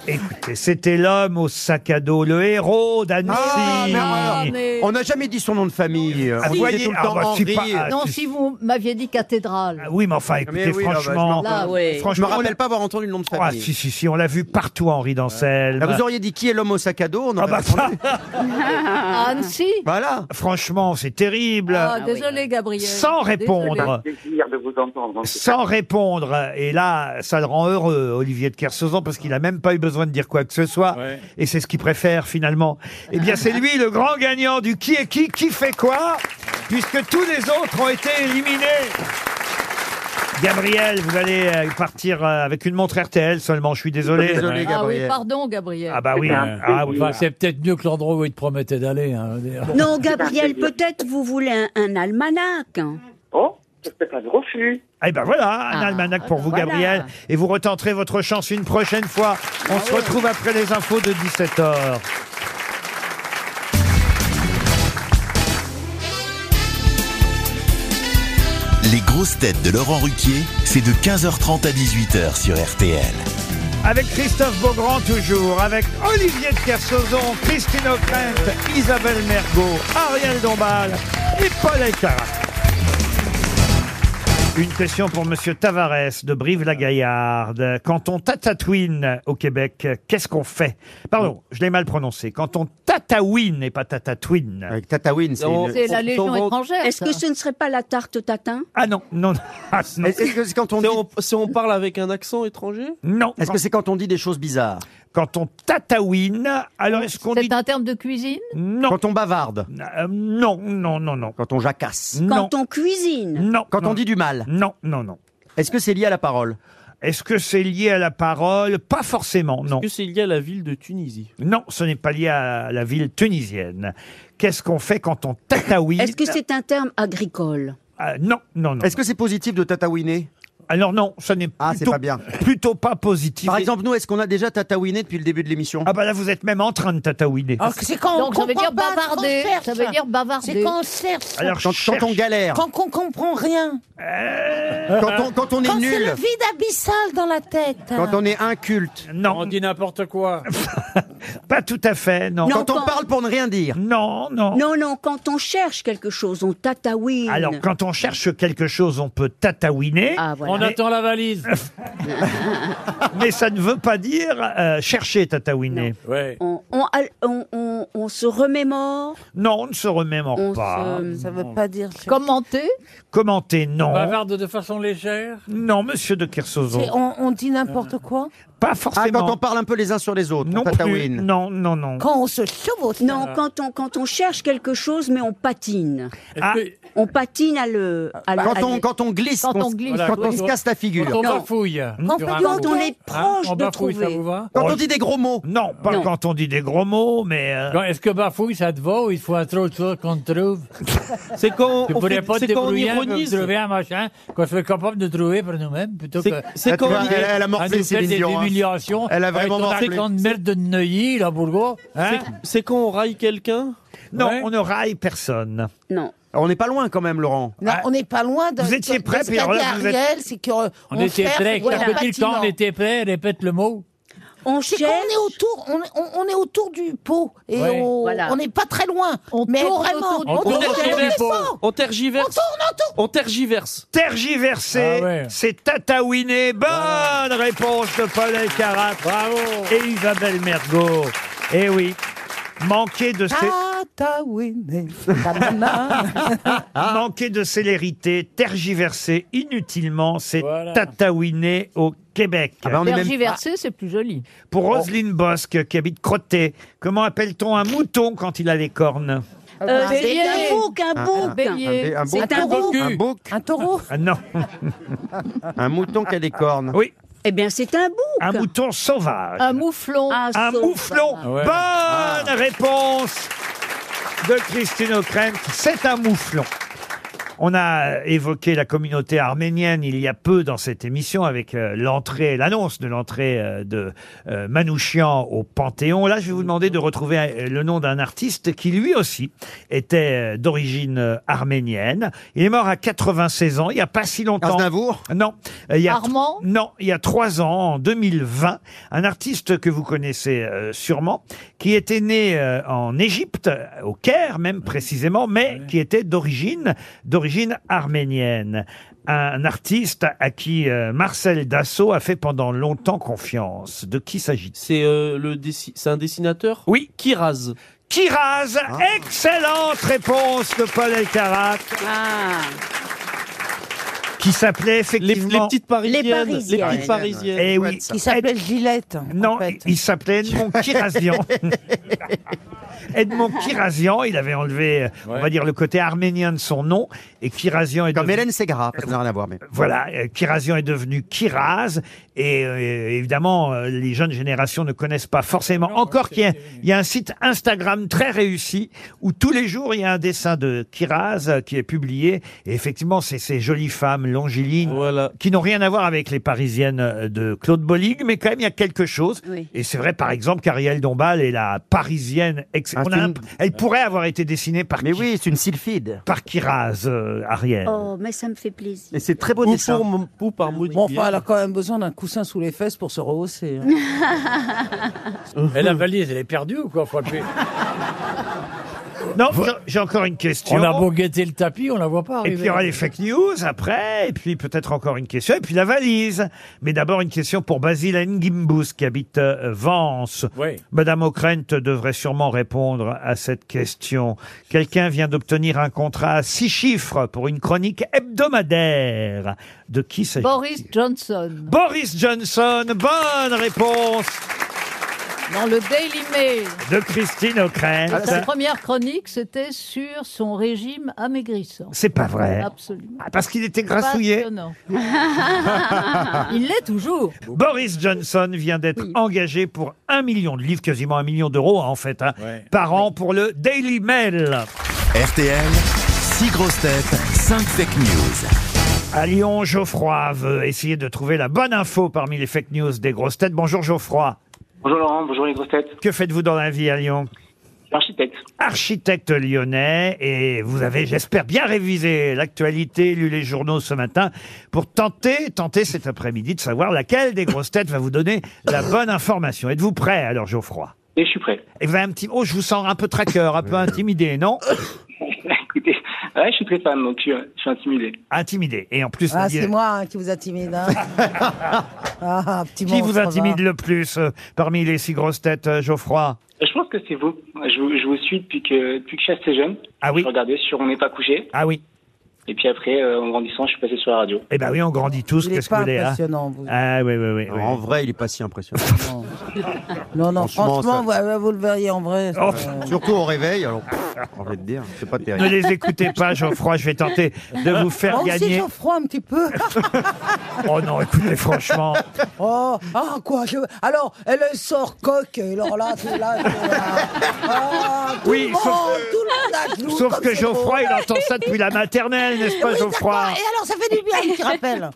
Speaker 2: Écoutez, c'était l'homme au sac à dos, le héros d'Annecy.
Speaker 3: Ah, mais alors,
Speaker 7: mais-
Speaker 3: On n'a jamais dit son nom de famille.
Speaker 2: Ah,
Speaker 3: On
Speaker 2: vous
Speaker 3: disait tout
Speaker 2: voyez,
Speaker 3: le
Speaker 2: ah,
Speaker 3: temps
Speaker 2: bah, je suis
Speaker 3: Henri.
Speaker 2: pas-
Speaker 7: Non,
Speaker 2: tu-
Speaker 7: si vous m'aviez dit cathédrale.
Speaker 2: Ah Oui, mais enfin,
Speaker 3: Mais
Speaker 2: écoutez,
Speaker 3: oui, non, bah, je
Speaker 2: franchement.
Speaker 3: m'en-
Speaker 7: Là, oui.
Speaker 3: Je me
Speaker 2: franchement,
Speaker 3: rappelle pas avoir entendu le nom de
Speaker 2: Ah,
Speaker 3: famille.
Speaker 2: si, si, si, on l'a vu partout, Henri d'Anselme.
Speaker 3: Là, vous auriez dit qui est l'homme au sac à dos On
Speaker 2: Ah,
Speaker 3: aurait
Speaker 2: bah,
Speaker 3: entendu.
Speaker 7: À Annecy
Speaker 3: Voilà.
Speaker 2: Franchement, c'est terrible.
Speaker 7: Ah, désolé, Ah Gabriel.
Speaker 2: Sans répondre.
Speaker 13: Plaisir de vous entendre.
Speaker 2: Sans répondre. Et là, ça le rend heureux, Olivier de Kersauzon, parce qu'il n'a même pas eu besoin de dire quoi que ce soit.
Speaker 16: Ouais.
Speaker 2: Et c'est ce qu'il préfère, finalement. Eh bien, c'est lui, le grand gagnant du qui est qui, qui fait quoi, puisque tous les autres ont été éliminés. Gabriel, vous allez euh, partir euh, avec une montre RTL seulement, je suis désolé.
Speaker 3: Désolé,
Speaker 7: Ah oui,
Speaker 3: Gabriel.
Speaker 7: pardon, Gabriel.
Speaker 2: Ah bah oui, ah oui.
Speaker 5: Enfin, c'est peut-être mieux que l'endroit où il te promettait d'aller. hein, je veux dire.
Speaker 9: Non, Gabriel, peut-être vous voulez un, un almanach. hein.
Speaker 13: Oh, c'est un refus.
Speaker 2: Eh ben voilà, un
Speaker 9: Ah,
Speaker 2: almanach
Speaker 7: ben
Speaker 2: pour vous,
Speaker 9: voilà.
Speaker 2: Gabriel. Et vous retenterez votre chance une prochaine fois.
Speaker 7: Ah
Speaker 2: On se retrouve après les infos de 17h.
Speaker 1: Les grosses têtes de Laurent Ruquier, c'est de 15h30 à 18h sur RTL.
Speaker 2: Avec Christophe Beaugrand toujours, avec Olivier de Kersauzon, Christine O'Krent, Isabelle Mergot, Ariel Dombal et Paul Aycara. Une question pour Monsieur Tavares de Brive-la-Gaillarde. Quand on tatatouine au Québec, qu'est-ce qu'on fait Pardon, je l'ai mal prononcé. Quand on tataouine et pas tatatouine.
Speaker 3: Tatawin,
Speaker 9: C'est la Légion étrangère. Est-ce que
Speaker 2: ça.
Speaker 9: ce ne serait pas la tarte au tatin
Speaker 2: Ah non, non,
Speaker 3: Est-ce que c'est quand on,
Speaker 6: parle avec un accent étranger
Speaker 2: Non.
Speaker 3: Est-ce que c'est quand on dit des choses bizarres
Speaker 2: Quand on tataouine, alors est-ce qu'on
Speaker 7: C'est un terme de cuisine
Speaker 2: Non. Euh,
Speaker 3: Quand on bavarde
Speaker 2: Non, non, non, non.
Speaker 3: Quand on jacasse
Speaker 9: Quand on cuisine
Speaker 2: Non.
Speaker 3: Quand
Speaker 2: non.
Speaker 3: on dit du mal
Speaker 2: Non, non, non.
Speaker 3: Est-ce que c'est lié à la parole
Speaker 2: Est-ce que c'est lié à la parole Pas forcément, non.
Speaker 6: Est-ce que c'est lié à la ville de Tunisie
Speaker 2: Non, ce n'est pas lié à la ville tunisienne. Qu'est-ce qu'on fait quand on tataouine
Speaker 9: Est-ce que c'est un terme agricole
Speaker 2: Ah, non, non, non.
Speaker 3: Est-ce que c'est positif de tatawiner
Speaker 2: Alors non, ça n'est
Speaker 3: ah, c'est
Speaker 2: plutôt-
Speaker 3: pas bien.
Speaker 2: Plutôt pas positif.
Speaker 3: Par exemple, nous, est-ce qu'on a déjà tatawiner depuis le début de l'émission Ah,
Speaker 2: Ah bah là, vous êtes même en train de tatouiner.
Speaker 8: C'est quand
Speaker 7: Donc,
Speaker 8: on
Speaker 7: ça veut
Speaker 8: comprend
Speaker 7: dire
Speaker 8: pas, quand on
Speaker 7: bavarder.
Speaker 8: cherche.
Speaker 7: Ça veut dire bavarder.
Speaker 8: C'est quand on cherche.
Speaker 2: Alors, Quand- je quand cherche. on galère.
Speaker 8: Quand on comprend rien.
Speaker 3: Quand on, quand on est
Speaker 8: c'est
Speaker 3: nul
Speaker 8: le vide abyssal dans la tête.
Speaker 3: Quand on est inculte
Speaker 2: Non.
Speaker 5: On dit n'importe quoi.
Speaker 2: Pas tout à fait, non.
Speaker 3: Quand on parle pour ne rien dire
Speaker 2: Non, non.
Speaker 9: Non, non, quand on cherche quelque chose, on tataouine.
Speaker 2: Alors, quand on cherche quelque chose, on peut tataouiner.
Speaker 9: Ah, voilà.
Speaker 5: On attend la valise.
Speaker 2: Mais ça ne veut pas dire euh, chercher tatouiner.
Speaker 5: ouais.
Speaker 9: on, on- on- on- on se remémore.
Speaker 2: Non, on ne se remémore
Speaker 9: On
Speaker 2: pas.
Speaker 9: se-
Speaker 8: Ça veut pas dire.
Speaker 7: Commenter
Speaker 2: Commenter, non.
Speaker 5: Bavarde de façon légère.
Speaker 2: Non, monsieur de Kersauzon.
Speaker 8: C'est- On, on dit n'importe quoi.
Speaker 2: Pas
Speaker 3: Ah,
Speaker 2: forcément.
Speaker 3: quand on parle un peu les uns sur les autres
Speaker 2: non,
Speaker 3: on
Speaker 2: plus.
Speaker 3: tatawine
Speaker 2: non, non, non.
Speaker 8: Quand on se chevauche.
Speaker 9: Non, quand on, quand on cherche quelque chose, mais on patine.
Speaker 2: Ah,
Speaker 9: On patine à le. à le- à
Speaker 3: Quand
Speaker 9: le-
Speaker 3: on, quand on glisse,
Speaker 7: Quand
Speaker 3: qu'on
Speaker 7: on
Speaker 3: se-
Speaker 7: glisse.
Speaker 3: quand on
Speaker 5: oui.
Speaker 3: se casse la figure
Speaker 5: Quand on
Speaker 9: Non.
Speaker 5: bafouille.
Speaker 9: Quand
Speaker 5: sur
Speaker 9: on-
Speaker 5: un
Speaker 9: quand
Speaker 5: mot.
Speaker 9: on est proche
Speaker 5: on
Speaker 9: de
Speaker 5: bafouille, ça
Speaker 9: trouver.
Speaker 5: vous va
Speaker 3: Quand on dit des gros mots
Speaker 2: Oh, non, pas
Speaker 9: Non.
Speaker 2: quand on dit des gros mots, mais. euh,
Speaker 5: Quand- Est-ce que bafouille, ça te va ou il faut un trop de choses qu'on te trouve
Speaker 6: C'est quand
Speaker 5: Tu
Speaker 6: on,
Speaker 5: pourrais
Speaker 6: fait-
Speaker 5: pas te
Speaker 6: c'est quand on
Speaker 5: débrouiller pour
Speaker 6: ironise.
Speaker 5: trouver un machin qu'on soit capable de trouver par nous-mêmes plutôt
Speaker 6: C'est-
Speaker 5: que...
Speaker 6: C'est quand on
Speaker 3: Elle- elle- elle a
Speaker 5: à
Speaker 3: morflé,
Speaker 5: nous faire
Speaker 3: Céline
Speaker 5: des
Speaker 3: Dion, hein.
Speaker 5: humiliations.
Speaker 3: Elle a vraiment
Speaker 5: avec ton
Speaker 3: morflé.
Speaker 5: accent de merde de Neuilly, la Bourgogne. Hein
Speaker 6: c'est- C'est quand on raille quelqu'un
Speaker 2: Non,
Speaker 5: Ouais.
Speaker 2: on ne raille personne.
Speaker 9: Non.
Speaker 3: On n'est pas loin quand même, Laurent
Speaker 8: Non,
Speaker 2: Ah.
Speaker 8: on n'est pas loin de.
Speaker 2: Vous étiez
Speaker 8: de-
Speaker 2: prêt,
Speaker 8: de ce
Speaker 2: puis alors
Speaker 8: qu'a
Speaker 2: là,
Speaker 8: dit
Speaker 2: vous êtes-
Speaker 8: Ariel, c'est que euh,
Speaker 5: On, était
Speaker 8: cherche,
Speaker 5: prêts.
Speaker 8: voilà,
Speaker 5: Chaque petit
Speaker 8: patinant.
Speaker 5: quand on était prêts, répète le mot.
Speaker 9: On
Speaker 8: C'est qu'on
Speaker 9: cherche.
Speaker 8: est autour, on, est- on- on est autour du pot et
Speaker 5: Ouais.
Speaker 8: on
Speaker 9: Voilà.
Speaker 8: on n'est pas très loin.
Speaker 7: On
Speaker 8: mais
Speaker 7: tourne
Speaker 8: vraiment,
Speaker 7: autour du
Speaker 8: on
Speaker 7: pot.
Speaker 8: tourne
Speaker 7: On
Speaker 8: autour
Speaker 6: tourne
Speaker 8: du
Speaker 6: autour
Speaker 8: pot.
Speaker 6: On
Speaker 8: On
Speaker 6: tergiverse.
Speaker 8: tourne autour.
Speaker 6: On tergiverse.
Speaker 2: Tergiverser,
Speaker 5: Ah ouais.
Speaker 2: c'est tatouiner. Bonne
Speaker 8: Ah
Speaker 2: réponse de Paul Elkarat. Bravo. Et Isabelle Mergot. Eh oui. Manquer de, cé-
Speaker 8: Ah, Tataouiné, banana.
Speaker 2: manquer de célérité, tergiverser inutilement, c'est
Speaker 5: Voilà.
Speaker 2: tatouiner au Québec. Ah.
Speaker 3: Ah bah, on est même-
Speaker 7: Tergiverser, c'est plus joli.
Speaker 2: Pour Roselyne Bosque, qui habite Crotté, comment appelle-t-on un mouton quand il a les cornes
Speaker 3: Ah,
Speaker 9: Euh, c'est
Speaker 7: bélier.
Speaker 9: un bouc, un
Speaker 3: Un-
Speaker 9: bouc.
Speaker 3: Ah, un
Speaker 7: Bélier.
Speaker 3: un, bouc,
Speaker 9: C'est un bouc.
Speaker 3: un bouc,
Speaker 8: Un taureau.
Speaker 2: Ah Non.
Speaker 3: un mouton qui a des cornes.
Speaker 2: Oui,
Speaker 9: Eh bien, c'est un bouc.
Speaker 2: un mouton sauvage.
Speaker 7: Un mouflon.
Speaker 2: Un
Speaker 9: sauf-
Speaker 2: mouflon.
Speaker 5: Ouais.
Speaker 2: Bonne réponse de Christine O'Krent. C'est un mouflon. On a évoqué la communauté arménienne il y a peu dans cette émission avec euh, l'entrée, l'annonce de l'entrée euh, de euh, Manouchian au Panthéon. Là, je vais vous demander de retrouver euh, le nom d'un artiste qui lui aussi était euh, d'origine euh, arménienne. Il est mort à 96 ans, il n'y a pas si longtemps.
Speaker 3: Aznavour
Speaker 2: Non, euh, il y a
Speaker 7: Armand
Speaker 2: Non, il y a trois ans, en 2020, un artiste que vous connaissez euh, sûrement, qui était né euh, en Égypte, euh, au Caire même précisément, mais qui était d'origine d'origine arménienne. Un artiste à qui euh, Marcel Dassault a fait pendant longtemps confiance. De qui s'agit-il
Speaker 6: C'est euh, le dessi- c'est un dessinateur Ah.
Speaker 2: Oui.
Speaker 6: Qui rase
Speaker 2: Kiraz, excellente réponse de Paul Elkarat,
Speaker 9: Ah.
Speaker 2: qui s'appelait
Speaker 6: les,
Speaker 2: effectivement...
Speaker 6: les petites parisiennes.
Speaker 9: Les Parisiennes.
Speaker 6: petites parisiennes.
Speaker 2: Eh oui,
Speaker 8: Qui s'appelle Gillette. en
Speaker 2: Non,
Speaker 8: fait.
Speaker 2: il il s'appelait Edmond Kirazian. Edmond Kirazian, il avait enlevé, euh, on va dire, le côté arménien de son nom. Et Kirazian est
Speaker 3: Comme
Speaker 2: devenu...
Speaker 3: Hélène Segara, parce qu'on n'a rien à voir. Mais...
Speaker 2: Voilà, euh, Kirazian est devenu Kiraz. Et euh, évidemment, euh, les jeunes générations ne connaissent pas forcément. Encore qu'il y a- il y, a un site Instagram très réussi où tous les jours, il y a un dessin de Kiraz euh, qui est publié. Et effectivement, c'est ces jolies femmes longiligne, qui n'ont rien à voir avec les parisiennes euh, de Claude Bolling, mais quand même, il y a quelque chose.
Speaker 9: Oui.
Speaker 2: Et c'est vrai, par exemple, qu'Ariel Dombal est la parisienne. ex- on a
Speaker 3: Ah, c'est
Speaker 2: un-
Speaker 3: une-
Speaker 2: Elle pourrait avoir été dessinée par. Mais oui,
Speaker 3: c'est une sylphide.
Speaker 2: Par Kiraz, euh, Ariel.
Speaker 9: Oh, mais ça me fait plaisir.
Speaker 3: Et c'est très
Speaker 2: beau dessin.
Speaker 6: par
Speaker 8: Bon, enfin, elle a quand même besoin d'un coussin sous les fesses pour se rehausser. hein.
Speaker 3: Euh,
Speaker 5: Et la valise, elle est perdue ou quoi Faut appuyer.
Speaker 2: Non, j'ai- j'ai encore une question.
Speaker 5: On a beau guetter le tapis, on la voit
Speaker 2: Et
Speaker 5: pas arriver.
Speaker 2: puis il y aura les fake news après, et puis peut-être encore une question, et puis la valise. Mais d'abord une question pour Basile Nguimbous qui habite euh, Vence.
Speaker 5: Oui.
Speaker 2: Madame O'Krent devrait sûrement répondre à cette question. Quelqu'un vient d'obtenir un contrat à six chiffres pour une chronique hebdomadaire. De qui s'agit
Speaker 7: Boris Johnson.
Speaker 2: Boris Johnson, bonne réponse
Speaker 7: Dans le Daily Mail.
Speaker 2: de Christine O'Krent.
Speaker 7: Sa Ah, première chronique, c'était sur son régime amaigrissant.
Speaker 2: C'est pas vrai.
Speaker 7: Absolument.
Speaker 2: Ah, Parce qu'il était grassouillé.
Speaker 7: Passionnant. Il l'est toujours.
Speaker 2: Boris Johnson vient d'être engagé pour un million de livres, quasiment un million d'euros hein, en fait, hein, par an pour le Daily Mail.
Speaker 1: RTL, 6 grosses têtes, 5 fake news.
Speaker 2: À Lyon, Geoffroy veut essayer de trouver la bonne info parmi les fake news des grosses têtes. Bonjour Geoffroy.
Speaker 13: Bonjour Laurent, bonjour les grosses têtes.
Speaker 2: Que faites-vous dans la vie à Lyon
Speaker 13: Architecte.
Speaker 2: Architecte lyonnais, et vous avez, j'espère, bien révisé l'actualité, lu les journaux ce matin, pour tenter, tenter cet après-midi de savoir laquelle des grosses têtes va vous donner la bonne information. Êtes-vous prêt alors, Geoffroy
Speaker 13: Et je suis prêt.
Speaker 2: Et vous avez un petit, oh, je vous sens un peu traqueur, un peu intimidé, non
Speaker 13: Écoutez, ouais, je suis très fan, donc je suis, je suis intimidé.
Speaker 2: Intimidé. Et en plus,
Speaker 8: Ah,
Speaker 2: vous
Speaker 8: c'est
Speaker 2: dites-
Speaker 8: moi hein, qui vous intimide. hein. Ah, petit
Speaker 2: qui vous
Speaker 8: monstre,
Speaker 2: intimide
Speaker 8: va.
Speaker 2: le plus euh, parmi les six grosses têtes, euh, Geoffroy
Speaker 13: Je pense que c'est vous. Je, vous- je vous suis depuis que, depuis que je suis assez jeune.
Speaker 2: Ah oui.
Speaker 13: Je regardais sur On n'est pas couché.
Speaker 2: Ah oui.
Speaker 13: Et puis après, euh, en grandissant, je suis passé sur la radio.
Speaker 2: Eh ben oui, on grandit tous.
Speaker 13: Il est
Speaker 2: Qu'est-ce que
Speaker 13: pas
Speaker 2: vous voulez hein
Speaker 13: impressionnant,
Speaker 2: Ah oui, oui, oui. oui.
Speaker 3: En vrai, il est pas si impressionnant.
Speaker 8: Non, non,
Speaker 3: Franchement,
Speaker 8: franchement, euh, vous, vous le verriez en vrai. ça-
Speaker 3: Surtout au réveil, alors, on va te dire, c'est pas terrible.
Speaker 2: Oh. Ne les écoutez pas, Geoffroy. Je vais tenter de vous faire
Speaker 8: Euh, Moi aussi,
Speaker 2: gagner.
Speaker 8: j'en froid un petit peu.
Speaker 2: Oh non, écoutez, franchement.
Speaker 8: Oh, ah quoi je- Alors, elle elle sort coque, et alors là, tout là, tout là. Ah, tout
Speaker 2: Oui,
Speaker 8: le monde,
Speaker 2: sauf-
Speaker 8: tout le monde à genoux,
Speaker 2: Sauf
Speaker 8: comme
Speaker 2: que
Speaker 8: c'est beau.
Speaker 2: Geoffroy, il entend ça depuis la maternelle, n'est-ce pas,
Speaker 8: Oui,
Speaker 2: Geoffroy
Speaker 8: d'accord. Et alors, ça fait du bien, qui rappelle.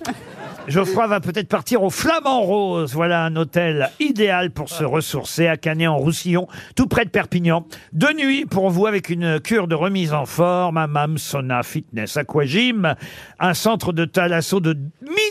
Speaker 2: Geoffroy va peut-être partir au Flamand Rose. Voilà un hôtel idéal pour se ressourcer à Canet-en-Roussillon, tout près de Perpignan. Deux nuits pour vous avec une cure de remise en forme, un Mamsona Fitness Aquagym, un centre de thalasso de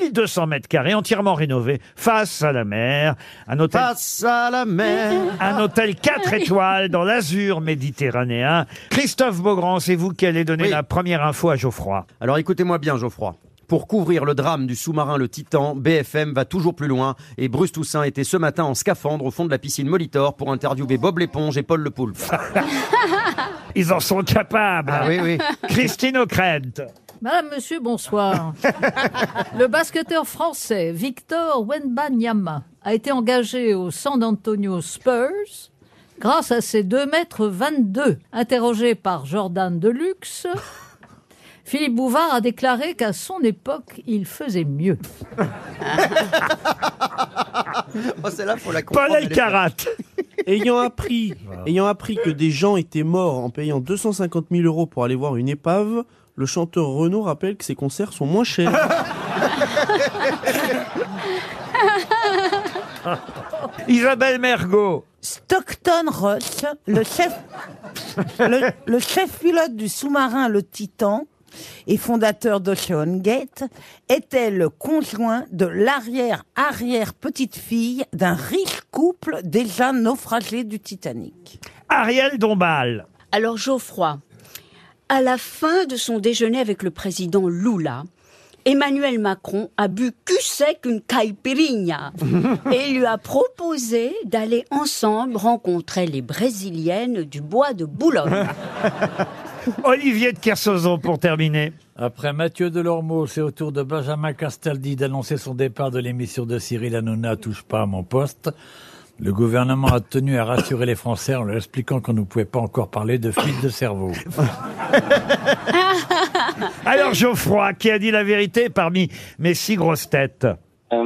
Speaker 2: 1200 mètres carrés entièrement rénové face à la mer. Un hôtel... Face à la mer Un hôtel 4 étoiles dans l'azur méditerranéen. Christophe Beaugrand, c'est vous qui allez donner la première info à Geoffroy.
Speaker 3: Alors écoutez-moi bien, Geoffroy. Pour couvrir le drame du sous-marin Le Titan, BFM va toujours plus loin et Bruce Toussaint était ce matin en scaphandre au fond de la piscine Molitor pour interviewer Bob l'éponge et Paul le poulpe.
Speaker 2: Ils en sont capables.
Speaker 3: Ah oui, oui.
Speaker 2: Christine O'Krent.
Speaker 7: Madame, monsieur, bonsoir. Le basketteur français Victor Wenbanyama a été engagé au San Antonio Spurs grâce à ses 2 mètres 22. Interrogé par Jordan Deluxe, Philippe Bouvard a déclaré qu'à son époque, il faisait mieux.
Speaker 3: Oh, celle-là, faut la
Speaker 2: comprendre.
Speaker 3: elle est-
Speaker 6: ayant appris, ayant appris que des gens étaient morts en payant 250 000 euros pour aller voir une épave, le chanteur Renaud rappelle que ses concerts sont moins chers.
Speaker 2: Isabelle Mergot.
Speaker 8: Stockton Rush, le chef, le, le chef pilote du sous-marin Le Titan et fondateur d'Ocean Gate, était le conjoint de l'arrière-arrière-petite-fille d'un riche couple déjà naufragé du Titanic.
Speaker 2: Ariel Dombal.
Speaker 9: Alors Geoffroy, à la fin de son déjeuner avec le président Lula, Emmanuel Macron a bu cul sec une caipirinha et lui a proposé d'aller ensemble rencontrer les brésiliennes du bois de Boulogne.
Speaker 2: Olivier de Kersozo pour terminer.
Speaker 5: Après Mathieu Delormeau, c'est au tour de Benjamin Castaldi d'annoncer son départ de l'émission de Cyril Hanouna Touche pas à mon poste. Le gouvernement a tenu à rassurer les Français en leur expliquant qu'on ne pouvait pas encore parler de fuite de cerveau.
Speaker 2: Alors Geoffroy, qui a dit la vérité parmi mes six grosses têtes
Speaker 13: Euh,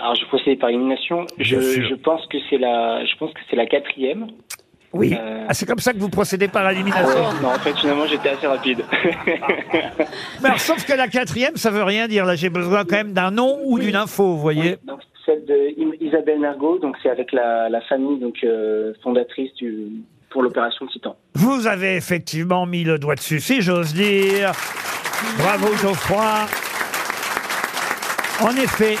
Speaker 13: alors je procède par élimination. Je,
Speaker 2: Bien sûr.
Speaker 13: je pense que c'est la, je pense que c'est la quatrième.
Speaker 2: Oui.
Speaker 13: Euh,
Speaker 2: Ah, c'est comme ça que vous procédez par élimination.
Speaker 17: Ah
Speaker 13: Non, en fait, finalement, j'étais assez rapide.
Speaker 2: Mais alors, sauf que la quatrième, ça veut rien dire. Là, j'ai besoin quand même d'un nom ou d'une info, vous voyez.
Speaker 16: Donc, celle de I- Isabelle Nargot, donc c'est avec la, la famille donc euh, fondatrice du pour l'opération Titan.
Speaker 2: Vous avez effectivement mis le doigt dessus, si j'ose dire. Bravo Geoffroy. En effet,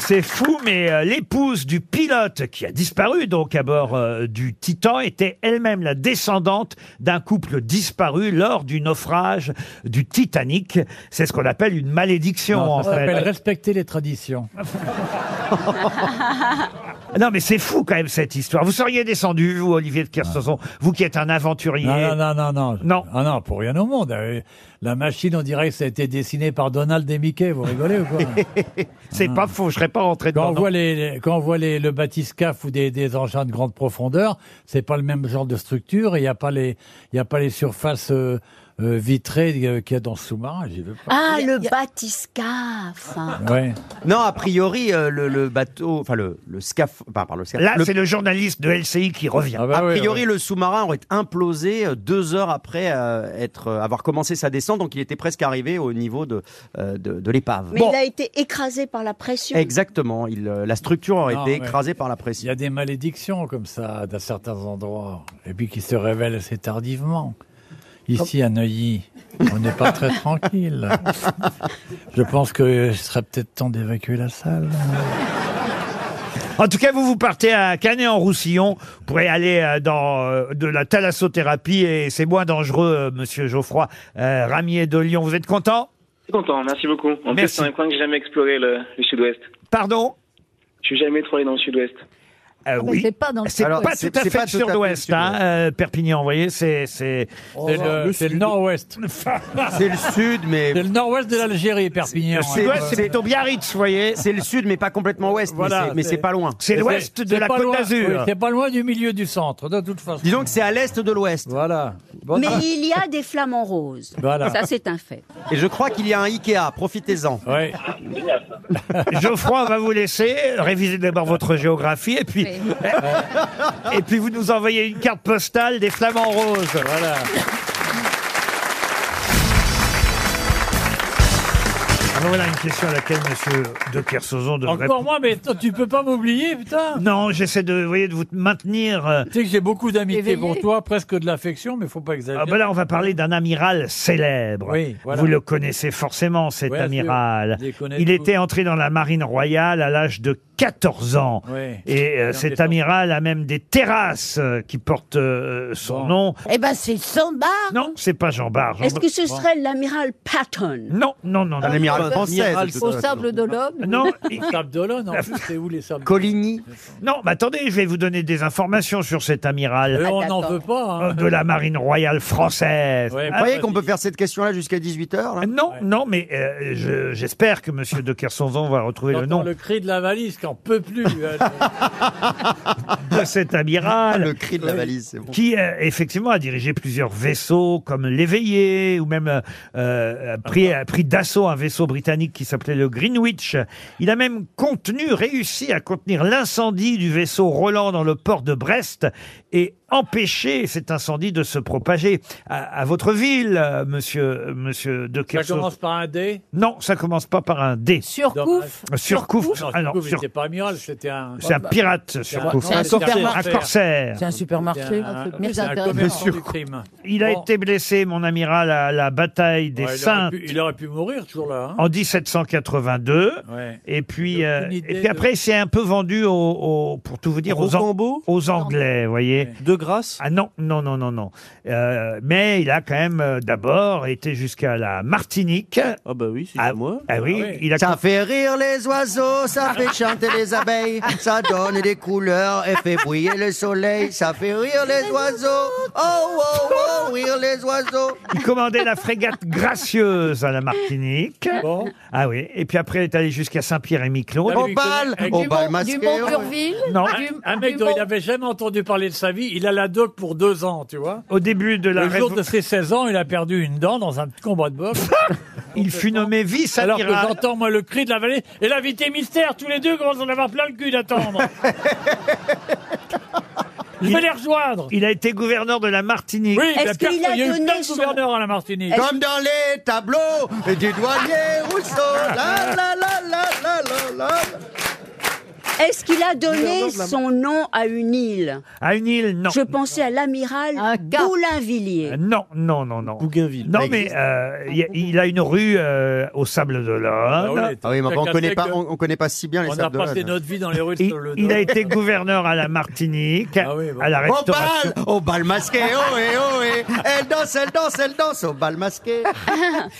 Speaker 2: c'est fou, mais euh, l'épouse du pilote qui a disparu donc à bord euh, du Titan était elle-même la descendante d'un couple disparu lors du naufrage du Titanic. C'est ce qu'on appelle une malédiction
Speaker 5: Non,
Speaker 2: en
Speaker 5: ça s'appelle
Speaker 2: fait.
Speaker 5: respecter les traditions.
Speaker 2: Non, mais c'est fou quand même cette histoire. Vous seriez descendu, vous, Olivier de Kersoson, vous qui êtes un aventurier.
Speaker 5: Non, non, non, non, non. Non. Ah non, pour rien au monde. Euh, La machine, on dirait que ça a été dessiné par Donald et Mickey. Vous rigolez ou quoi
Speaker 2: C'est pas faux, je serais pas rentré
Speaker 5: quand
Speaker 2: dedans,
Speaker 5: on
Speaker 2: non.
Speaker 5: voit les, les- Quand on voit les, le bathyscaphe ou des, des engins de grande profondeur, c'est pas le même genre de structure. et Il n'y a, pas les- il y a pas les surfaces euh, euh, vitrées euh, qu'il y a dans ce sous-marin. J'y vais pas.
Speaker 9: Ah, le bathyscaphe.
Speaker 5: Ouais.
Speaker 3: Non, a priori, euh, le, le bateau, enfin le, le scaf, pas, par le scaf-
Speaker 2: Là, c'est le journaliste de LCI qui revient.
Speaker 5: Ah bah
Speaker 3: a priori, le sous-marin aurait implosé euh, deux heures après euh, être, euh, avoir commencé sa descente, donc il était presque arrivé au niveau de, euh, de, de l'épave.
Speaker 9: Mais il a été écrasé par la pression.
Speaker 3: Exactement, il, euh, la structure aurait
Speaker 5: Non,
Speaker 3: été
Speaker 5: mais-
Speaker 3: écrasée par la pression.
Speaker 5: Il y a des malédictions comme ça, dans certains endroits, et puis qui se révèlent assez tardivement. Ici, à Neuilly, on n'est pas très tranquille. Je pense que ce serait peut-être temps d'évacuer la salle.
Speaker 2: En tout cas, vous vous partez à Canet-en-Roussillon. Vous pourrez aller euh, dans euh, de la thalassothérapie et c'est moins dangereux, euh, monsieur Geoffroy euh, Ramier de Lyon. Vous êtes content
Speaker 16: Je suis content, merci beaucoup.
Speaker 2: Merci.
Speaker 16: En plus, c'est un coin que j'ai jamais exploré, le, le sud-ouest.
Speaker 2: Pardon
Speaker 16: Je suis jamais trop allé dans le sud-ouest.
Speaker 17: Ah,
Speaker 2: Euh,
Speaker 16: mais
Speaker 2: oui.
Speaker 16: c'est pas dans le
Speaker 2: C'est
Speaker 16: sud-ouest.
Speaker 2: pas
Speaker 16: C'est-
Speaker 2: tout à
Speaker 16: c'est
Speaker 2: fait
Speaker 16: pas
Speaker 2: le
Speaker 16: tout à fait le
Speaker 2: sud-ouest, hein, euh, Perpignan. Vous voyez, c'est c'est
Speaker 5: C'est le, c'est le nord-ouest.
Speaker 3: C'est le sud, mais.
Speaker 5: C'est le nord-ouest de l'algérie, Perpignan.
Speaker 3: C'est-
Speaker 5: hein.
Speaker 3: c'est plutôt
Speaker 2: Biarritz, vous voyez.
Speaker 3: euh, C'est le sud, mais pas complètement ouest, mais
Speaker 5: Voilà,
Speaker 3: c'est- mais c'est pas loin.
Speaker 5: C'est c'est pas loin, oui, c'est pas loin du milieu du centre, de toute façon.
Speaker 3: Disons que c'est à l'est de l'ouest.
Speaker 5: Voilà.
Speaker 9: Mais il y a des flamants roses.
Speaker 3: Voilà.
Speaker 9: Ça, c'est un fait.
Speaker 3: Et je crois qu'il y a un Ikea, profitez-en.
Speaker 5: Ouais.
Speaker 2: Geoffroy on va vous laisser réviser d'abord votre géographie et puis et puis vous nous envoyez une carte postale des flamants roses. Voilà. Alors voilà une question à laquelle Monsieur de Kersauzon devrait
Speaker 5: Encore moi, mais toi, tu peux pas m'oublier, putain.
Speaker 2: Non, j'essaie de, vous voyez, de vous maintenir. euh,
Speaker 5: Tu sais que j'ai beaucoup d'amitié
Speaker 2: Éveillé.
Speaker 5: pour toi, presque de l'affection, mais faut pas exagérer.
Speaker 2: Ah ben là, on va parler d'un amiral célèbre.
Speaker 5: Oui, voilà.
Speaker 2: Vous le connaissez forcément, cet
Speaker 5: Ouais,
Speaker 2: amiral.
Speaker 5: je les connais
Speaker 2: Il
Speaker 5: tous.
Speaker 2: était entré dans la marine royale à l'âge de 14 ans.
Speaker 5: Ouais.
Speaker 2: Et euh,
Speaker 5: Bien
Speaker 2: cet
Speaker 5: défendu.
Speaker 2: amiral a même des terrasses euh, qui portent euh, son nom.
Speaker 8: Eh ben, c'est sans barre.
Speaker 2: Non, c'est pas Jean Barre.
Speaker 9: Est-ce que ce serait l'amiral Patton Euh,
Speaker 2: Non, non, non.
Speaker 3: Un amiral Un français, amiral de toute
Speaker 7: Au sable d'Olonne
Speaker 2: Non,
Speaker 5: Les sables d'Olonne, en plus, c'est où les sables
Speaker 3: Coligny.
Speaker 2: Non, mais attendez, je vais vous donner des informations sur cet amiral.
Speaker 5: Euh,
Speaker 3: Ah,
Speaker 5: on n'en veut pas.
Speaker 2: euh,
Speaker 5: hein.
Speaker 2: De la marine royale française.
Speaker 5: Ouais, bah,
Speaker 3: Vous voyez qu'on peut faire cette question-là jusqu'à 18h
Speaker 2: Non, non, mais euh, je- j'espère que Monsieur de Kersauzon va retrouver le
Speaker 5: J'entends
Speaker 2: nom
Speaker 5: le cri de la valise qu'on peut plus. euh,
Speaker 2: de cet amiral.
Speaker 3: Le cri de la valise, c'est bon.
Speaker 2: Qui, euh, effectivement, a dirigé plusieurs vaisseaux, comme l'Éveillé, ou même euh, euh, a pris, a pris d'assaut un vaisseau britannique qui s'appelait le Greenwich. Il a même contenu, réussi à contenir l'incendie du vaisseau Roland dans le port de Brest et empêcher cet incendie de se propager à, à votre ville, euh, monsieur, monsieur de
Speaker 5: Ça
Speaker 2: Kersauzon.
Speaker 5: commence par un D.
Speaker 2: Non, ça commence pas par un D.
Speaker 5: Surcouf
Speaker 2: Surcouf.
Speaker 5: Non,
Speaker 2: Ah non,
Speaker 5: Surcouf, il
Speaker 2: sur-
Speaker 5: n'était pas amiral, c'était un...
Speaker 2: C'est un pirate,
Speaker 5: bah, C'est un-
Speaker 2: Surcouf.
Speaker 5: c'est un corsaire.
Speaker 2: Un corsaire.
Speaker 8: C'est un supermarché.
Speaker 5: Un-
Speaker 8: Mais
Speaker 5: C'est un
Speaker 8: intéressant.
Speaker 5: commerçant du crime.
Speaker 2: Il a
Speaker 5: Bon.
Speaker 2: été blessé, mon amiral, à la bataille des
Speaker 5: Ouais, il, aurait
Speaker 2: Saintes
Speaker 5: pu, il aurait pu mourir, toujours là. hein.
Speaker 2: en 1782.
Speaker 5: Ouais.
Speaker 2: Et puis, euh, et
Speaker 5: idée
Speaker 2: puis
Speaker 5: de-
Speaker 2: après, il s'est un peu vendu, au, au- pour tout vous dire, aux, An-
Speaker 6: Rocambo
Speaker 2: aux Anglais, vous voyez.
Speaker 6: De grâce
Speaker 2: Ah non, non, non, non, non. Euh, mais il a quand même euh, d'abord été jusqu'à la Martinique.
Speaker 6: Ah bah oui, c'est
Speaker 2: ah,
Speaker 6: moi.
Speaker 2: Ah oui, il a...
Speaker 3: Ça fait rire les oiseaux, ça fait chanter les abeilles, ça donne des couleurs et fait briller le soleil, ça fait rire les oiseaux, oh oh oh, rire les oiseaux.
Speaker 2: Il commandait la frégate Gracieuse à la Martinique.
Speaker 5: Bon.
Speaker 2: Ah oui, et puis après, il est allé jusqu'à Saint-Pierre-et-Miquelon.
Speaker 5: Ah,
Speaker 3: Au
Speaker 5: mais
Speaker 3: bal,
Speaker 5: il connaît-
Speaker 3: au
Speaker 5: du
Speaker 3: bal
Speaker 5: Mont-
Speaker 3: masqué. hein.
Speaker 2: Non.
Speaker 5: Un, un mec
Speaker 2: du
Speaker 5: dont
Speaker 2: bon-
Speaker 5: il n'avait jamais entendu parler de sa vie, il a la doc pour deux ans, tu vois.
Speaker 2: Au début de la
Speaker 5: Le jour
Speaker 2: révo-
Speaker 5: de ses 16 ans, il a perdu une dent dans un petit combat de boxe.
Speaker 2: il fut nommé vice
Speaker 5: Alors que
Speaker 2: amiral.
Speaker 5: j'entends, moi, le cri de la vallée et l'invité mystère, tous les deux commencent à en avoir plein le cul d'attendre. Je vais les rejoindre.
Speaker 2: Il a été gouverneur de la Martinique.
Speaker 5: Oui, Est-ce bien qu'il sûr, a il y a eu donné plein de son- gouverneurs à la Martinique. Est-ce-
Speaker 3: Comme dans les tableaux du douanier Rousseau. La, la, la, la, la, la, la.
Speaker 9: Est-ce qu'il a donné
Speaker 2: Gouverneur de la-
Speaker 9: son nom à une île
Speaker 2: À une île, non. Euh,
Speaker 9: Je pensais à l'amiral Boulainvilliers.
Speaker 2: Non, non, non, non. Bougainville. Non, mais euh, il y a- il a une rue euh, au Sable de
Speaker 3: Ah
Speaker 2: l'Olonne.
Speaker 3: oui, mais on connaît pas, on, on connaît pas si bien les
Speaker 2: On a
Speaker 3: sables
Speaker 2: passé
Speaker 3: d'Olonne.
Speaker 2: notre vie dans les rues de Il- Il a été gouverneur à la Martinique,
Speaker 5: Ah
Speaker 2: à la
Speaker 3: Au
Speaker 2: restauration.
Speaker 3: bal, au bal masqué, oh et oh et. Elle danse, elle danse, elle danse au bal masqué.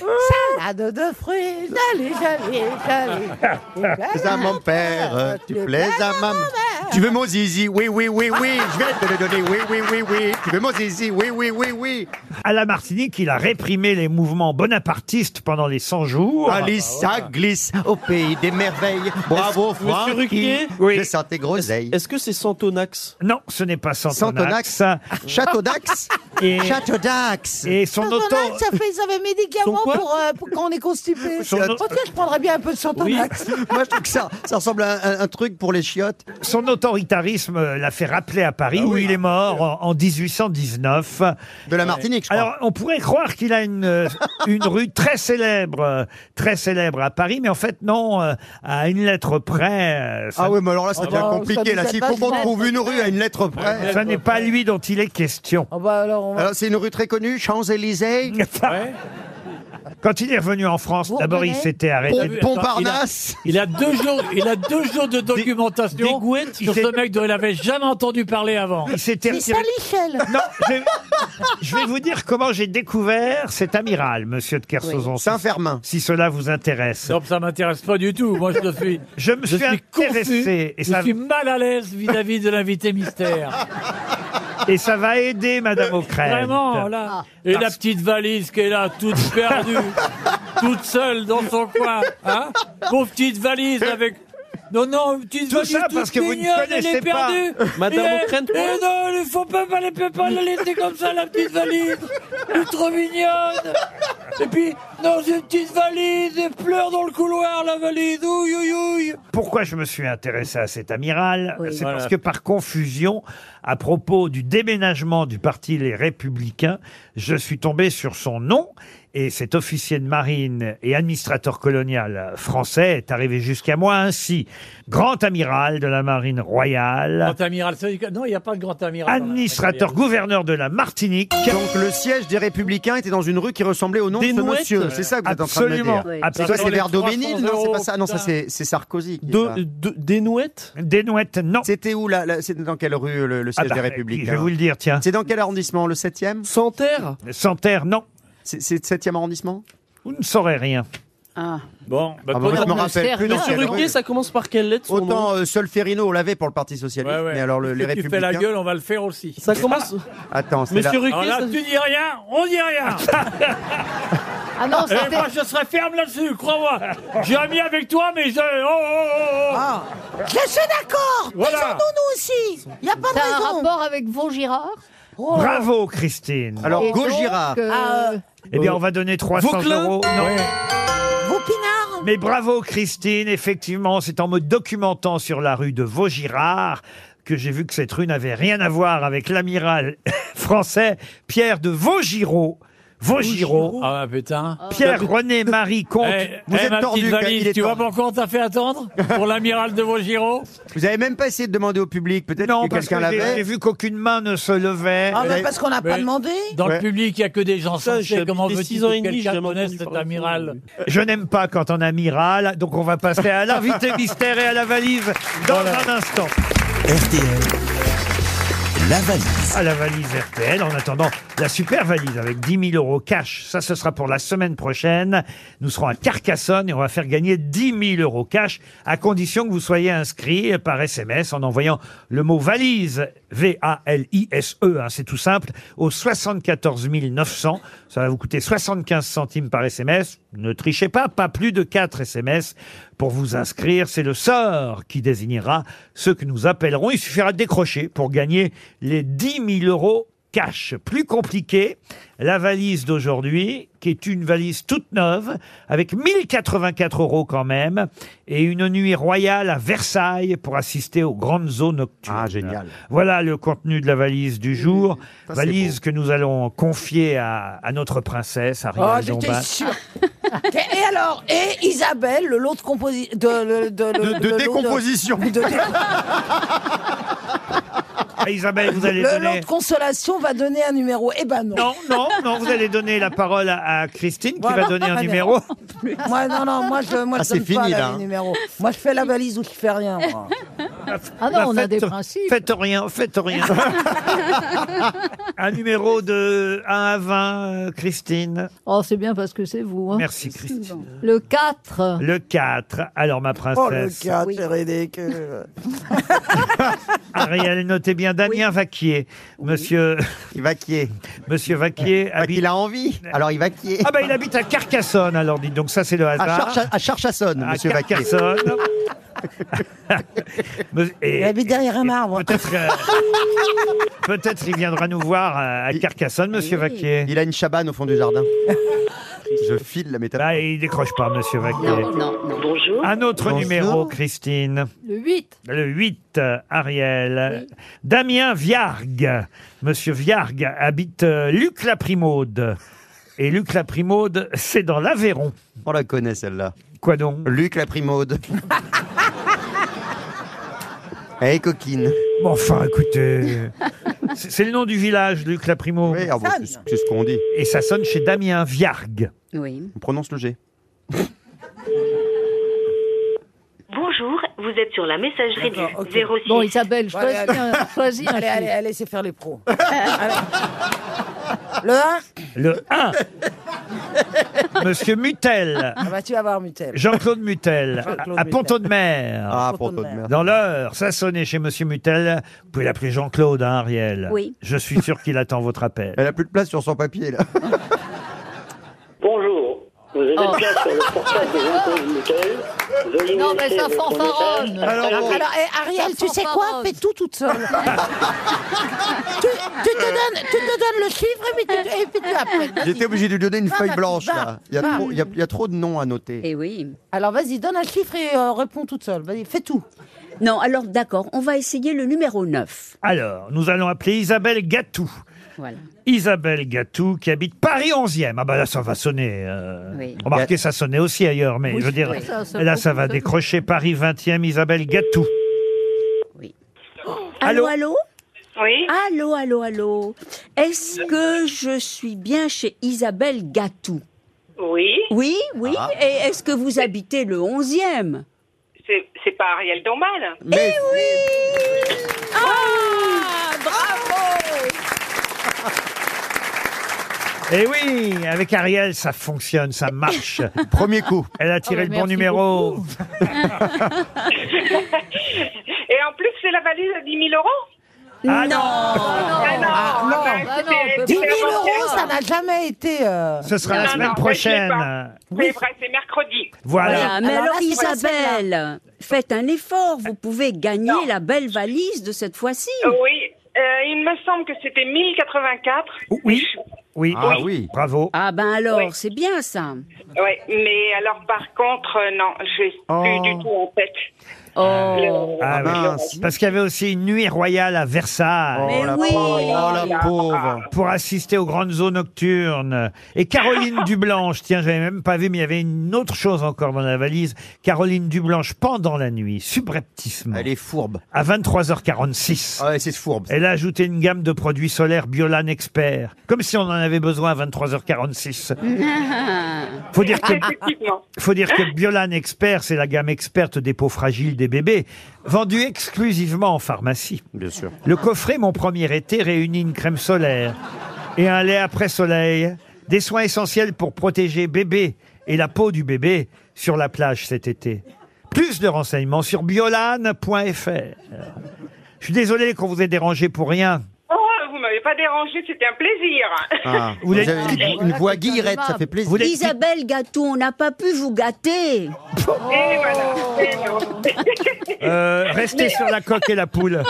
Speaker 8: Salade de fruits, joli, joli, joli.
Speaker 3: plais à mon père, tu plais à ma mère. Tu veux mon zizi Oui, oui, oui, oui. Je vais te le donner. Oui, oui, oui, oui. Tu veux mon zizi Oui, oui, oui, Eh oui.
Speaker 2: À la Martinique, il a réprimé les mouvements bonapartistes pendant les 100 jours.
Speaker 3: Alice, ça glisse au pays des merveilles. Bravo,
Speaker 2: Monsieur
Speaker 3: Francky.
Speaker 2: Ruquier
Speaker 3: oui. Je sens tes groseilles.
Speaker 2: Est-ce que c'est Santonax Non, ce n'est pas Santonax.
Speaker 3: Santonax Château d'Ax
Speaker 2: Et-
Speaker 3: Château d'Ax
Speaker 2: Et son
Speaker 8: Santonax,
Speaker 2: auto...
Speaker 8: ça fait, ça fait médicament
Speaker 3: Son quoi
Speaker 8: pour, euh, pour quand on est constipé.
Speaker 3: Son-
Speaker 8: Oh, tiens, je prendrais bien un peu de Santonax.
Speaker 3: Moi, je trouve que ça, ça ressemble à un, un- un truc pour les chiottes. Ah
Speaker 2: Son autoritarisme euh, l'a fait rappeler à Paris, où il est mort en, en 1819.
Speaker 3: De la Martinique, je crois.
Speaker 2: Alors, on pourrait croire qu'il a une, euh, une rue très célèbre, euh, très célèbre à Paris, mais en fait, non, euh, à une lettre près. euh, ça-
Speaker 3: Ah oui, mais alors là, ça
Speaker 2: Ah
Speaker 3: devient
Speaker 2: bah,
Speaker 3: compliqué.
Speaker 2: ça
Speaker 3: Là,
Speaker 2: nous
Speaker 3: s'il
Speaker 2: a
Speaker 3: faut
Speaker 2: pas
Speaker 3: qu'on
Speaker 2: fait.
Speaker 3: trouve une rue à une lettre près.
Speaker 2: Ça n'est pas lui dont il est question.
Speaker 8: Oh, bah, alors, on va-
Speaker 3: Alors, c'est une rue très connue, Champs-Élysées.
Speaker 2: Quand il est revenu en France, d'abord il s'était arrêté.
Speaker 3: Pont- Montparnasse.
Speaker 5: Il a, il a deux jours, il a deux jours de documentation sur ce mec dont il avait jamais entendu parler avant.
Speaker 2: Il s'était
Speaker 8: C'est ça,
Speaker 2: retiré.
Speaker 8: Michel.
Speaker 2: Non, je, je vais vous dire comment j'ai découvert cet amiral, monsieur de Kersauzon.
Speaker 3: Saint-Fermain.
Speaker 2: Si cela vous intéresse.
Speaker 5: Non, ça m'intéresse pas du tout. Moi, je suis.
Speaker 2: Je me suis intéressé,
Speaker 5: confus,
Speaker 2: et
Speaker 5: je
Speaker 2: ça-
Speaker 5: suis mal à l'aise vis-à-vis de l'invité mystère.
Speaker 2: Et ça va aider Madame O'Crête.
Speaker 5: Vraiment,
Speaker 9: Ah.
Speaker 5: là. Et la petite valise qui est là, toute perdue, toute seule dans son coin. Hein Pauvre petite valise avec. Non, non, une petite
Speaker 2: Tout
Speaker 5: valise
Speaker 2: ça
Speaker 5: toute
Speaker 2: parce que vous ne
Speaker 5: mignonne, elle
Speaker 2: connaissez
Speaker 5: est
Speaker 2: pas.
Speaker 5: perdue.
Speaker 2: Madame
Speaker 5: Et-
Speaker 2: O'Crane-
Speaker 5: Eh non, il faut pas, pas, les- peut pas la laisser comme ça, la petite valise. Elle est trop mignonne. Et puis, non, j'ai une petite valise, elle pleure dans le couloir, la valise. Ouille, ouille, ouille.
Speaker 2: Pourquoi je me suis intéressé à cet amiral C'est
Speaker 5: Voilà.
Speaker 2: parce que par confusion, à propos du déménagement du parti Les Républicains, je suis tombé sur son nom. Et cet officier de marine et administrateur colonial français est arrivé jusqu'à moi ainsi. Grand amiral de la marine royale,
Speaker 5: Grand amiral, c'est- non, il n'y a pas de grand amiral. dans la-
Speaker 2: administrateur gouverneur de la Martinique.
Speaker 3: Donc le siège des Républicains était dans une rue qui ressemblait au nom
Speaker 2: Des
Speaker 3: de ce
Speaker 2: nouettes.
Speaker 3: monsieur. C'est ça que vous êtes en train de me dire.
Speaker 2: Absolument.
Speaker 3: Parce que
Speaker 2: Absolument.
Speaker 3: Ça, c'est vers Daubénil,
Speaker 5: 300
Speaker 3: non C'est
Speaker 5: euros,
Speaker 3: pas ça. Non, ça
Speaker 5: putain.
Speaker 3: c'est c'est Sarkozy. qui est là.
Speaker 6: De, de- des nouettes
Speaker 2: Des nouettes, non.
Speaker 3: C'était où là, là, C'était dans quelle rue le, le siège
Speaker 2: Ah bah,
Speaker 3: des
Speaker 2: Je
Speaker 3: Républicains
Speaker 2: vais vous le dire, tiens.
Speaker 3: C'est dans quel arrondissement Le 7e
Speaker 6: Santerre
Speaker 2: Santerre, non.
Speaker 3: C'est c'est le 7e arrondissement
Speaker 2: Vous ne saurez rien.
Speaker 9: Ah.
Speaker 5: Bon,
Speaker 3: Ah
Speaker 5: bah,
Speaker 3: bah, moi, je
Speaker 5: prenons
Speaker 3: me
Speaker 5: le
Speaker 3: rappelle
Speaker 5: cerf,
Speaker 3: plus dans
Speaker 5: non.
Speaker 3: quelle
Speaker 6: Monsieur Ruquier,
Speaker 3: rue.
Speaker 6: ça commence par quelle lettre son nom
Speaker 3: Autant euh, Solferino, on l'avait pour le Parti Socialiste,
Speaker 5: Ouais, ouais.
Speaker 3: mais alors le- les
Speaker 5: Si tu fais la
Speaker 3: Républicains...
Speaker 5: gueule, on va le faire aussi. Ah.
Speaker 6: Ça commence.
Speaker 3: Attends, c'est là...
Speaker 6: Ah, Monsieur
Speaker 5: Alors
Speaker 6: Ruquier,
Speaker 5: là,
Speaker 6: ça-
Speaker 5: tu dis rien, on dit rien.
Speaker 7: Ah non,
Speaker 5: Et
Speaker 7: c'était.
Speaker 5: moi, je serais ferme là-dessus, crois-moi. J'ai un ami avec toi, mais je. Oh, oh, oh, oh.
Speaker 3: Ah.
Speaker 8: Je suis d'accord.
Speaker 5: Voilà.
Speaker 8: Faisons-nous aussi. Il n'y a pas de
Speaker 7: T'as un
Speaker 8: raison.
Speaker 7: rapport avec Vaugirard
Speaker 2: Bravo, Christine.
Speaker 3: Alors,
Speaker 7: Oh. Et donc,
Speaker 3: Gaugira,
Speaker 7: euh,
Speaker 8: Ah, euh,
Speaker 2: Eh bien, on va donner 300
Speaker 6: Vauquelin
Speaker 2: euros. Non.
Speaker 8: Vos pinards
Speaker 2: Mais bravo Christine, effectivement, c'est en me documentant sur la rue de Vaugirard que j'ai vu que cette rue n'avait rien à voir avec l'amiral français Pierre de Vaugirot. Vaugirot.
Speaker 5: Ah putain.
Speaker 2: Pierre René Marie Comte.
Speaker 5: Eh,
Speaker 3: Vous
Speaker 5: eh,
Speaker 3: êtes
Speaker 5: ma
Speaker 3: tordu,
Speaker 5: petite
Speaker 3: Cal-
Speaker 5: valise,
Speaker 3: il est
Speaker 5: tu vois
Speaker 3: tordu.
Speaker 5: pourquoi on t'a fait attendre pour l'amiral de Vaugirot
Speaker 3: vous avez même pas essayé de demander au public, peut-être
Speaker 2: Non,
Speaker 3: que
Speaker 2: parce que
Speaker 3: quelqu'un
Speaker 2: j'ai- j'ai
Speaker 3: l'avait
Speaker 2: vu qu'aucune main ne se levait.
Speaker 8: Ah, mais
Speaker 3: mais-
Speaker 8: parce qu'on n'a pas
Speaker 5: mais-
Speaker 8: demandé.
Speaker 5: Dans
Speaker 3: Ouais.
Speaker 5: le public, il n'y a que des gens
Speaker 6: Ça,
Speaker 5: sensés.
Speaker 6: j'ai
Speaker 5: Comment
Speaker 6: habité
Speaker 5: veux-tu
Speaker 6: six ans et
Speaker 5: que
Speaker 6: demi, j'ai
Speaker 5: quelqu'un
Speaker 6: jamais
Speaker 5: connaisse
Speaker 6: entendu
Speaker 5: cet
Speaker 6: parler de ça.
Speaker 5: amiral
Speaker 2: Je n'aime pas quand on amiral, donc on va passer à l'invité mystère et à la valise dans un instant.
Speaker 1: RTL, la valise.
Speaker 2: à Ah, la valise RTL. En attendant, la super valise avec 10 000 euros cash. Ça, ce sera pour la semaine prochaine. Nous serons à Carcassonne et on va faire gagner 10 000 euros cash à condition que vous soyez inscrit par SMS en envoyant le mot valise, V-A-L-I-S-E, hein, c'est tout simple, au 74 900. Ça va vous coûter 75 centimes par SMS. Ne trichez pas, pas plus de 4 SMS. Pour vous inscrire, c'est le sort qui désignera ceux que nous appellerons. Il suffira de décrocher pour gagner les 10 000 euros cache. Plus compliqué, la valise d'aujourd'hui, qui est une valise toute neuve, avec 1084 euros quand même, et une nuit royale à Versailles pour assister aux grandes zones nocturnes. Ah, génial. Voilà le contenu de la valise du jour.
Speaker 3: Ça, c'est
Speaker 2: valise que nous allons confier à, à notre princesse, Ariel
Speaker 8: Oh,
Speaker 2: Dombas.
Speaker 8: j'étais sûre. et alors, et Isabelle, le lot de composi- de, de- de-
Speaker 2: De- de
Speaker 8: lot
Speaker 2: décomposition.
Speaker 8: de- de-
Speaker 2: Ah, Isabelle, vous allez
Speaker 8: le lot
Speaker 2: donner...
Speaker 8: de consolation va donner un numéro. Eh ben non.
Speaker 2: Non, non, non, vous allez donner la parole à, à Christine, qui
Speaker 8: Voilà.
Speaker 2: va donner un
Speaker 8: Ah,
Speaker 2: numéro.
Speaker 8: Moi, non, non, moi, je, moi,
Speaker 2: Ah,
Speaker 8: je
Speaker 2: c'est
Speaker 8: donne pas
Speaker 2: fini,
Speaker 8: la-
Speaker 2: là,
Speaker 8: les
Speaker 2: hein.
Speaker 8: numéros. Moi, je fais la valise ou je fais rien. moi.
Speaker 7: Ah non, on a des principes.
Speaker 2: Bah, Faites rien, faites rien. un numéro de 1 à 20, euh, Christine.
Speaker 7: Oh, c'est bien parce que c'est vous. hein.
Speaker 2: Merci, Christine.
Speaker 7: Le 4.
Speaker 2: Le 4. Alors,
Speaker 7: Oh,
Speaker 2: ma princesse.
Speaker 8: c'est ridicule.
Speaker 2: Ariel, notez bien Damien Vaquier. Monsieur. Vaquier. Monsieur Vaquier habite. Il a envie. Alors, il vaquier. Ah, ben, il habite à Carcassonne, alors dites donc, ça, c'est le hasard.
Speaker 3: Charcha- à Charchassonne,
Speaker 2: À
Speaker 3: monsieur Vaquier.
Speaker 2: Carcassonne. Et-
Speaker 8: Il habite derrière un marbre.
Speaker 2: Peut-être euh, peut-être il viendra nous voir euh, à à Carcassonne, monsieur Vaquier. Il a une chabane au fond du jardin. Je file la métaphore. Bah, il décroche pas, monsieur Vaquier.
Speaker 9: Bonjour.
Speaker 2: Un autre
Speaker 9: Bonjour.
Speaker 2: numéro, Christine.
Speaker 7: Le 8.
Speaker 2: Le 8, euh, Ariel. Damien Viargue. Monsieur Viargue habite euh, Luc-la-Primaude. Et Luc-la-Primaude, c'est dans l'Aveyron. On la connaît, celle-là. Quoi donc Luc-la-Primaude.
Speaker 3: Elle est coquine.
Speaker 2: Bon, enfin, écoutez. C'est c'est le nom du village, Luc Laprimo. Oui, ah c'est ce, qu'on dit. Et ça sonne chez Damien Viargue.
Speaker 9: Oui.
Speaker 2: On prononce le G.
Speaker 18: Bonjour, vous êtes sur la messagerie du 06.
Speaker 7: Bon, Isabelle,
Speaker 8: Ah, Allez,
Speaker 7: choisis un- choisis un
Speaker 8: allez,
Speaker 7: chiffre.
Speaker 8: allez, allez, c'est faire les pros. Allez. Le 1
Speaker 2: Le 1. Monsieur Mutel.
Speaker 8: Ah bah tu vas voir Mutel.
Speaker 2: Jean-Claude Mutel,
Speaker 8: Jean-Claude
Speaker 2: à
Speaker 8: Mutel.
Speaker 2: Ponto de Mer.
Speaker 8: Ah, Pontaud-de-Mer.
Speaker 2: Dans l'heure, ça sonnait chez Monsieur Mutel. Vous pouvez l'appeler Jean-Claude, hein, Ariel.
Speaker 18: Oui.
Speaker 2: Je suis sûr qu'il attend votre appel. Elle a plus de place sur son papier, là.
Speaker 16: Bonjour. Vous avez
Speaker 7: Oh.
Speaker 16: bien sur le portable de Jean-Claude Michel. Veuillez
Speaker 7: Non,
Speaker 16: laisser
Speaker 7: mais ça
Speaker 16: votre
Speaker 7: fanfaronne.
Speaker 16: message.
Speaker 7: Alors,
Speaker 16: Après-
Speaker 8: Alors, eh, Ariel, tu sais quoi Fais tout toute seule. tu, tu te donnes, tu te donnes le chiffre et puis tu, et puis tu après.
Speaker 3: J'étais obligé de lui donner une
Speaker 8: Va,
Speaker 3: feuille
Speaker 8: ma petite,
Speaker 3: blanche,
Speaker 8: va,
Speaker 3: là. Il y a
Speaker 8: va.
Speaker 3: trop- il y a- il y a trop de noms à noter.
Speaker 9: Eh oui.
Speaker 8: Alors vas-y, donne un chiffre et euh, réponds toute seule. Vas-y, fais tout.
Speaker 9: Non, alors d'accord, on va essayer le numéro 9.
Speaker 2: Alors, nous allons appeler Isabelle Gatou.
Speaker 9: Voilà.
Speaker 2: Isabelle Gatou, qui habite Paris 11e. Ah bah là, ça va sonner. euh,
Speaker 9: Oui.
Speaker 2: Remarquez, ça sonnait aussi ailleurs, mais
Speaker 9: Oui,
Speaker 2: je veux dire,
Speaker 9: oui. Ça, ça
Speaker 2: là,
Speaker 9: peut
Speaker 2: ça va
Speaker 9: fonctionner.
Speaker 2: décrocher Paris 20e, Isabelle Gatou.
Speaker 9: Allô, allô Oui. Allô, allô, allô. Est-ce que je suis bien chez Isabelle Gatou
Speaker 19: Oui.
Speaker 9: Oui, oui.
Speaker 19: Ah.
Speaker 9: Et est-ce que vous habitez le 11e
Speaker 19: C'est c'est pas Ariel Dombal.
Speaker 9: Eh oui Ah Bravo
Speaker 2: Eh oui, avec Ariel, ça fonctionne, ça marche. Premier coup. Elle a tiré
Speaker 19: Ah,
Speaker 2: le
Speaker 19: mais
Speaker 2: bon
Speaker 19: merci
Speaker 2: numéro.
Speaker 19: Et en plus, c'est la valise à 10 000 euros
Speaker 2: Ah non.
Speaker 19: Ah non,
Speaker 8: Ah,
Speaker 19: bah, c'était-
Speaker 8: 10 000
Speaker 19: c'était
Speaker 8: euros,
Speaker 19: avant-hier.
Speaker 8: ça n'a jamais été. euh,
Speaker 2: Ce sera la
Speaker 19: Non,
Speaker 2: semaine
Speaker 19: non,
Speaker 2: prochaine.
Speaker 19: je l'ai pas. C'est vrai, c'est mercredi.
Speaker 2: Voilà.
Speaker 9: Voilà, mais
Speaker 8: Alors
Speaker 9: alors,
Speaker 8: là, c'est la
Speaker 9: Isabelle, faites un effort, vous pouvez gagner la belle valise de cette fois-ci.
Speaker 19: Oui, euh, il me semble que c'était 1084.
Speaker 2: Oui. Oui.
Speaker 19: Ah
Speaker 2: oui. Bravo.
Speaker 9: Ah ben alors, c'est bien ça.
Speaker 19: Oui, mais alors par contre, euh, non, j'ai plus du tout en tête. Le-
Speaker 2: Oh. Ah, oui. Parce qu'il y avait aussi une nuit royale à Versailles.
Speaker 19: Mais la oui. pauvre, oh, la
Speaker 2: pauvre. Pour assister aux grandes eaux nocturnes. Et Caroline Dublanche, tiens, j'avais même pas vu, mais il y avait une autre chose encore dans la valise. Caroline Dublanche, pendant la nuit, subrepticement. Elle est fourbe. À 23h46. Ouais, c'est fourbe. Elle a ajouté une gamme de produits solaires Biolan Expert. Comme si on en avait besoin à 23h46. Faut dire
Speaker 9: Ah,
Speaker 2: que, faut dire que Biolan Expert, c'est la gamme experte des peaux fragiles des bébés, vendue exclusivement en pharmacie. Bien sûr. Le coffret Mon premier été réunit une crème solaire et un lait après soleil, des soins essentiels pour protéger bébé et la peau du bébé sur la plage cet été. Plus de renseignements sur biolan.fr. Je suis désolé qu'on vous ait dérangé pour rien.
Speaker 19: Oh, vous m'avez pas dérangé, c'était un plaisir.
Speaker 2: Ah. Vous avez
Speaker 19: une petite- une voix guillerette, ça fait plaisir.
Speaker 2: Vous avez une petite-
Speaker 9: Isabelle Gâteau, on n'a pas pu vous gâter.
Speaker 19: Et voilà. Et non.
Speaker 2: Euh, restez sur la coque et la poule.
Speaker 19: Un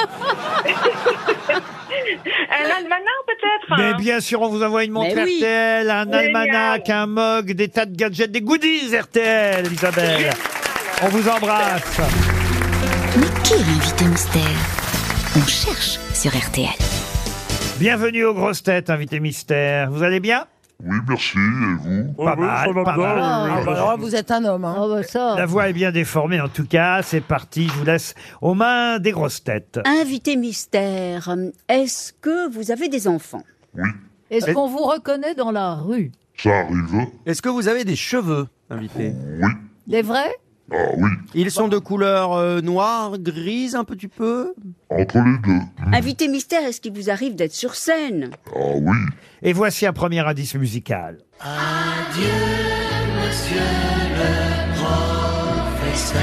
Speaker 19: almanach peut-être enfin.
Speaker 2: Mais bien sûr, on vous envoie une montre
Speaker 19: Mais oui.
Speaker 2: RTL, un
Speaker 19: Génial.
Speaker 2: almanach, un mug, des tas de gadgets, des goodies RTL, Isabelle. On vous embrasse.
Speaker 11: Mais qui est l'invité mystère On cherche sur RTL.
Speaker 2: Bienvenue aux grosses têtes, invité mystère. Vous allez bien
Speaker 20: Oui, merci, et vous
Speaker 2: Pas mal, pas mal.
Speaker 8: Ah, bah, alors, vous êtes un homme.
Speaker 19: Ah,
Speaker 8: Hein.
Speaker 19: bah,
Speaker 2: La voix est bien déformée en tout cas. C'est parti, je vous laisse aux mains des grosses têtes.
Speaker 9: Invité mystère, est-ce que vous avez des enfants
Speaker 20: Oui,
Speaker 7: Est-ce qu'on vous reconnaît dans la rue
Speaker 20: ça arrive.
Speaker 3: Est-ce que vous avez des cheveux, invité
Speaker 20: Oui.
Speaker 7: Les vrais
Speaker 20: Ah oui,
Speaker 3: Ils sont de couleur euh, noire, grise un petit peu
Speaker 20: entre les deux.
Speaker 9: Invité mystère, est-ce qu'il vous arrive d'être sur scène
Speaker 20: Ah oui,
Speaker 2: Et voici un premier indice musical.
Speaker 15: Adieu, monsieur le professeur.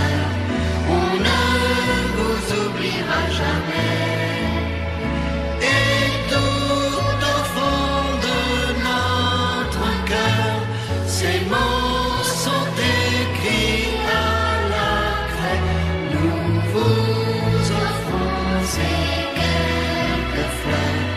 Speaker 15: On ne vous oubliera jamais. Et tout au fond de notre cœur, ces mots sont écrits à la craie. Nous vous offrons ces quelques fleurs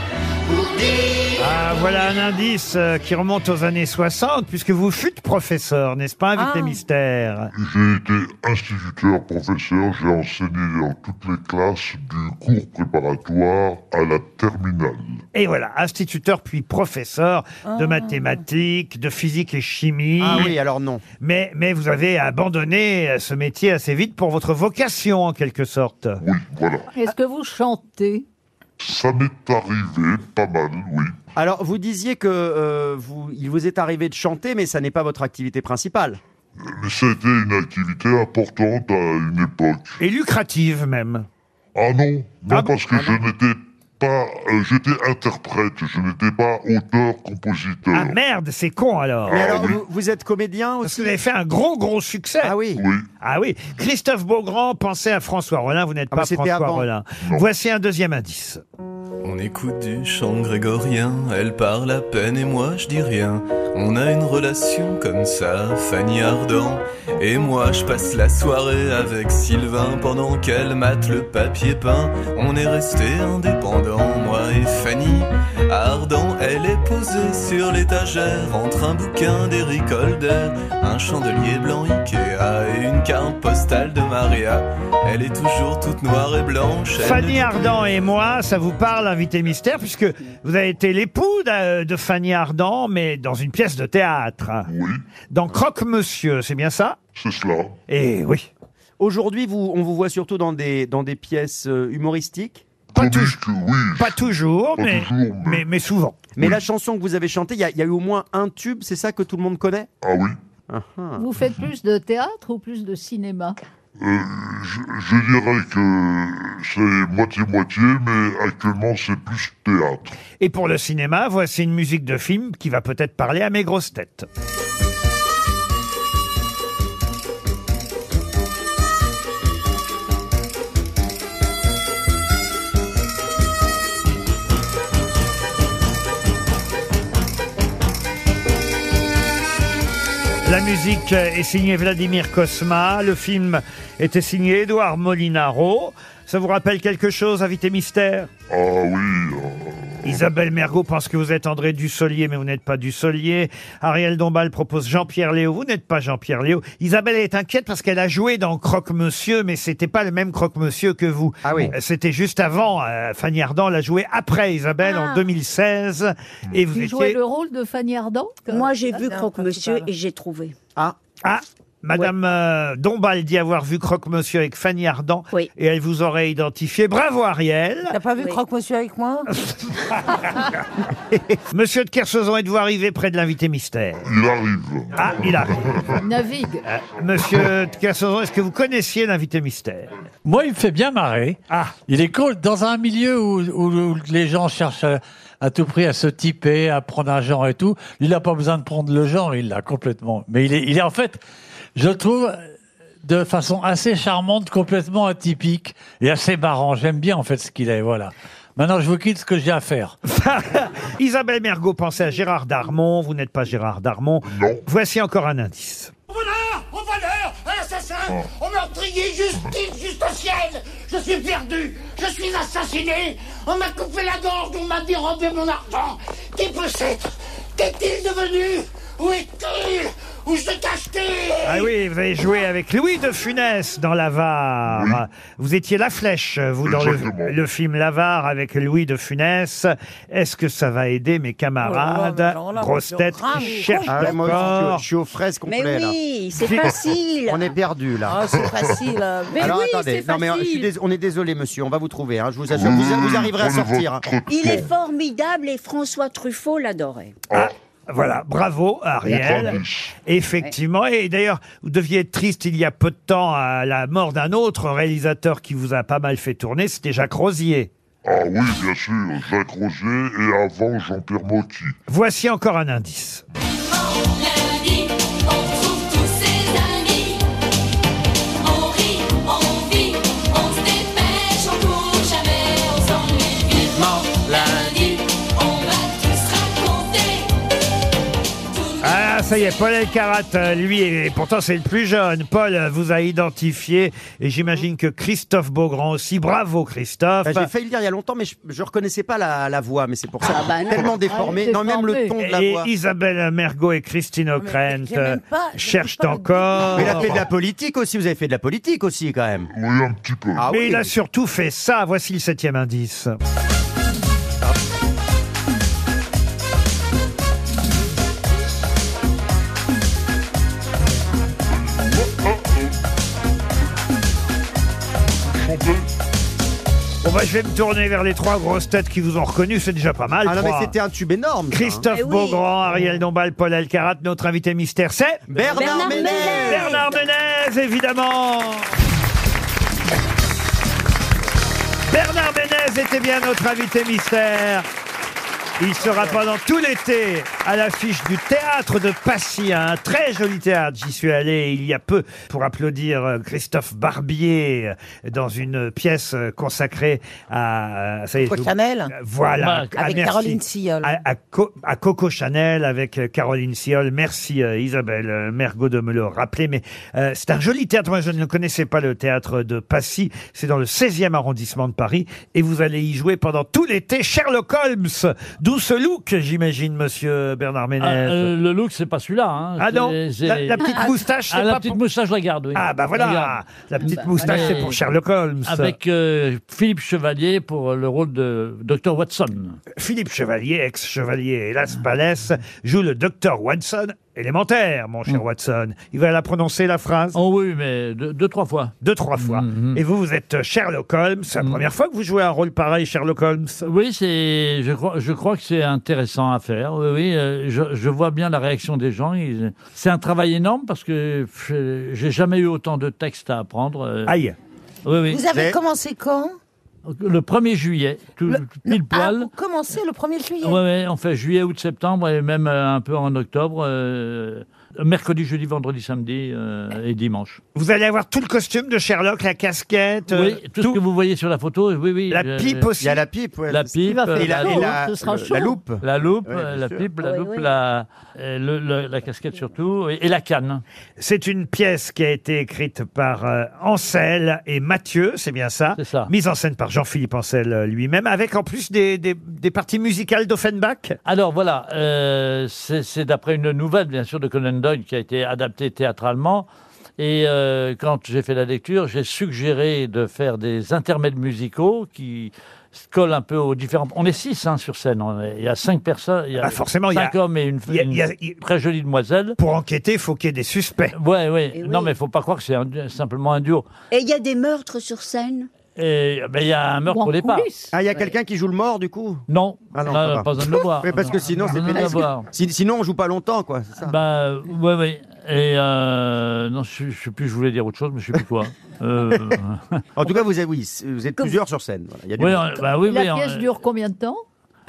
Speaker 15: pour dire.
Speaker 2: Ah, voilà un indice euh, qui remonte aux années 60, puisque vous fûtes professeur, n'est-ce pas, invité
Speaker 20: Ah.
Speaker 2: mystère
Speaker 20: j'ai été instituteur, professeur, j'ai enseigné dans toutes les classes du cours préparatoire à la terminale.
Speaker 2: Et voilà, instituteur puis professeur de mathématiques, de physique et chimie.
Speaker 3: Ah oui, alors non.
Speaker 2: Mais, mais vous avez abandonné euh, ce métier assez vite pour votre vocation, en quelque sorte.
Speaker 20: Oui, voilà.
Speaker 7: Est-ce que vous chantez
Speaker 20: Ça m'est arrivé pas mal, oui.
Speaker 3: Alors, vous disiez que euh, vous, il vous est arrivé de chanter, mais ça n'est pas votre activité principale.
Speaker 20: Mais ça a été une activité importante à une époque.
Speaker 2: Et lucrative même.
Speaker 20: Ah non, non parce que je n'étais pas, euh, j'étais interprète, je n'étais pas auteur-compositeur.
Speaker 2: Ah merde, c'est con alors. Ah
Speaker 20: Mais alors,
Speaker 3: vous, êtes comédien aussi
Speaker 2: Parce que vous avez fait un gros, gros succès. Ah
Speaker 3: oui.
Speaker 20: Oui.
Speaker 2: Ah oui. Christophe Beaugrand, pensez à François Rollin, vous n'êtes
Speaker 10: Ah,
Speaker 2: pas
Speaker 10: mais c'était
Speaker 2: François
Speaker 10: avant.
Speaker 2: Rollin. Voici un deuxième indice.
Speaker 10: On écoute du chant grégorien, elle parle à peine et moi je dis rien. On a une relation comme ça, Fanny Ardant. Et moi je passe la soirée avec Sylvain pendant qu'elle mate le papier peint. On est resté indépendants, moi et Fanny Ardant. Elle est posée sur l'étagère entre un bouquin d'Eric Holder, un chandelier blanc Ikea et une carte postale de Maria. Elle est toujours toute noire et blanche. elle
Speaker 2: Fanny
Speaker 10: ne-
Speaker 2: Ardant et moi, ça vous parle, invité mystère, puisque vous avez été l'époux d'a- de Fanny Ardant, mais dans une pièce de théâtre. Dans Croque-Monsieur, c'est bien ça
Speaker 20: C'est cela.
Speaker 2: Eh oui.
Speaker 3: Aujourd'hui, vous, on vous voit surtout dans des, dans des pièces euh, humoristiques
Speaker 2: Pas, Pas toujours,
Speaker 3: Pas
Speaker 2: mais,
Speaker 3: toujours, mais-
Speaker 2: mais, mais souvent.
Speaker 3: Mais la chanson que vous avez chantée, il y, a- il y a eu au moins un tube, c'est ça que tout le monde connaît
Speaker 20: Ah oui
Speaker 3: Ah, ah.
Speaker 7: Vous faites plus de théâtre ou plus de cinéma
Speaker 20: Euh, je, je dirais que c'est moitié-moitié, mais actuellement c'est plus théâtre.
Speaker 2: Et pour le cinéma, voici une musique de film qui va peut-être parler à mes grosses têtes. La musique est signée Vladimir Cosma. Le film était signé Édouard Molinaro. Ça vous rappelle quelque chose, invité mystère
Speaker 20: Ah oui,
Speaker 2: Isabelle Mergot pense que vous êtes André Dussolier, mais vous n'êtes pas Dussolier. Ariel Dombal propose Jean-Pierre Léo, vous n'êtes pas Jean-Pierre Léo. Isabelle est inquiète parce qu'elle a joué dans Croque-Monsieur, mais c'était pas le même Croque-Monsieur que vous. Ah oui. C'était juste avant. euh, Fanny Ardant l'a joué après Isabelle
Speaker 7: Ah.
Speaker 2: en 2016. Et vous
Speaker 7: Vous
Speaker 2: étiez...
Speaker 7: jouez le rôle de Fanny Ardant
Speaker 9: Moi, j'ai
Speaker 7: Ah,
Speaker 9: vu
Speaker 8: Ah,
Speaker 7: Croque-Monsieur
Speaker 9: et j'ai trouvé.
Speaker 3: Ah.
Speaker 2: Ah Madame euh, Dombal dit avoir vu Croque-Monsieur avec Fanny Ardant et elle vous aurait identifié. Bravo Ariel
Speaker 8: T'as pas vu Croque-Monsieur avec moi
Speaker 2: Monsieur de Kersauzon est de vous arriver près de l'invité mystère.
Speaker 20: il arrive.
Speaker 2: Ah, il arrive.
Speaker 7: Navigue.
Speaker 2: Euh, Monsieur de Kersauzon, est-ce que vous connaissiez l'invité mystère
Speaker 5: Moi, il me fait bien marrer. Il est cool dans un milieu où, où- où les gens cherchent à, à tout prix à se typer, à prendre un genre et tout. Il n'a pas besoin de prendre le genre, il l'a complètement. Mais il est, il est en fait, je trouve, de façon assez charmante, complètement atypique et assez marrant. J'aime bien en fait ce qu'il est. Voilà. Maintenant, je vous quitte ce que j'ai à faire.
Speaker 2: Isabelle Mergot pensait à Gérard Darmon. Vous n'êtes pas Gérard Darmon. Voici encore un indice.
Speaker 15: Au voleur, à l'assassin, au meurtrier, justice, juste au ciel Je suis perdu, je suis assassiné, on m'a coupé la gorge, on m'a dérobé mon argent, Qui peut s'être Qu'est-il devenu Où est-il Où se cache-t-il
Speaker 2: Ah oui, vous avez joué avec Louis de Funès dans L'Avare. Vous étiez La Flèche, vous, dans le, le film L'Avare avec Louis de Funès. Est-ce que ça va aider mes camarades
Speaker 8: Oh là là, mais alors là,
Speaker 2: Grosse
Speaker 8: on
Speaker 2: tête
Speaker 8: se rame,
Speaker 2: qui cherche
Speaker 3: Ah, moi aussi, je suis au- je suis aux fraises
Speaker 8: Mais
Speaker 3: complètes.
Speaker 8: oui, c'est facile.
Speaker 3: On est perdu là.
Speaker 8: Ah, c'est facile. Mais
Speaker 3: Alors
Speaker 8: oui,
Speaker 3: attendez,
Speaker 8: c'est
Speaker 3: non, mais, euh, je suis
Speaker 8: facile.
Speaker 3: dés- on est désolé monsieur, on va vous trouver, hein, je vous assure, vous, vous arriverez à sortir. hein.
Speaker 9: Il est formidable et François Truffaut l'adorait.
Speaker 2: Voilà, bravo Ariel. Effectivement, et d'ailleurs, vous deviez être triste il y a peu de temps à la mort d'un autre réalisateur qui vous a pas mal fait tourner, c'était Jacques Rosier.
Speaker 20: Ah oui, bien sûr, Jacques Roger et avant Jean-Pierre Mocky.
Speaker 2: Voici encore un indice.
Speaker 15: Lundi, on trouve tous ses amis. On rit, on vit, on se dépêche, on court jamais, on s'ennuie vivement. Lundi, on va tous raconter.
Speaker 2: Ah, ça y est, Paul Elkarat, euh, lui, et pourtant c'est le plus jeune. Paul euh, vous a identifié, et j'imagine que Christophe Beaugrand aussi. Bravo Christophe.
Speaker 3: Bah, J'ai failli le dire il y a longtemps, mais je, je reconnaissais pas la, la voix, mais c'est pour ça. Tellement déformé, Ah bah non même le ton de la
Speaker 2: Et
Speaker 3: voix.
Speaker 2: Isabelle Mergot et Christine O'Krent
Speaker 3: j'aime même
Speaker 2: euh, cherchent encore.
Speaker 3: Mais il a fait de la politique aussi, vous avez fait de la politique aussi quand même.
Speaker 20: Oui, un petit peu.
Speaker 3: Ah
Speaker 2: Mais
Speaker 3: oui.
Speaker 2: il a surtout fait ça. Voici le septième indice. Bon bah je vais me tourner vers les trois grosses têtes qui vous ont reconnu, c'est déjà pas mal.
Speaker 3: Ah non, mais
Speaker 2: trois.
Speaker 3: c'était un tube énorme. ça, hein.
Speaker 2: Christophe Beaugrand, Ariel Dombal, Paul Alcarat, notre invité mystère, c'est
Speaker 3: Bernard Bernard Ménez. Ménez.
Speaker 2: Bernard Ménez, évidemment. Bernard Ménez était bien notre invité mystère. Il sera pendant tout l'été à l'affiche du théâtre de Passy, un très joli théâtre. J'y suis allé il y a peu pour applaudir euh, Christophe Barbier euh, dans une pièce euh, consacrée à euh, ça y est,
Speaker 8: Coco
Speaker 2: je-
Speaker 8: Chanel.
Speaker 2: Voilà,
Speaker 8: Avec
Speaker 2: Ah, merci.
Speaker 8: Caroline Sillol.
Speaker 2: À, à Co- à Coco Chanel avec euh, Caroline Sillol. Merci euh, Isabelle euh, Mergot de me le rappeler. Mais euh, c'est un joli théâtre. Moi, je ne le connaissais pas le théâtre de Passy. C'est dans le 16e arrondissement de Paris et vous allez y jouer pendant tout l'été. Sherlock Holmes, d'où ce look, j'imagine, Monsieur Bernard Ménez.
Speaker 21: Ah, euh, le look, c'est pas celui-là. hein.
Speaker 2: Ah non,
Speaker 21: C'est- c'est-
Speaker 2: la- la petite
Speaker 21: Ah,
Speaker 2: moustache, c'est
Speaker 21: ah,
Speaker 2: pas
Speaker 21: la petite
Speaker 2: pour-
Speaker 21: moustache, je la garde, oui.
Speaker 2: Ah, bah voilà,
Speaker 21: Je garde.
Speaker 2: la
Speaker 6: Bah,
Speaker 2: petite moustache, c'est pour Sherlock Holmes.
Speaker 21: Avec euh, Philippe Chevalier pour le rôle de Dr Watson.
Speaker 2: Philippe Chevalier, ex-chevalier hélas Palès, joue le docteur Watson élémentaire, mon cher Watson. Il va la prononcer, la phrase
Speaker 21: Mm. Oh oui, mais deux, trois fois. Mm-hmm. Mm.
Speaker 2: Deux, trois fois. Et vous, vous êtes Sherlock Holmes. C'est la première fois que vous jouez un rôle pareil, Sherlock Holmes
Speaker 21: Oui, c'est. Je crois, je crois que c'est intéressant à faire. Oui, oui, euh, je, je vois bien la réaction des gens. Ils- C'est un travail énorme parce que pff, euh, j'ai jamais eu autant de textes à apprendre. euh.
Speaker 2: Aïe.
Speaker 21: Oui, oui.
Speaker 8: Vous avez commencé quand
Speaker 21: Le 1er juillet, tout, pile poil.
Speaker 8: Ah, vous commencez le 1er juillet.
Speaker 21: Ouais, ouais, on fait juillet, août, septembre et même euh, un peu en octobre. euh, mercredi, jeudi, vendredi, samedi euh, et dimanche.
Speaker 2: Vous allez avoir tout le costume de Sherlock, la casquette. euh,
Speaker 21: oui, tout, ce que vous voyez sur la photo, oui, oui.
Speaker 2: La pipe aussi. Il y a la
Speaker 3: pipe,
Speaker 21: La
Speaker 3: c'est ce qu'il
Speaker 21: pipe,
Speaker 3: va faire
Speaker 21: euh,
Speaker 3: Et la-
Speaker 21: la,
Speaker 3: et la-
Speaker 21: ce sera
Speaker 3: le-
Speaker 21: chaud.
Speaker 3: la loupe.
Speaker 21: La loupe,
Speaker 3: Oui, bien
Speaker 21: euh, la
Speaker 3: sûr.
Speaker 21: pipe, la
Speaker 3: Oui,
Speaker 21: loupe,
Speaker 3: oui.
Speaker 21: La, euh, le- le- la casquette surtout, et, et la canne.
Speaker 2: C'est une pièce qui a été écrite par euh, Ansel et Mathieu, c'est bien ça Mise en scène par Jean-Philippe Ansel euh, lui-même, avec en plus des, des- des parties musicales d'Offenbach.
Speaker 21: Alors voilà, euh, c'est c'est d'après une nouvelle, bien sûr, de Conan Doyle qui a été adaptée théâtralement. Et euh, quand j'ai fait la lecture, j'ai suggéré de faire des intermèdes musicaux qui se collent un peu aux différents. On est six hein, sur scène. on est- Il y a cinq personnes. Il y a
Speaker 2: Ah, forcément, il y a-
Speaker 21: cinq hommes et une,
Speaker 2: il y a-
Speaker 21: une
Speaker 2: il y a-
Speaker 21: très jolie demoiselle.
Speaker 2: Pour enquêter, il faut qu'il y ait des suspects.
Speaker 21: Ouais, ouais. Non, mais il faut pas croire que c'est un- simplement un duo.
Speaker 9: Et il y a des meurtres sur scène
Speaker 21: Et ben, il y a un meurtre au départ.
Speaker 3: Ah, il y a quelqu'un qui joue le mort du coup
Speaker 21: Non.
Speaker 3: Ah non,
Speaker 21: Non,
Speaker 3: ça
Speaker 21: non,
Speaker 3: va.
Speaker 21: pas besoin de le voir.
Speaker 3: Oui, parce que sinon,
Speaker 21: Pas
Speaker 3: c'est
Speaker 21: besoin de le
Speaker 3: pénible.
Speaker 21: voir.
Speaker 3: Si- Sinon, on joue pas longtemps quoi, c'est ça.
Speaker 21: Bah, ouais, ouais. Et euh, non, je, je sais plus, je voulais dire autre chose, mais je sais plus quoi. Euh,
Speaker 3: en tout cas, vous êtes, oui, c- vous êtes plusieurs sur scène. voilà, il y a du
Speaker 21: Oui,
Speaker 3: monde.
Speaker 21: on- bah oui,
Speaker 7: La
Speaker 21: oui, on-
Speaker 7: pièce dure combien de temps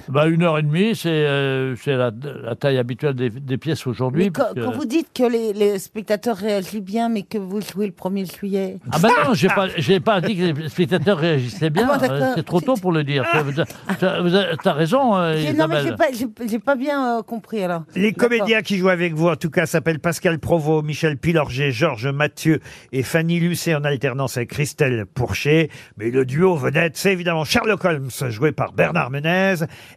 Speaker 21: bah, une heure et demie, c'est euh, c'est la, la taille habituelle des, des pièces aujourd'hui.
Speaker 8: Mais
Speaker 21: parce
Speaker 8: quand,
Speaker 21: que-
Speaker 8: quand vous dites que les, les spectateurs réagissent bien, mais que vous jouez le 1er juillet.
Speaker 21: Ah ben non, j'ai pas, j'ai pas dit que les spectateurs réagissaient bien.
Speaker 8: Ah bon, d'accord. Ah.
Speaker 21: Euh, c'est trop tôt pour le dire. T'as- t'as- t'as- vous avez- T'as raison, euh,
Speaker 8: J'ai-
Speaker 21: Isabelle.
Speaker 8: Eh, Non, mais j'ai pas, j'ai- j'ai pas bien euh, compris alors.
Speaker 2: Les
Speaker 8: D'accord.
Speaker 2: comédiens qui jouent avec vous, en tout cas, s'appellent Pascal Provost, Michel Pilorget, Georges Mathieu et Fanny Lucet en alternance avec Christelle Pourcher. Mais le duo vedette, c'est évidemment Sherlock Holmes, joué par Bernard Menez,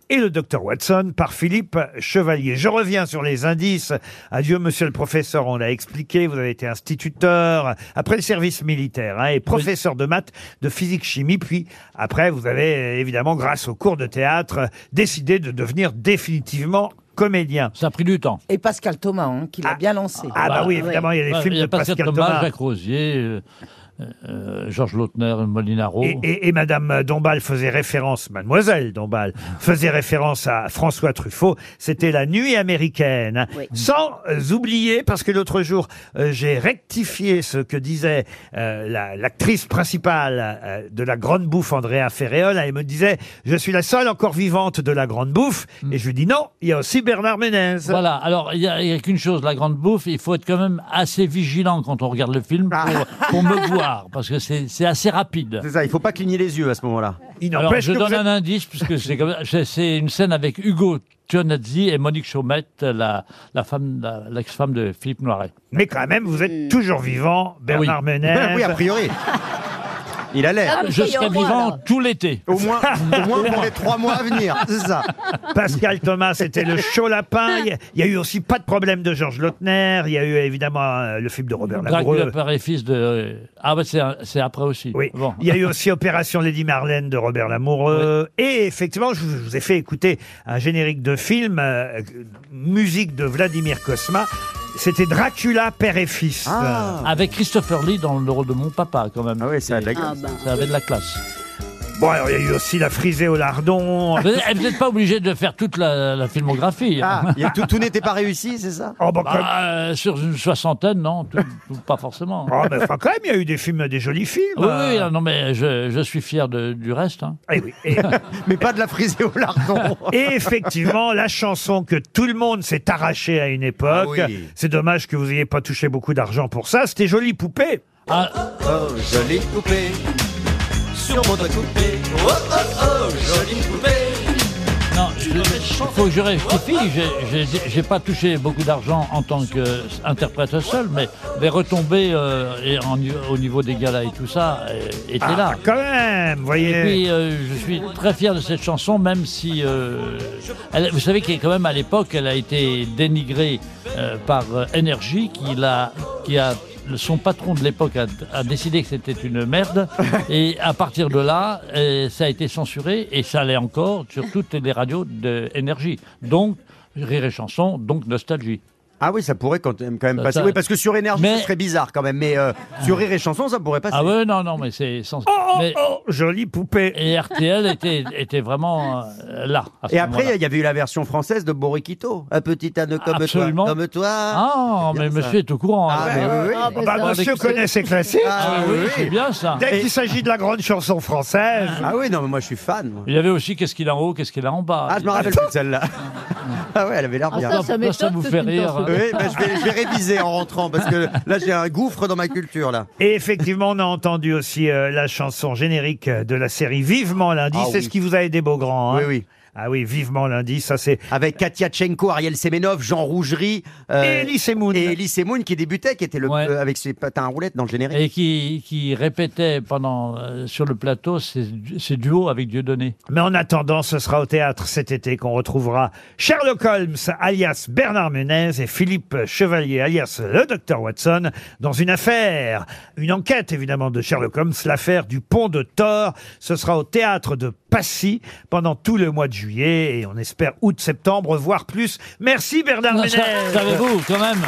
Speaker 2: et le docteur Watson par Philippe Chevalier. Je reviens sur les indices. Adieu, monsieur le professeur, on l'a expliqué. Vous avez été instituteur, après le service militaire, hein, et professeur de maths, de physique-chimie. Puis, après, vous avez euh, évidemment, grâce aux cours de théâtre, euh, décidé de devenir définitivement comédien.
Speaker 21: Ça a pris du temps.
Speaker 8: Et Pascal Thomas, hein, qui l'a bien lancé.
Speaker 2: ah bah oui, évidemment, il y a les
Speaker 21: Ouais,
Speaker 2: films de
Speaker 21: Pascal,
Speaker 2: Pascal
Speaker 21: Thomas,
Speaker 2: Thomas.
Speaker 21: Jacques Rosier, euh, euh, Georges Lautner, Molinaro.
Speaker 2: Et, et- et Madame Dombal faisait référence, Mademoiselle Dombal faisait référence à François Truffaut. C'était la nuit américaine. Sans euh, oublier, parce que l'autre jour, euh, j'ai rectifié ce que disait euh, la- l'actrice principale euh, de la Grande Bouffe, Andrea Ferréol. Elle me disait, je suis la seule encore vivante de la Grande Bouffe. Et je lui dis non, il y a aussi Bernard Ménez.
Speaker 21: Voilà, alors il n'y a, il y a qu'une chose, la grande bouffe, il faut être quand même assez vigilant quand on regarde le film pour, pour me voir, parce que c'est c'est assez rapide.
Speaker 3: Ah. C'est ça, il faut pas cligner les yeux à ce moment-là.
Speaker 2: Il
Speaker 21: Alors,
Speaker 3: n'empêche
Speaker 21: je
Speaker 3: que
Speaker 21: donne
Speaker 3: vous êtes-
Speaker 21: un indice, puisque c'est comme c'est- c'est une scène avec Hugo Tionazzi et Monique Chaumette, la, la femme, la- l'ex-femme de Philippe Noiret. Ah
Speaker 2: Mais quand même, vous
Speaker 3: Mm.
Speaker 2: êtes toujours vivant, Bernard
Speaker 3: Ah
Speaker 2: Ménez.
Speaker 21: Oui, a priori.
Speaker 3: Il a
Speaker 21: l'air. Ah, mais Je serai priori, vivant alors. tout l'été.
Speaker 3: Au moins, au moins pour les trois mois à venir, c'est ça.
Speaker 2: Pascal Thomas, c'était le chaud lapin. Il y a- il y a eu aussi pas de problème de Georges Lautner. Il y a eu évidemment euh, le film de Robert
Speaker 21: Dracula,
Speaker 2: Lamoureux.
Speaker 21: père et fils de... Ah ouais, c'est un- c'est après aussi. Oui. Bon.
Speaker 2: Il y a eu aussi Opération Lady Marlène de Robert Lamoureux. Et effectivement, je vous, je vous ai fait écouter un générique de film, euh, musique de Vladimir Cosma. C'était Dracula, père et fils.
Speaker 21: Ah. Avec Christopher Lee dans le rôle de mon papa, quand même. Ah oui, ça avait de la
Speaker 2: classe.
Speaker 21: classe.
Speaker 2: Bon, alors, il y a eu aussi La frisée au lardon.
Speaker 21: Vous n'êtes vous êtes pas obligé de faire toute la, la filmographie. hein.
Speaker 3: Ah, il y a- tout, tout n'était pas réussi, c'est ça
Speaker 2: Oh,
Speaker 21: Bah, euh, sur une soixantaine, non, tout- tout- pas forcément.
Speaker 2: Oh, mais enfin, quand même, il y a eu des films, des jolis films.
Speaker 21: Oui,
Speaker 2: Euh,
Speaker 21: oui, non, mais je, je suis fier de- du reste. hein.
Speaker 2: Eh
Speaker 3: Mais pas de la frisée au lardon.
Speaker 2: Et effectivement, la chanson que tout le monde s'est arrachée à une époque.
Speaker 3: Ah oui.
Speaker 2: C'est dommage que vous n'ayez pas touché beaucoup d'argent pour ça. C'était Jolie Poupée.
Speaker 21: Ah.
Speaker 15: Oh, jolie poupée, sur mon doigt coupé. Oh, oh, oh, jolie poupée.
Speaker 21: Non, il faut que je rectifie. J'ai- j'ai- J'ai pas touché beaucoup d'argent en tant qu'interprète seul, mais les retombées euh, et en- au niveau des galas et tout ça euh, étaient
Speaker 2: Ah,
Speaker 21: là.
Speaker 2: quand même, voyez.
Speaker 21: Et puis, euh, je suis très fier de cette chanson, même si. euh, elle- vous savez qu'elle, quand même, à l'époque, elle a été dénigrée euh, par euh, Energy, qui l'a. Qui a, son patron de l'époque a, a décidé que c'était une merde. Et à partir de là, euh, ça a été censuré et ça l'est encore sur toutes les radios de Energy. Donc, Rire et Chanson, donc Nostalgie.
Speaker 3: Ah oui, ça pourrait quand même, quand même
Speaker 21: Ça,
Speaker 3: passer.
Speaker 21: ça-
Speaker 3: Oui, parce que sur énergie,
Speaker 21: Mais-
Speaker 3: ce serait bizarre quand même. Mais euh, sur rire et chanson, ça pourrait passer.
Speaker 21: Ah ouais, non, non, mais c'est sans.
Speaker 3: Oh,
Speaker 21: mais-
Speaker 2: jolie poupée.
Speaker 21: Et RTL était, était vraiment euh, là. à ce
Speaker 3: Et après,
Speaker 21: moment-là.
Speaker 3: il y avait eu la version française de Borikito. Un petit âne comme
Speaker 21: Absolument.
Speaker 3: toi. Comme toi.
Speaker 21: Ah, mais monsieur est au courant.
Speaker 3: Ah,
Speaker 21: hein.
Speaker 3: mais oui, oui.
Speaker 2: Ah, bah, monsieur connaît ses classiques.
Speaker 21: Ah, oui, c'est bien ça.
Speaker 2: Dès qu'il s'agit de la grande chanson française.
Speaker 3: Ah oui, non, mais moi je suis fan. moi.
Speaker 21: Il y avait aussi qu'est-ce qu'il a en haut, qu'est-ce qu'il a en bas.
Speaker 3: Ah, je me rappelle plus de celle-là. Ah ouais, elle avait l'air
Speaker 21: Ah,
Speaker 3: bien.
Speaker 21: ça, ça m'étonne Ça vous que fait tu ne rire, t'en hein. souviennes
Speaker 3: Oui, bah, je, vais, je vais réviser en rentrant parce que là, j'ai un gouffre dans ma culture, là.
Speaker 2: Et effectivement, on a entendu aussi euh, la chanson générique de la série Vivement lundi.
Speaker 3: Ah
Speaker 2: c'est
Speaker 3: oui.
Speaker 2: ce qui vous a aidé, Beaugrand. hein.
Speaker 3: Oui, oui.
Speaker 2: Ah oui, Vivement lundi, ça c'est.
Speaker 3: Avec Katia Tchenko, Ariel Semenov, Jean Rougerie. euh,
Speaker 2: Et Elie Semoun.
Speaker 3: Et Elie Semoun qui débutait, qui était le, euh, avec ses patins à roulettes dans le générique.
Speaker 21: Et qui, qui répétait pendant, euh, sur le plateau ses, du- ses duos avec Dieudonné.
Speaker 2: Mais en attendant, ce sera au théâtre cet été qu'on retrouvera Sherlock Holmes, alias Bernard Menez, et Philippe Chevalier, alias le docteur Watson, dans une affaire, une enquête évidemment de Sherlock Holmes, l'affaire du pont de Thor. Ce sera au théâtre de Passy pendant tout le mois de juillet et on espère août-septembre, voire plus. Merci Bernard
Speaker 21: Ça,
Speaker 2: Menez.
Speaker 21: Savez-vous, quand même